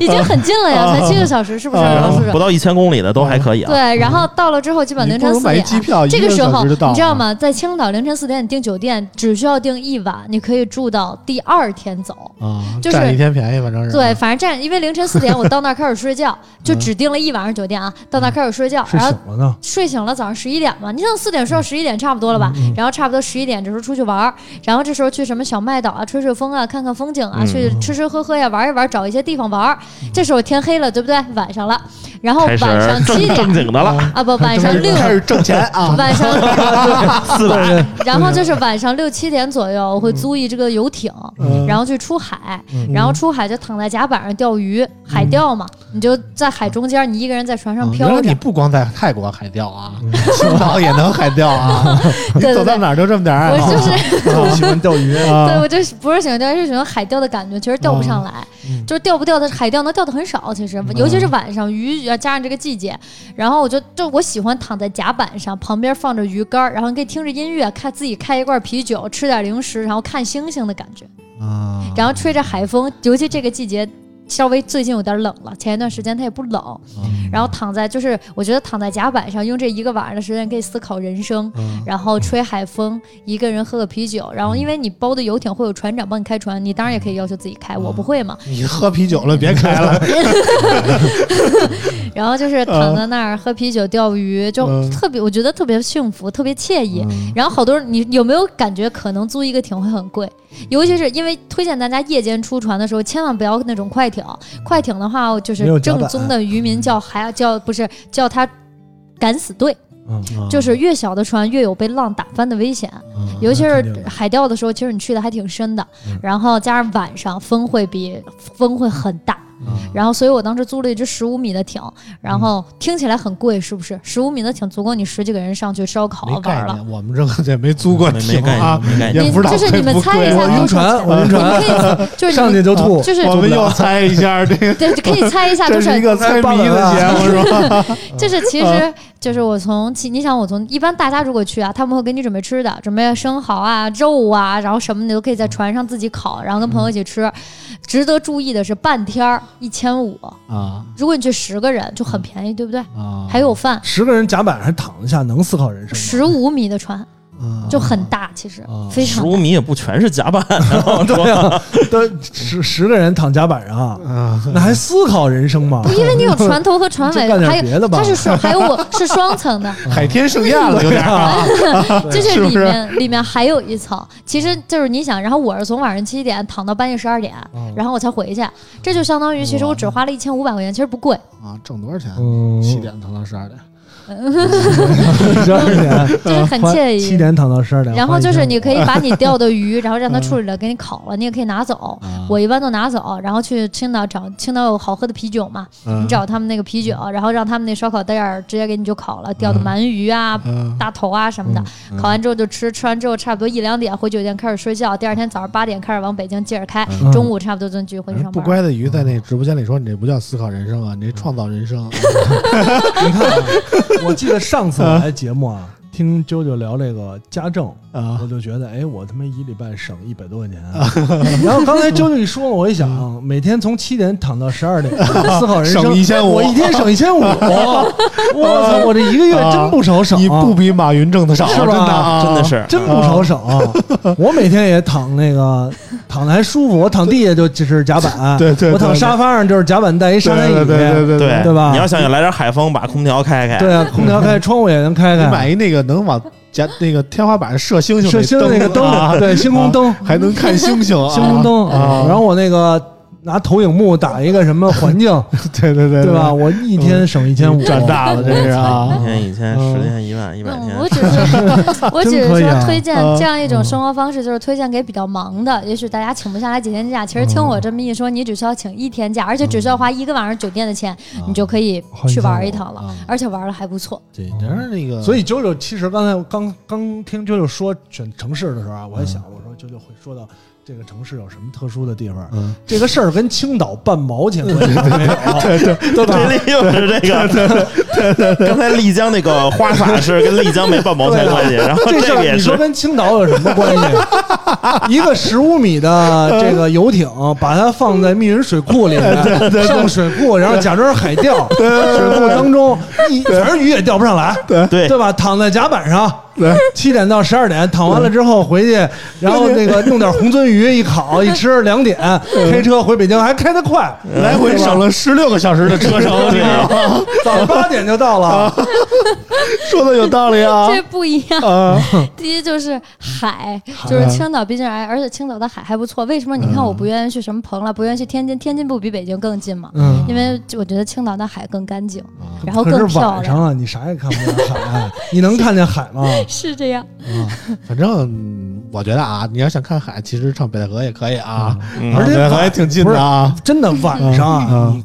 Speaker 2: 已经很近了呀，才七个小时，是不是？
Speaker 3: 啊
Speaker 4: 然
Speaker 2: 老
Speaker 4: 后
Speaker 2: 师
Speaker 4: 嗯不？到一千公里的都还可以啊。
Speaker 2: 对，然后到了之后基本凌
Speaker 3: 你不
Speaker 2: 晨
Speaker 3: 如
Speaker 2: 四
Speaker 3: 买一
Speaker 2: 点。
Speaker 3: 机票，
Speaker 2: 这
Speaker 3: 一
Speaker 2: 个时
Speaker 3: 小
Speaker 2: 候
Speaker 3: 就到
Speaker 2: 你知道
Speaker 3: 了？
Speaker 2: 吗？在青岛凌晨四点你订酒店，只需要订一晚，你可以住到第二天走。
Speaker 3: 啊，
Speaker 2: 就是
Speaker 3: 占一天便宜，反正是
Speaker 2: 对，反正这样，因为凌晨四点我到那儿开始睡觉，就只订了一晚上酒店啊，到那儿开始睡觉，
Speaker 5: 嗯睡
Speaker 2: 然后
Speaker 5: 醒了呢，
Speaker 2: 睡醒了，早上十一点嘛，你想四点睡到十一点差不多了吧？然后差不多十一点这时候出去玩儿，然后这时候去什么小麦岛啊，吹吹风啊，看看风景啊，
Speaker 4: 嗯
Speaker 2: 去吃吃喝喝呀，玩一玩，找一些地方玩儿。这时候天黑了，对不对？晚上了，然后
Speaker 4: 开
Speaker 2: 晚
Speaker 4: 始
Speaker 2: 上
Speaker 4: 正
Speaker 2: 七
Speaker 4: 正
Speaker 2: 点
Speaker 4: 经的了，
Speaker 2: 啊不，晚上六
Speaker 3: 开始挣钱啊，
Speaker 2: 晚上
Speaker 4: 四百
Speaker 2: 然后就是晚上六七点左右，我会租一这个游艇，
Speaker 3: 嗯
Speaker 2: 然后去出海，
Speaker 3: 嗯
Speaker 2: 然后出海就躺在甲板上钓鱼，海钓嘛，你就在海中间，你一个人在船上
Speaker 3: 嗯原
Speaker 2: 飘
Speaker 3: 来
Speaker 2: 着
Speaker 3: 你，不光在泰国海钓啊，青岛也能海钓啊，你
Speaker 2: [laughs] 对对
Speaker 3: 走到
Speaker 2: 对
Speaker 3: 哪儿都这么点儿爱
Speaker 2: 我
Speaker 3: 好。
Speaker 2: 就是。
Speaker 5: 我 [laughs] 喜欢钓鱼，
Speaker 2: [laughs] 对，
Speaker 3: 啊，
Speaker 2: 我就是不是喜欢钓，是喜欢海钓的感觉，其实钓不上来，
Speaker 3: 嗯
Speaker 2: 就是钓不钓的海钓能钓的很少，其实尤其是晚上鱼要加上这个季节，然后我就就我喜欢躺在甲板上，旁边放着鱼竿儿，然后你可以听着音乐，看自己开一罐啤酒，吃点零食，然后看星星的感觉，
Speaker 3: 啊
Speaker 2: 然后吹着海风，尤其这个季节。稍微最近有点冷了，前一段时间它也不冷，
Speaker 3: 嗯
Speaker 2: 然后躺在就是我觉得躺在甲板上，用这一个晚上的时间可以思考人生，
Speaker 3: 嗯
Speaker 2: 然后吹海风，一个人喝个啤酒，然后因为你包的游艇会有船长帮你开船，你当然也可以要求自己
Speaker 3: 嗯
Speaker 2: 开，我不会
Speaker 3: [laughs]
Speaker 2: 嘛。
Speaker 3: 你喝啤酒了，别开了。
Speaker 2: [laughs] 然后就是躺在那儿喝啤酒、钓鱼，就
Speaker 3: 嗯
Speaker 2: 特别，我觉得特别幸福，特别惬意。然后好多人，你有没有感觉可能租一个艇会很贵？尤其是因为推荐大家夜间出船的时候，千万不要那种快艇。快艇的话，就
Speaker 5: 没有
Speaker 2: 是
Speaker 5: 甲板
Speaker 2: 正
Speaker 5: 嗯
Speaker 2: 宗的渔民叫还要叫不是叫他敢死队，
Speaker 5: 嗯，
Speaker 2: 就是越小的船越有被浪打翻的危险。
Speaker 3: 嗯
Speaker 2: 尤其
Speaker 5: 那
Speaker 2: 是
Speaker 5: 肯定的嗯
Speaker 2: 海钓的时候，其实你去的还挺深的，然后加上晚上风会比风会很大，
Speaker 5: 嗯
Speaker 2: 然后所以我当时租了一只十五米的艇，然后听起来很贵，是不是？十五米的艇足够你十几个人上去烧烤
Speaker 3: 没概
Speaker 2: 玩了。
Speaker 3: 念，我们这个也没租过
Speaker 4: 没
Speaker 3: 艇
Speaker 4: 没概
Speaker 3: 啊，
Speaker 4: 念，没概
Speaker 3: 也
Speaker 4: 念。
Speaker 2: 你
Speaker 3: 不知道
Speaker 2: 就是你们
Speaker 3: 贵不
Speaker 2: 猜一
Speaker 3: 贵
Speaker 2: 下
Speaker 3: 我
Speaker 2: 多少
Speaker 5: 我晕
Speaker 2: 钱，
Speaker 5: 船，我晕船，
Speaker 2: 你可以就是
Speaker 5: [laughs] 上
Speaker 2: 你
Speaker 5: 去就吐，
Speaker 2: 就是
Speaker 3: 我们又猜一下，这
Speaker 2: [laughs]
Speaker 3: 个
Speaker 2: 对，可
Speaker 5: [laughs]
Speaker 2: 以猜一下
Speaker 3: 这
Speaker 2: 多少
Speaker 3: 是一个猜谜的节目是吧？
Speaker 2: 就是其
Speaker 5: 嗯
Speaker 2: 实就是我从其你想我从一般大家如果去啊，他们会给你准备吃的，准备生蚝啊、肉啊，然后什么的都可以在船上自己烤，然后跟朋友一起吃。值得注意的是，半天儿一千五，
Speaker 3: [laughs] 啊
Speaker 2: 如果你去十个人就很便宜，对不对？
Speaker 3: 啊，
Speaker 2: 还有饭，
Speaker 5: 十个人甲板上躺一下，能思考人生吗？
Speaker 2: 十五米的船
Speaker 3: 嗯
Speaker 2: 就很大，其实
Speaker 5: 哦
Speaker 3: 啊
Speaker 2: 非
Speaker 4: 十
Speaker 2: 常
Speaker 4: 五米也不全是甲板，
Speaker 5: 对嗯啊，都 [laughs] 十十个人躺甲板上，
Speaker 3: 啊，
Speaker 5: 那还思考人生吗？
Speaker 2: 因为你有船头和船
Speaker 5: 就
Speaker 2: 尾，
Speaker 5: 干点
Speaker 2: 还
Speaker 5: 别的
Speaker 2: 有
Speaker 5: 吧
Speaker 2: 它是双，还有
Speaker 5: [laughs]
Speaker 2: 我是双层的，
Speaker 3: 海天盛宴了，有点儿啊。
Speaker 2: 就是是
Speaker 3: 不
Speaker 2: 里
Speaker 3: 是
Speaker 2: 面里面还有一层，其实就是你想，然后我是从晚上七点躺到半夜十二点，然后我才回去，这就相当于其实我只花了一千五百块钱，其实不贵，
Speaker 3: 啊，挣多少钱？
Speaker 5: 嗯，
Speaker 3: 七点躺到十二点，
Speaker 5: [laughs] 十二点，
Speaker 2: 就是很惬意。
Speaker 5: 呃七点躺到十二点，
Speaker 2: 然后就是你可
Speaker 5: 以
Speaker 2: 以把你钓的鱼，然后让它处理了，给你烤了，你也可以拿走。我一般都拿走，然后去青岛找青岛有好喝的啤酒嘛，你找他们那个啤酒，然后让他们那烧烤店儿直接给你就烤了，钓的鳗鱼啊、
Speaker 3: 嗯
Speaker 2: 大头啊什么的，
Speaker 5: 嗯
Speaker 2: 烤完之后就吃，吃完之后差不多一两点回酒店开始睡觉，第二天早上八点开始往北京接着开，
Speaker 5: 嗯
Speaker 2: 中午差不多就聚回去上
Speaker 3: 哎不
Speaker 2: 班。
Speaker 3: 乖的鱼在那直播间里说：“你这不叫思考人生啊，你这创造人生。
Speaker 5: 你看啊，我记得上次我来节目啊，听啾啾聊这个家政，”
Speaker 3: 啊
Speaker 5: 我就觉得，哎，我他妈一礼拜省一百多块钱。啊
Speaker 3: [laughs]
Speaker 5: 然后刚才啾啾一说，我一想，每天从七点躺到十
Speaker 3: [laughs]
Speaker 5: 二点，思考人生，
Speaker 3: 嗯省1500
Speaker 5: 我一天省一
Speaker 3: [laughs]
Speaker 5: 千五，我操，我这一个月真不少省，
Speaker 3: 啊你不比马云挣的少，
Speaker 5: 是吧
Speaker 3: 真的啊，
Speaker 4: 真的是
Speaker 5: 真不少省。啊我每天也躺那个躺的还舒服，我躺地下就就是甲板，
Speaker 3: [laughs] 对对对
Speaker 5: 我躺沙发上就是甲板带一
Speaker 3: 对
Speaker 5: 沙滩椅，
Speaker 3: 对对对
Speaker 4: 对
Speaker 5: 对吧
Speaker 4: 你要想想来点海风，把空调开开，
Speaker 5: 对啊，空调开，窗户也能开
Speaker 3: 你
Speaker 5: 开，
Speaker 3: 买一那个能往家那个天花板射星星
Speaker 5: 射星那个灯，
Speaker 3: 啊，
Speaker 5: 对，星空灯，
Speaker 3: 还能看星星啊，
Speaker 5: 星空灯
Speaker 3: 啊，
Speaker 5: 然后我那个。拿投影幕打一个什么环境，
Speaker 3: 对对 [laughs] 对嗯
Speaker 5: 对吧？？我一天省一千五，
Speaker 3: 赚大了，这是啊
Speaker 4: 一。天一千，
Speaker 5: 嗯
Speaker 4: 十天一万，一百
Speaker 2: 嗯，
Speaker 4: 天
Speaker 2: 我。只
Speaker 5: [laughs]
Speaker 2: 是我只是
Speaker 5: 真可以啊
Speaker 2: 说推荐
Speaker 3: 嗯
Speaker 2: 这样一种生活方式，就是推荐给比较忙的，也许大家请不下来几天假。其实听我这么一说，你只需要请一天假，而且只需要花一个晚上酒店的钱，你就可以去玩一趟
Speaker 5: 嗯
Speaker 2: 了，而且玩的还不错。
Speaker 3: 对，真是那个，
Speaker 5: 所以九九其实刚才我刚刚听九九说选城市的时候啊，我还想我说九九会说到这个城市有什么特殊的地方，
Speaker 3: 嗯
Speaker 5: 这个事儿跟青岛半毛钱关系都
Speaker 3: [laughs]
Speaker 5: 没有，对对对
Speaker 4: 这
Speaker 5: 吧？
Speaker 4: 里又是这个，刚才丽江那个花洒是跟丽江没半毛钱关系，然后
Speaker 5: [laughs] 这事
Speaker 4: 个
Speaker 5: 儿
Speaker 4: 也
Speaker 5: 你说
Speaker 4: 是
Speaker 5: 跟青岛有什么关系？ [laughs] 一个十五米的这个游艇，把它放在密云水库里
Speaker 4: [laughs]
Speaker 5: 面，上水库，然后假装海钓，水库当中一反正鱼也钓不上来，
Speaker 4: 对
Speaker 5: 对吧？躺在甲板上，七点到十二点躺完了之后回去，然后那个弄点红鳟鱼一烤一吃，两点开车回北京，还开得快，
Speaker 3: 来回省了十六个小时的车程，你知道吗？
Speaker 5: 早上八点就到了。
Speaker 3: 说的有道理啊
Speaker 2: 这不一样。
Speaker 3: 啊！
Speaker 2: 第一就是海，就是青岛毕竟挨，而且青岛的海还不错。为什么？你看我不愿意去什么蓬莱，不愿意去天津，天津不比北京更近吗？
Speaker 5: 嗯，哦
Speaker 2: 因为我觉得青岛的海更干净，然后
Speaker 5: 可
Speaker 2: 更
Speaker 5: 是
Speaker 2: 漂
Speaker 5: 晚上
Speaker 2: 亮。
Speaker 5: 啊，你啥也看不见海，你能看见海吗？
Speaker 2: 是这样，
Speaker 5: 啊，
Speaker 3: 反正嗯我觉得啊，你要想看海，其实唱北戴河也可以啊，
Speaker 4: 嗯
Speaker 5: 而且
Speaker 3: 北戴河也挺近的啊。
Speaker 5: 真的晚上啊，
Speaker 3: 嗯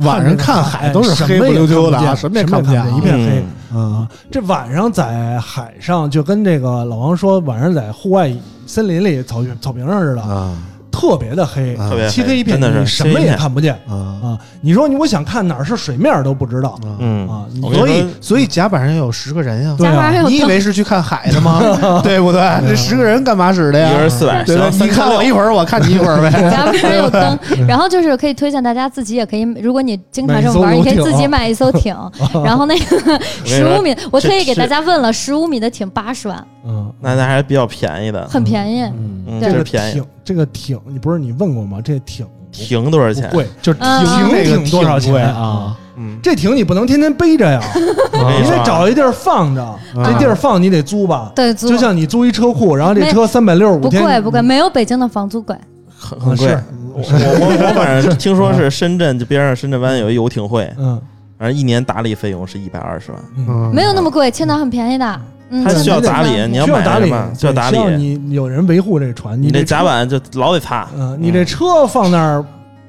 Speaker 5: 你
Speaker 3: 晚上看海都是黑不溜秋的啊，
Speaker 5: 什
Speaker 3: 什
Speaker 5: 么
Speaker 3: 么也
Speaker 5: 也看
Speaker 3: 看
Speaker 5: 不
Speaker 3: 不见啊，
Speaker 5: 见啊一片黑
Speaker 4: 嗯
Speaker 5: 啊，这晚上在海上就跟这个老王说，晚上在户外森林里草原草坪上似的，
Speaker 3: 啊
Speaker 5: 特别的黑，
Speaker 3: 啊
Speaker 4: 特别
Speaker 5: 漆黑一
Speaker 4: 真
Speaker 5: 片，
Speaker 4: 的是
Speaker 5: 你什么也看不见
Speaker 3: 啊
Speaker 5: 啊。你说你我想看哪儿是水面都不知道
Speaker 3: 啊！
Speaker 4: 嗯
Speaker 5: 啊，
Speaker 4: 我跟
Speaker 3: 所
Speaker 4: 你
Speaker 3: 以
Speaker 4: 说，
Speaker 3: 所以甲板上有十个人呀，
Speaker 5: 对
Speaker 2: 加
Speaker 5: 啊
Speaker 2: 班有
Speaker 3: 你以
Speaker 2: 多
Speaker 3: 为是去看海的吗？ [laughs] 对不对？这十个人干嘛使的
Speaker 4: 嗯一个
Speaker 3: 呀
Speaker 4: 人？四百，
Speaker 3: 对
Speaker 4: 行
Speaker 3: 吧，？
Speaker 4: 三
Speaker 3: 你
Speaker 4: 千
Speaker 3: 看我一会儿，我看你一会儿
Speaker 2: [laughs]
Speaker 3: 呗。
Speaker 2: 咱们还有灯，然后就是可以推荐大家自己也可以，如果你经常这么玩
Speaker 5: 买
Speaker 2: 儿，
Speaker 5: 一艘
Speaker 2: 你可
Speaker 5: 游艇哦
Speaker 2: 以自己买一艘
Speaker 5: [laughs]
Speaker 2: 艇，然后那个十五米，我特意给
Speaker 4: 这
Speaker 2: 大家问了，十五米的艇八十万，
Speaker 5: 嗯，
Speaker 4: 那那还是比较便宜的，
Speaker 2: 很便宜。
Speaker 4: 嗯，这
Speaker 2: 对
Speaker 5: 这
Speaker 4: 是
Speaker 5: 个
Speaker 4: 便宜。
Speaker 5: 艇，这个艇，你不是你问过吗？这艇
Speaker 4: 停多少
Speaker 5: 不
Speaker 4: 钱？
Speaker 5: 贵，
Speaker 3: 就是
Speaker 2: 嗯
Speaker 5: 停
Speaker 3: 那个
Speaker 5: 挺多少钱
Speaker 3: 贵啊？
Speaker 4: 嗯，
Speaker 5: 这艇你不能天天背着呀，
Speaker 4: 没
Speaker 5: 你
Speaker 4: 错
Speaker 5: 得找一地儿放
Speaker 3: 啊
Speaker 5: 着，这地儿放你得租吧。
Speaker 2: 对，租
Speaker 5: 就像你租一车库，然后这
Speaker 2: 没
Speaker 5: 车三百六十五
Speaker 2: 不
Speaker 5: 天，嗯
Speaker 2: 贵不贵，没有北京的房租贵。
Speaker 4: 很很
Speaker 5: 啊
Speaker 4: 贵嗯
Speaker 5: 是。
Speaker 4: 我我我反正听说是深圳，就边上深圳湾有一游艇会，
Speaker 5: 嗯，
Speaker 4: 反正一年打理费用是一百二十万。
Speaker 3: 嗯
Speaker 2: 没有那么贵，青岛很便宜的。嗯，
Speaker 4: 它需要
Speaker 2: 真的
Speaker 4: 打理，
Speaker 2: 很
Speaker 4: 你
Speaker 2: 便宜
Speaker 4: 要
Speaker 5: 需要
Speaker 4: 买
Speaker 5: 打理
Speaker 4: 嘛，，需
Speaker 5: 对
Speaker 4: 要打
Speaker 5: 需要
Speaker 4: 理。
Speaker 5: 你有人维护这船，
Speaker 4: 你
Speaker 5: 这
Speaker 4: 这甲，板就老得擦，
Speaker 5: 嗯，你这车放那儿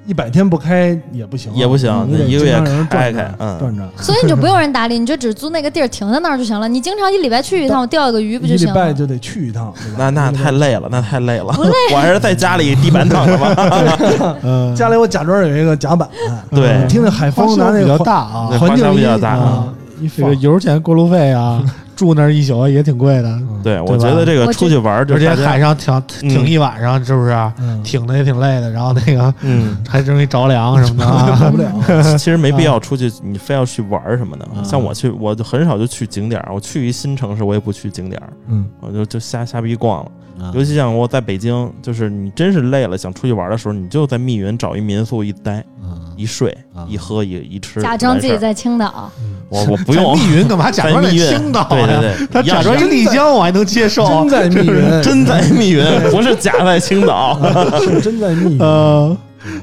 Speaker 5: 一百天不开也不行啊，
Speaker 4: 也不行
Speaker 5: 你得
Speaker 4: 一个月
Speaker 5: 经常让人
Speaker 4: 开
Speaker 5: 转着
Speaker 4: 开嗯
Speaker 5: 转着，
Speaker 2: [laughs] 所以你就不用人打理，你 [laughs] 就只租那个地儿停在那儿就行了。你经常一礼拜去一趟，我钓一个鱼不
Speaker 5: 一
Speaker 2: 就
Speaker 5: 礼
Speaker 2: 行
Speaker 5: 拜
Speaker 2: 了？
Speaker 5: 就得去一趟，对
Speaker 4: 那
Speaker 5: 吧
Speaker 4: 那
Speaker 5: 一个礼拜
Speaker 4: 太累了，那太累了。 [laughs] 我还是在家里地板躺着吧。
Speaker 3: [laughs] 嗯，
Speaker 5: 家里我假装有一个甲板，
Speaker 4: [laughs] 对
Speaker 5: 你听那海
Speaker 3: 花
Speaker 5: 风拿
Speaker 3: 销
Speaker 5: 那
Speaker 3: 比
Speaker 5: 个
Speaker 3: 较大啊
Speaker 4: 对，
Speaker 5: 环
Speaker 4: 花销
Speaker 5: 境
Speaker 4: 比较
Speaker 5: 音
Speaker 4: 大嗯
Speaker 5: 啊，一
Speaker 3: 这个
Speaker 5: 放
Speaker 3: 油钱、过路费
Speaker 4: [laughs]
Speaker 3: 啊，住那儿一宿也挺贵的，
Speaker 5: 嗯
Speaker 4: 对，我
Speaker 3: 对吧
Speaker 4: 觉得这个出去玩儿就
Speaker 3: 而且
Speaker 4: 大家
Speaker 3: 海上挺挺一晚上，是不是？
Speaker 5: 嗯
Speaker 3: 挺的也挺累的，然后那个
Speaker 4: 嗯，
Speaker 3: 还容易着凉什么的啊
Speaker 4: [laughs]
Speaker 5: 受不了，
Speaker 4: 其实
Speaker 3: 嗯
Speaker 4: 没必要出去，你非要去玩儿什么的。像我去，我就很少就去景点儿，我去一新城市我也不去景点儿，
Speaker 5: 嗯，
Speaker 4: 我就就瞎瞎逼逛了。
Speaker 3: 啊
Speaker 4: 尤其像我在北京，就是你真是累了想出去玩儿的时候，你就在密云找一民宿一待，一睡
Speaker 3: 啊
Speaker 4: 一喝一一吃，
Speaker 2: 假装自己
Speaker 4: 完事儿
Speaker 2: 在青岛，
Speaker 4: 我我不用
Speaker 3: 在 [laughs] 密云干嘛？假装
Speaker 4: 在
Speaker 3: 在
Speaker 4: 密云
Speaker 3: 青岛
Speaker 4: 对
Speaker 3: 呀？
Speaker 4: 对对，
Speaker 3: 他
Speaker 4: 一样
Speaker 3: 假装
Speaker 4: 一
Speaker 3: 一
Speaker 4: 样
Speaker 3: 丽江，我还能接受。
Speaker 5: 嗯真在密云，
Speaker 4: [laughs] 真在
Speaker 3: [laughs]
Speaker 4: 密云，不是假在青岛。
Speaker 5: 是真在密云，
Speaker 3: [laughs] 呃，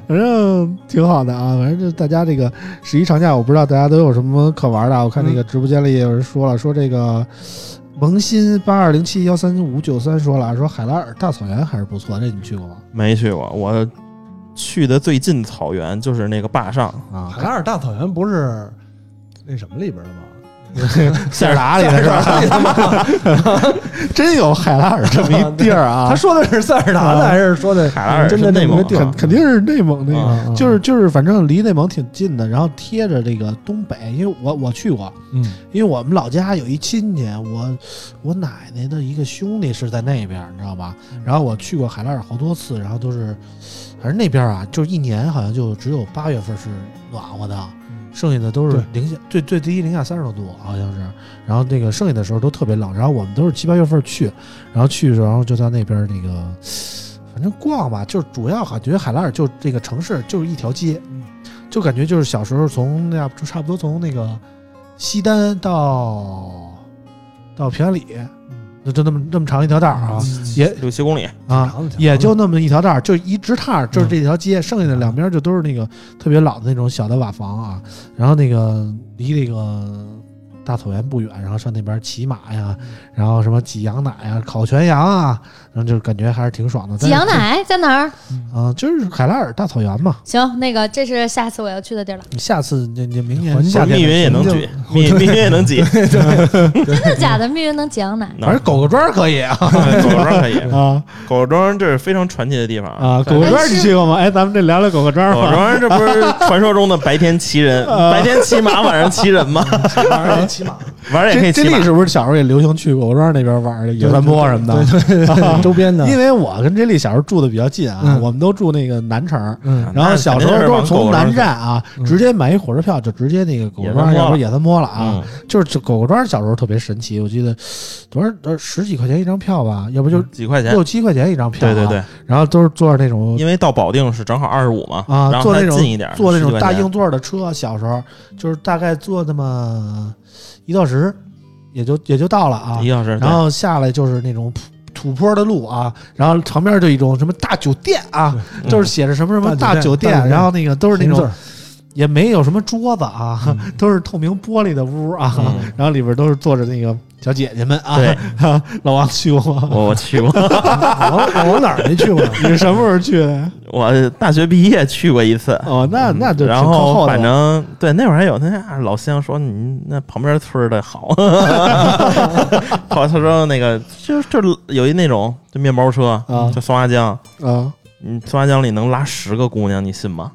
Speaker 3: 反正挺好的啊。反正就大家这个十一长假，我不知道大家都有什么可玩的啊。我看那个直播间里也有人说了，说这个萌新八二零七幺三五九三说了，说海拉尔大草原还是不错，这你去过吗？
Speaker 4: 没去过，我去的最近草原就是那个坝
Speaker 3: [laughs]
Speaker 4: 上，
Speaker 3: 啊，
Speaker 5: 海拉尔大草原不是那什么里边的吗？
Speaker 3: 塞尔达里的是吧？真有海拉尔这么一地儿啊！
Speaker 5: [laughs] 他说的是塞尔达的，
Speaker 3: 啊
Speaker 5: 还是说的
Speaker 4: 海拉尔
Speaker 5: 真的
Speaker 4: 是内
Speaker 5: 那么
Speaker 4: 蒙
Speaker 5: 个地儿
Speaker 4: 啊
Speaker 3: 肯 [laughs] 肯定是内蒙那个。
Speaker 4: 啊
Speaker 3: 就是就是，反正离内蒙挺近的，然后贴着这个东北，因为我我去过，
Speaker 5: 嗯
Speaker 3: 因为我们老家有一亲戚，我我奶奶的一个兄弟是在那边，你知道吧？然后我去过海拉尔好多次，然后都是，反正那边啊，就是一年好像就只有八月份是暖和的，剩下的都是零下最最低零下三十多度好像是，然后那个剩下的时候都特别冷，然后我们都是七八月份去，然后去的时候就在那边那个，反正逛吧，就是主要感觉海拉尔就这个城市就是一条街，就感觉就是小时候从那样就差不多从那个西单到到平安里，就就那么那么长一条道儿
Speaker 5: 嗯
Speaker 3: 啊，也
Speaker 4: 六七公里，
Speaker 3: 啊
Speaker 5: 长的挺，
Speaker 3: 也
Speaker 5: 长的
Speaker 3: 就那么一条道儿，就一直踏儿，就是这条街，剩下的两边就都是那个特别老的那种小的瓦房啊。然后那个离那个大草原不远，然后上那边骑马呀，然后什么挤羊奶呀、烤全羊啊，然后就是感觉还是挺爽的。
Speaker 2: 挤羊奶在哪儿？
Speaker 3: 啊，就是海拉尔大草原嘛。
Speaker 2: 行，那个这是下次我要去的地儿了，
Speaker 3: 你下次你你明
Speaker 5: 环
Speaker 3: 年
Speaker 5: 境
Speaker 3: 夏
Speaker 4: 密
Speaker 3: 天，
Speaker 4: 云也能
Speaker 5: 环
Speaker 4: 挤，密
Speaker 3: [laughs]
Speaker 4: 密云也能挤，
Speaker 2: 真的假的？密云能挤羊奶？
Speaker 3: 反正狗狗庄可以啊
Speaker 4: 对 [laughs] 狗狗庄可以，
Speaker 3: [laughs] 啊
Speaker 4: 狗狗庄这是非常传奇的地方
Speaker 3: 啊！
Speaker 4: 在
Speaker 3: 狗狗庄你去过吗？哎，咱们这聊聊狗狗庄
Speaker 4: 狗狗
Speaker 3: 吧。
Speaker 4: 庄
Speaker 3: [laughs] 啊 [laughs]
Speaker 4: 这不是传说中的白天骑人，白天骑马，晚上骑人吗？
Speaker 5: 玩儿骑马，
Speaker 4: 玩儿也可以
Speaker 3: 这
Speaker 4: 骑
Speaker 3: 这
Speaker 4: 马
Speaker 3: 里。是不是小时候也流行去过？我庄那边玩儿的野
Speaker 5: 对
Speaker 3: 三坡什么的。
Speaker 5: 对对对对周边
Speaker 4: 嗯
Speaker 5: 的，
Speaker 3: 因为我跟 J 莉小时候住的比较近啊，
Speaker 5: 嗯
Speaker 3: 我们都住那个南城儿，
Speaker 4: 啊
Speaker 5: 嗯
Speaker 3: 然后小时候都是从南站啊，
Speaker 5: 嗯
Speaker 3: 直接买一火车票就直接那个狗狗庄，
Speaker 4: 野三坡了
Speaker 3: 要不野三坡了啊。
Speaker 4: 嗯，
Speaker 3: 就是这狗狗庄小时候特别神奇，我记得多少呃十几块钱一张票吧，要不就
Speaker 4: 几块钱。
Speaker 3: 六七块钱一张票、啊
Speaker 4: 对嗯对，对，
Speaker 3: 然后都是坐着那种
Speaker 4: 因为到保定是正好二十五嘛，
Speaker 3: 啊
Speaker 4: 然后
Speaker 3: 坐
Speaker 4: 它
Speaker 3: 那种
Speaker 4: 近一点，
Speaker 3: 坐那种大
Speaker 4: 10块钱
Speaker 3: 硬座的车，小时候就是大概坐那么一到时，也就也就到了啊
Speaker 4: 一。小时，
Speaker 3: 然后下来就是那种土土坡的路啊，然后旁边就一种什么大酒店啊，[laughs]
Speaker 4: 对
Speaker 3: 就是写着什么什么
Speaker 5: 大
Speaker 3: 大
Speaker 5: 酒
Speaker 3: 酒
Speaker 5: 店大酒店
Speaker 3: 然后那个都是那
Speaker 5: 红字
Speaker 3: 种
Speaker 5: 儿
Speaker 3: 也没有什么桌子啊， [laughs] 都是透明玻璃的屋啊，
Speaker 4: 嗯
Speaker 3: [laughs] 然后里边都是坐着那个小姐姐们啊。
Speaker 4: 对，
Speaker 3: [laughs] 老王去过吗？
Speaker 4: [laughs] 我我去过，
Speaker 5: 我我哪儿没去过？
Speaker 3: 你是什么时候去的？
Speaker 4: 我大学毕业去过一次。
Speaker 3: 哦，那那就挺
Speaker 4: 然
Speaker 3: 靠
Speaker 4: 后
Speaker 3: 后
Speaker 4: 反
Speaker 3: 的了。
Speaker 4: 正对那会儿还有那啊老乡说你那旁边村儿的
Speaker 3: [laughs]
Speaker 4: 好，后他说那个就就有一那种就面包车
Speaker 3: 啊
Speaker 4: 叫松花江，
Speaker 3: 啊
Speaker 4: 你松花江里能拉十个姑娘，你信吗？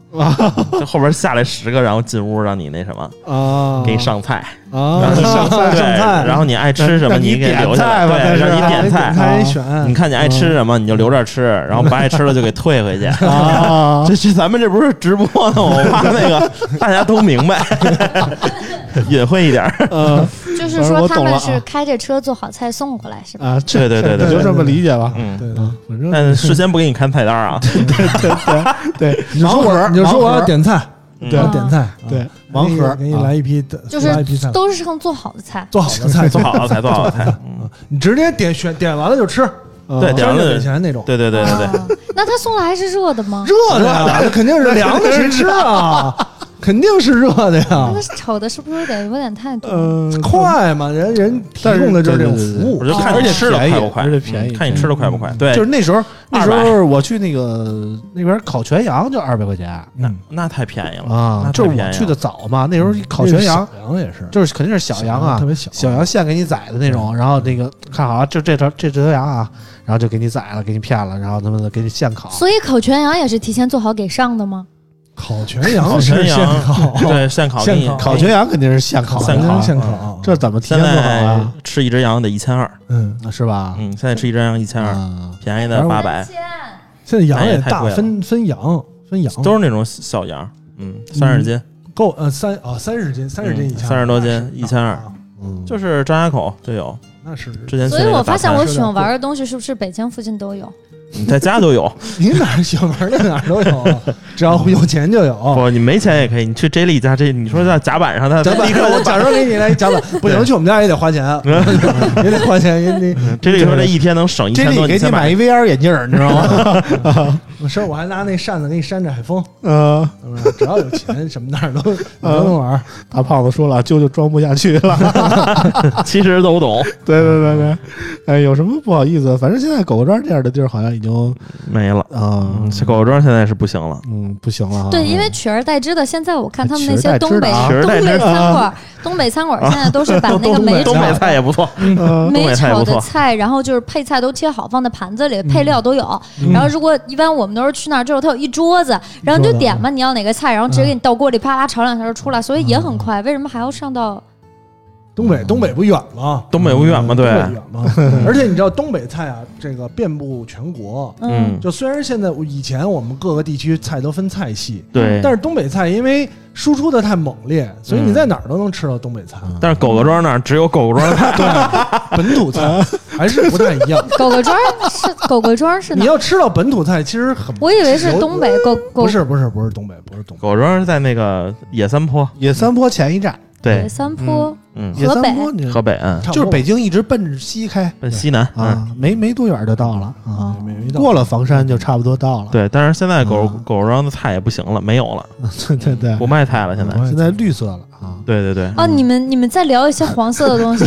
Speaker 4: 就后边下来十个，然后进屋让你那什么，
Speaker 3: 啊，
Speaker 4: 给你上菜，
Speaker 3: 啊，
Speaker 4: [laughs]
Speaker 3: 上菜
Speaker 4: 对，
Speaker 3: 上菜，
Speaker 4: 然后你爱吃什么
Speaker 3: 让你
Speaker 4: 给留
Speaker 3: 点菜
Speaker 4: 下来，
Speaker 3: 吧但
Speaker 4: 对，
Speaker 3: 是
Speaker 4: 让你点
Speaker 3: 啊
Speaker 4: 菜，
Speaker 5: 还选
Speaker 4: 你看你爱吃什么你就留着吃，然后不爱吃了就给
Speaker 3: [laughs]
Speaker 4: 退回去。
Speaker 3: 啊，
Speaker 4: 这这咱们这不是直播呢，我怕那个
Speaker 3: [laughs]
Speaker 4: 大家都明白，隐晦一点儿。
Speaker 3: 呃
Speaker 2: 就是
Speaker 3: 反正我
Speaker 2: 说他
Speaker 3: 懂了
Speaker 2: 们
Speaker 3: 啊
Speaker 2: 是开着车做好菜送过来是吧？
Speaker 3: [laughs] 啊， [laughs] 这
Speaker 4: 对对对对
Speaker 3: 你就这么理解吧。 [laughs]
Speaker 4: 嗯，
Speaker 5: 对
Speaker 3: 啊，反正
Speaker 4: 但事先不给你看菜
Speaker 3: [laughs]
Speaker 4: 单啊。
Speaker 3: 对，
Speaker 5: 你就说
Speaker 3: 盲盒
Speaker 5: 我，你就说我
Speaker 3: 盲
Speaker 5: 要
Speaker 3: 盒
Speaker 5: 点菜，
Speaker 4: 嗯
Speaker 5: 我要
Speaker 2: 对
Speaker 5: 点菜，
Speaker 3: 对
Speaker 5: 啊，
Speaker 3: 盲盒
Speaker 5: 给你给
Speaker 3: 啊
Speaker 5: 你来一批的，
Speaker 2: 就是
Speaker 5: 来一批菜，
Speaker 2: 都是上做好的菜。
Speaker 5: 做好的菜，
Speaker 4: 做好了才做
Speaker 3: [laughs]
Speaker 4: 好了才。嗯
Speaker 5: 你直接点选点完了就吃，
Speaker 3: 嗯
Speaker 4: 对点完了
Speaker 5: 就给钱那种，
Speaker 4: 对对对对对，
Speaker 2: 啊那他送来还是热的吗？
Speaker 5: 热的呀，那肯定是凉的，谁吃啊？肯定是热的呀
Speaker 2: 那，个瞅的是不是有点有点太多？
Speaker 3: 呃，
Speaker 5: 快嘛，人人提供嗯的就是这种服务
Speaker 4: 我，就看
Speaker 3: 而
Speaker 4: 你
Speaker 3: 且
Speaker 4: 吃的
Speaker 3: 便宜
Speaker 4: 快不快，
Speaker 3: 而且便宜
Speaker 4: 嗯看你吃的快不快。对，
Speaker 3: 就是那时候，那时候
Speaker 4: 200
Speaker 3: 我去那个那边烤全羊就二百块钱啊，
Speaker 4: 那那太便宜了那太
Speaker 3: 就是我
Speaker 4: 便宜啊
Speaker 3: 去的
Speaker 4: 了
Speaker 3: 早嘛，那时候烤全羊
Speaker 5: 小羊也是，
Speaker 3: 就是肯定是嗯小嗯羊啊，
Speaker 5: 特别小，
Speaker 3: 小羊现给你宰的那种，然后那个看好了，就这头这这头羊啊，然后就给你宰了，给你骗了，然后他们给你现烤，
Speaker 2: 所以烤全羊也是提前做好给上的吗？
Speaker 5: 烤全羊
Speaker 4: 烤
Speaker 5: 是
Speaker 4: 全
Speaker 5: 现
Speaker 4: 羊
Speaker 5: 烤，
Speaker 4: [laughs]
Speaker 5: [laughs]
Speaker 4: 对现烤
Speaker 5: 现
Speaker 4: 给你
Speaker 5: 烤
Speaker 3: 烤全羊肯定是现烤的，
Speaker 4: 现烤嗯
Speaker 5: 现烤，
Speaker 3: 这怎么提前
Speaker 4: 现
Speaker 3: 做好
Speaker 4: 在
Speaker 3: 啊？
Speaker 4: 吃一只羊得一千二，
Speaker 5: 嗯，
Speaker 3: 是吧？
Speaker 4: 嗯，现在吃一只羊一千二，
Speaker 3: 啊，
Speaker 4: 便宜的
Speaker 5: 反正
Speaker 4: 八百，
Speaker 5: 现在羊
Speaker 4: 那也
Speaker 5: 也
Speaker 4: 太
Speaker 5: 大
Speaker 4: 贵了
Speaker 5: 分分羊分羊
Speaker 4: 都是那种小羊，嗯，三十斤，嗯
Speaker 5: 够呃三啊三十斤三十斤以下
Speaker 4: 三十多斤一千，
Speaker 5: 啊
Speaker 4: 二，
Speaker 5: 啊
Speaker 3: 嗯
Speaker 4: 就是张家口就有，
Speaker 5: 那是
Speaker 4: 之前去
Speaker 2: 所以
Speaker 4: 那个
Speaker 2: 我发
Speaker 4: 大
Speaker 2: 现
Speaker 4: 餐
Speaker 2: 我喜欢玩的东西是不是北京附近都有？ [laughs]
Speaker 4: 你在家都有，
Speaker 5: 你哪儿小玩的哪儿都有，
Speaker 4: [laughs]
Speaker 5: 只要有钱就有。
Speaker 4: 不，哦你没钱也可以，你去 J 莉家这，你说在甲板上，
Speaker 5: [laughs]
Speaker 4: 他
Speaker 5: 咱把
Speaker 4: 立刻
Speaker 5: 我假装给你来一夹板，不行，去我们家也
Speaker 4: [laughs]
Speaker 5: 得花钱，也得花钱，也得。
Speaker 4: J 莉说这一天能省一
Speaker 3: 这
Speaker 4: 千
Speaker 3: 里
Speaker 4: 多，
Speaker 3: 给你
Speaker 4: 先
Speaker 3: 买
Speaker 4: 买
Speaker 3: 一 VR 眼镜儿，你知道吗？
Speaker 5: [laughs]
Speaker 3: [laughs]
Speaker 5: 我事儿我还拿那扇子给你扇着海风，
Speaker 3: 嗯。
Speaker 5: 是不是只要有
Speaker 3: [laughs]
Speaker 5: 钱，什么哪儿都哪儿都能玩。
Speaker 3: 大胖子说了，舅舅装不下去了。
Speaker 4: 其实都懂，
Speaker 3: [laughs] 对对对对，哎，有什么不好意思？反正现在狗狗庄这样的地儿好像已经
Speaker 4: 没了。
Speaker 3: 啊，
Speaker 4: 嗯，这狗狗庄现在是不行了，
Speaker 3: 嗯，不行了啊。
Speaker 2: 对，因为取而代之的，现在我看他们那
Speaker 3: 取而代
Speaker 2: 些东
Speaker 3: 之的
Speaker 2: 北
Speaker 3: 啊
Speaker 4: 取而
Speaker 2: 东
Speaker 4: 代之
Speaker 2: 北
Speaker 3: 的啊
Speaker 2: 餐馆，东北餐馆现在都是把那个
Speaker 4: 东
Speaker 2: 没
Speaker 4: 北
Speaker 2: 炒
Speaker 4: [laughs] 东北菜
Speaker 2: 的。
Speaker 4: 也不错，
Speaker 3: 嗯
Speaker 4: 东
Speaker 2: 没
Speaker 4: 北菜也
Speaker 2: 炒
Speaker 4: 不
Speaker 2: 的
Speaker 4: 错
Speaker 2: 菜，然后就是配菜都切好，放在盘子里，配料都有。然后如果一般我们都是去那儿之后，它有一桌子，然后你就点吧，你要哪个菜，然后直接给你倒锅里，啪啦炒两下就出来，所以也很快。为什么还要上到？
Speaker 5: 东北东北不远吗？
Speaker 4: 东北不远吗
Speaker 5: 嗯
Speaker 4: 对
Speaker 5: 东北不远吗？
Speaker 4: [laughs]
Speaker 5: 而且你知道东北菜啊，这个遍布全国。
Speaker 4: 嗯，
Speaker 5: 就虽然现在我以前我们各个地区菜都分菜系，
Speaker 4: 对，嗯
Speaker 5: 但
Speaker 4: 是
Speaker 5: 是东北菜因为输出的太猛烈，所以你在哪儿都能吃到东北菜，
Speaker 4: 但是狗狗庄那儿只有狗狗庄菜，
Speaker 5: 本
Speaker 3: [laughs]
Speaker 5: 土菜还是不太一样。
Speaker 2: 嗯狗狗庄是狗狗庄是
Speaker 5: 你
Speaker 2: 哪？
Speaker 5: 要吃到本土菜，其实很
Speaker 2: 我以为是东北狗狗
Speaker 5: 不是不是不是东北，不是东北，
Speaker 4: 狗狗庄是在那个野三坡，
Speaker 3: 野三坡前一站，
Speaker 4: 对，
Speaker 2: 三坡，
Speaker 4: 嗯，
Speaker 3: 野
Speaker 2: 河
Speaker 3: 三
Speaker 2: 北
Speaker 3: 坡你
Speaker 4: 河北，嗯，
Speaker 5: 差不
Speaker 3: 就
Speaker 5: 多
Speaker 3: 是北京一直奔西开
Speaker 4: 奔西南，嗯，
Speaker 3: 啊，没没多远就到了啊，
Speaker 2: 哦
Speaker 5: 没没到
Speaker 3: 过了房山就差不多到了。
Speaker 4: 对，但是现在狗
Speaker 3: 嗯
Speaker 4: 狗狗庄的菜也不行了，没有了，
Speaker 3: [laughs] 对对对
Speaker 4: 不，卖菜了，现在，
Speaker 3: 现在绿色了啊。
Speaker 4: 对对对，
Speaker 2: 哦，你们你们在聊一些黄色的东西，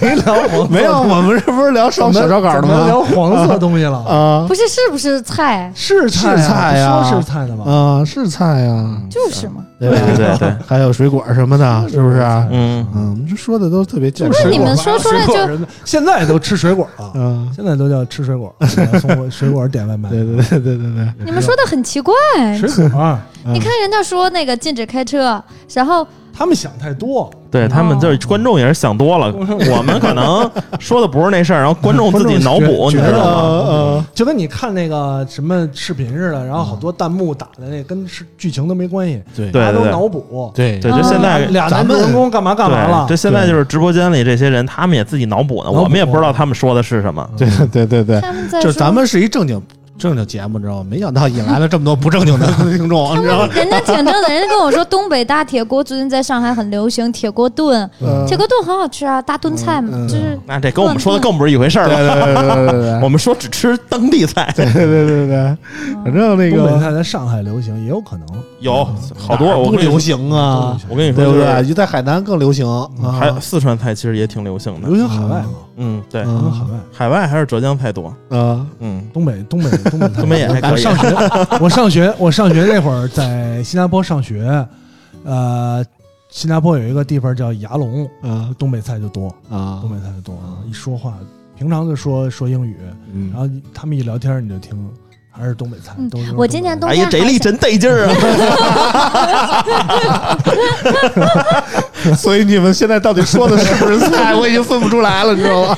Speaker 5: 没 [laughs] 聊黄色，
Speaker 3: 没有，我们这不是
Speaker 4: [laughs]
Speaker 3: 聊烧小烧稿
Speaker 5: 怎
Speaker 3: 的
Speaker 5: 么
Speaker 3: 吗？
Speaker 5: 聊黄色东西了？
Speaker 3: 啊
Speaker 2: 不是是不是菜？
Speaker 5: 是菜
Speaker 3: 是菜呀
Speaker 5: 不说是菜的吧？
Speaker 3: 啊，是菜呀，
Speaker 2: 就是嘛。
Speaker 3: 对
Speaker 4: 嗯对对
Speaker 3: 吧？
Speaker 4: 对对，
Speaker 3: [laughs] 还有水果什么的，是不是？
Speaker 4: 嗯，
Speaker 3: 嗯，我们这说的都特别健
Speaker 5: 就
Speaker 3: 康。
Speaker 5: 是
Speaker 2: 那你们说出来就
Speaker 5: 水果人的现在都吃水果了，
Speaker 3: 嗯，
Speaker 5: 现在都叫吃水果，
Speaker 3: [laughs]
Speaker 5: 送我水果点外卖。
Speaker 3: 对对对对对
Speaker 5: [laughs]
Speaker 3: 对，
Speaker 2: 你们说的很奇怪。
Speaker 5: 水果，啊
Speaker 2: 嗯你看人家说那个禁止开车，然后
Speaker 5: 他们想太多，
Speaker 4: 对他们就是观众也是想多
Speaker 5: [laughs]
Speaker 4: 了，我们可能说的不是那事儿，然后观众自己脑补，你
Speaker 5: 觉
Speaker 4: 知
Speaker 5: 得
Speaker 4: 道吗？
Speaker 5: 呃，就跟你看那个什么视频似的，然后好多弹幕打的那跟是剧情都没关系，
Speaker 4: 对
Speaker 5: 大家都
Speaker 4: 对
Speaker 5: 脑补。
Speaker 6: 对
Speaker 4: 对，就现在
Speaker 5: 俩
Speaker 6: 咱
Speaker 5: 男主
Speaker 6: 们
Speaker 5: 人公干嘛啊干嘛了
Speaker 4: 对，这？现在就是直播间里这些人，他们也自己脑补呢，
Speaker 5: 脑补
Speaker 4: 我们也不知道他们说的是什么。
Speaker 5: 嗯
Speaker 3: 对对对对，
Speaker 2: 他们在
Speaker 3: 哎就
Speaker 2: 说，
Speaker 3: 咱们是一正经正经节目，知道吗？没想到引来了这么多不正
Speaker 5: [laughs]
Speaker 3: 经的听众，你知道吗？
Speaker 2: 人家挺正的，人家跟我说东北大铁锅最近在上海很流行，铁锅炖，
Speaker 3: 嗯
Speaker 2: 铁锅炖很好吃啊，大炖菜嘛，
Speaker 3: 嗯嗯
Speaker 2: 就是
Speaker 4: 那这跟我们
Speaker 5: 嗯
Speaker 4: 说的更不是一回事儿
Speaker 3: 对
Speaker 4: 了。
Speaker 3: 对对对对对
Speaker 4: 我们说只吃当地菜，
Speaker 3: 对对对
Speaker 2: 嗯
Speaker 3: 对，反正那
Speaker 5: 东北
Speaker 3: 个
Speaker 5: 菜在上海流行也有可能，
Speaker 4: 有好多我
Speaker 3: 不
Speaker 4: 跟你
Speaker 3: 流
Speaker 4: 说，
Speaker 3: 行啊，
Speaker 4: 我跟你
Speaker 3: 对
Speaker 4: 说，就
Speaker 3: 不
Speaker 4: 是
Speaker 3: 对？在海南更流行啊，
Speaker 4: 还有四川菜其实也挺流行的
Speaker 5: 嗯流。行海外嘛，
Speaker 4: 嗯，对，
Speaker 5: 流行海
Speaker 3: 啊
Speaker 5: 外。
Speaker 4: 海外还是浙江菜多。
Speaker 3: 啊，
Speaker 4: 嗯，
Speaker 5: 东北，东北，
Speaker 4: [laughs]
Speaker 5: 东北菜，
Speaker 4: 东北也还可以啊
Speaker 5: 我上学，我上学，我上学那会儿在新加坡上学，呃，新加坡有一个地方叫牙龙，
Speaker 3: 啊
Speaker 5: 东北菜就多，
Speaker 3: 啊
Speaker 5: 东北菜就多啊。一说话，平常就说说英语，
Speaker 3: 嗯
Speaker 5: 然后他们一聊天你就听还是东北菜
Speaker 2: 嗯。
Speaker 5: 都是
Speaker 2: 我今年冬
Speaker 4: 哎
Speaker 2: 天
Speaker 4: 呀，
Speaker 2: 还
Speaker 4: 这力
Speaker 2: 想
Speaker 4: 真得劲儿啊！
Speaker 5: 嗯
Speaker 3: [laughs] 所以你们现在到底说的是不是菜，我已经分不出来了，你知道吗？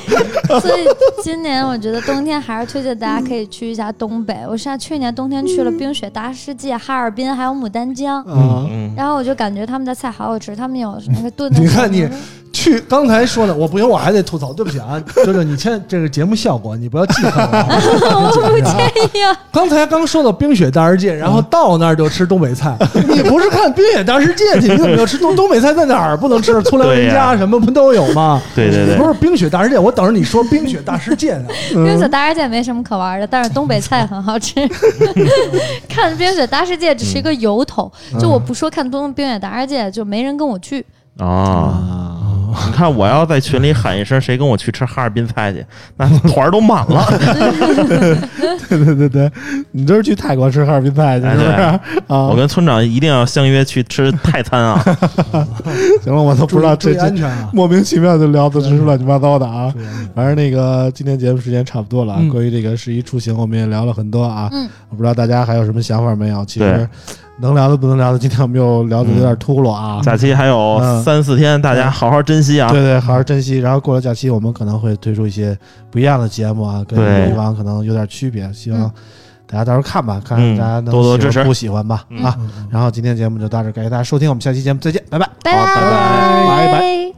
Speaker 2: 所以今年我觉得冬天还是推荐大家可以去一下东北。我上去年冬天去了冰雪大世界、哈尔滨还有牡丹江，
Speaker 3: 啊，
Speaker 4: 嗯，
Speaker 2: 然后我就感觉他们的菜好好吃，他们有那个炖的。
Speaker 5: [laughs] 你
Speaker 3: [laughs]
Speaker 5: 看你去刚才说的，我不行，我还得吐槽，对不起啊，舅舅，你欠这个节目效果，你不要记恨
Speaker 2: [laughs]
Speaker 5: 我。我不介
Speaker 2: 意啊。
Speaker 5: 刚才刚说到冰雪大世界，然后到那儿就吃东北菜，你不是看冰雪大世界去，你怎么就吃东东北菜在哪儿不能吃？粗粮人
Speaker 4: 对呀
Speaker 5: 家什么不都有吗？
Speaker 4: 对对对
Speaker 5: 不是冰雪大世界，我等着你说冰雪大世界呢。
Speaker 3: 嗯
Speaker 2: 冰雪大世界没什么可玩的，但是东北菜很好
Speaker 3: [laughs]
Speaker 2: 吃。看冰雪大世界只是一个
Speaker 3: 嗯
Speaker 2: 由头，就我不说看东冰雪大世界，就没人跟我去。
Speaker 4: 啊，你看我要在群里喊一声，谁跟我去吃哈尔滨
Speaker 3: [laughs]
Speaker 4: 菜去，那团儿都满了。
Speaker 3: 啊对对对对，你这是去泰国吃哈尔滨菜去是
Speaker 4: 哎
Speaker 3: 不是？
Speaker 4: 对
Speaker 3: 啊，
Speaker 4: 我跟村长一定要相约去吃泰餐
Speaker 3: [laughs]
Speaker 4: 啊！
Speaker 3: 行了，我都不知道
Speaker 5: 注
Speaker 3: 这
Speaker 5: 意注意安
Speaker 3: 这
Speaker 5: 全啊！
Speaker 3: [laughs] 莫名其妙就聊的真是乱七八糟的啊。
Speaker 5: 注意安全
Speaker 3: 反正那个今天节目时间差不多了，啊
Speaker 5: 嗯，
Speaker 3: 关于这个十一出行，我们也聊了很多啊。
Speaker 2: 嗯，
Speaker 3: 我不知道大家还有什么想法没有？其实
Speaker 4: 对
Speaker 3: 能聊的不能聊的，今天我们又聊的有点秃噜啊。
Speaker 4: 假期还有
Speaker 3: 嗯
Speaker 4: 三四天，大家好好珍惜啊！
Speaker 3: 对对，好好珍惜。然后过了假期，我们可能会推出一些不一样的节目啊，跟
Speaker 4: 对
Speaker 3: 以往可能有点区别，希望
Speaker 2: 嗯
Speaker 3: 大家到时候看吧，看看
Speaker 4: 嗯
Speaker 3: 大家能
Speaker 4: 多多
Speaker 3: 喜欢
Speaker 4: 支持
Speaker 3: 不喜欢吧
Speaker 4: 嗯
Speaker 3: 啊。然后今天节目就到这儿，感谢大家收听，我们下期节目再见，拜拜。
Speaker 2: 拜
Speaker 4: 好拜
Speaker 2: 拜
Speaker 3: 拜
Speaker 2: 拜。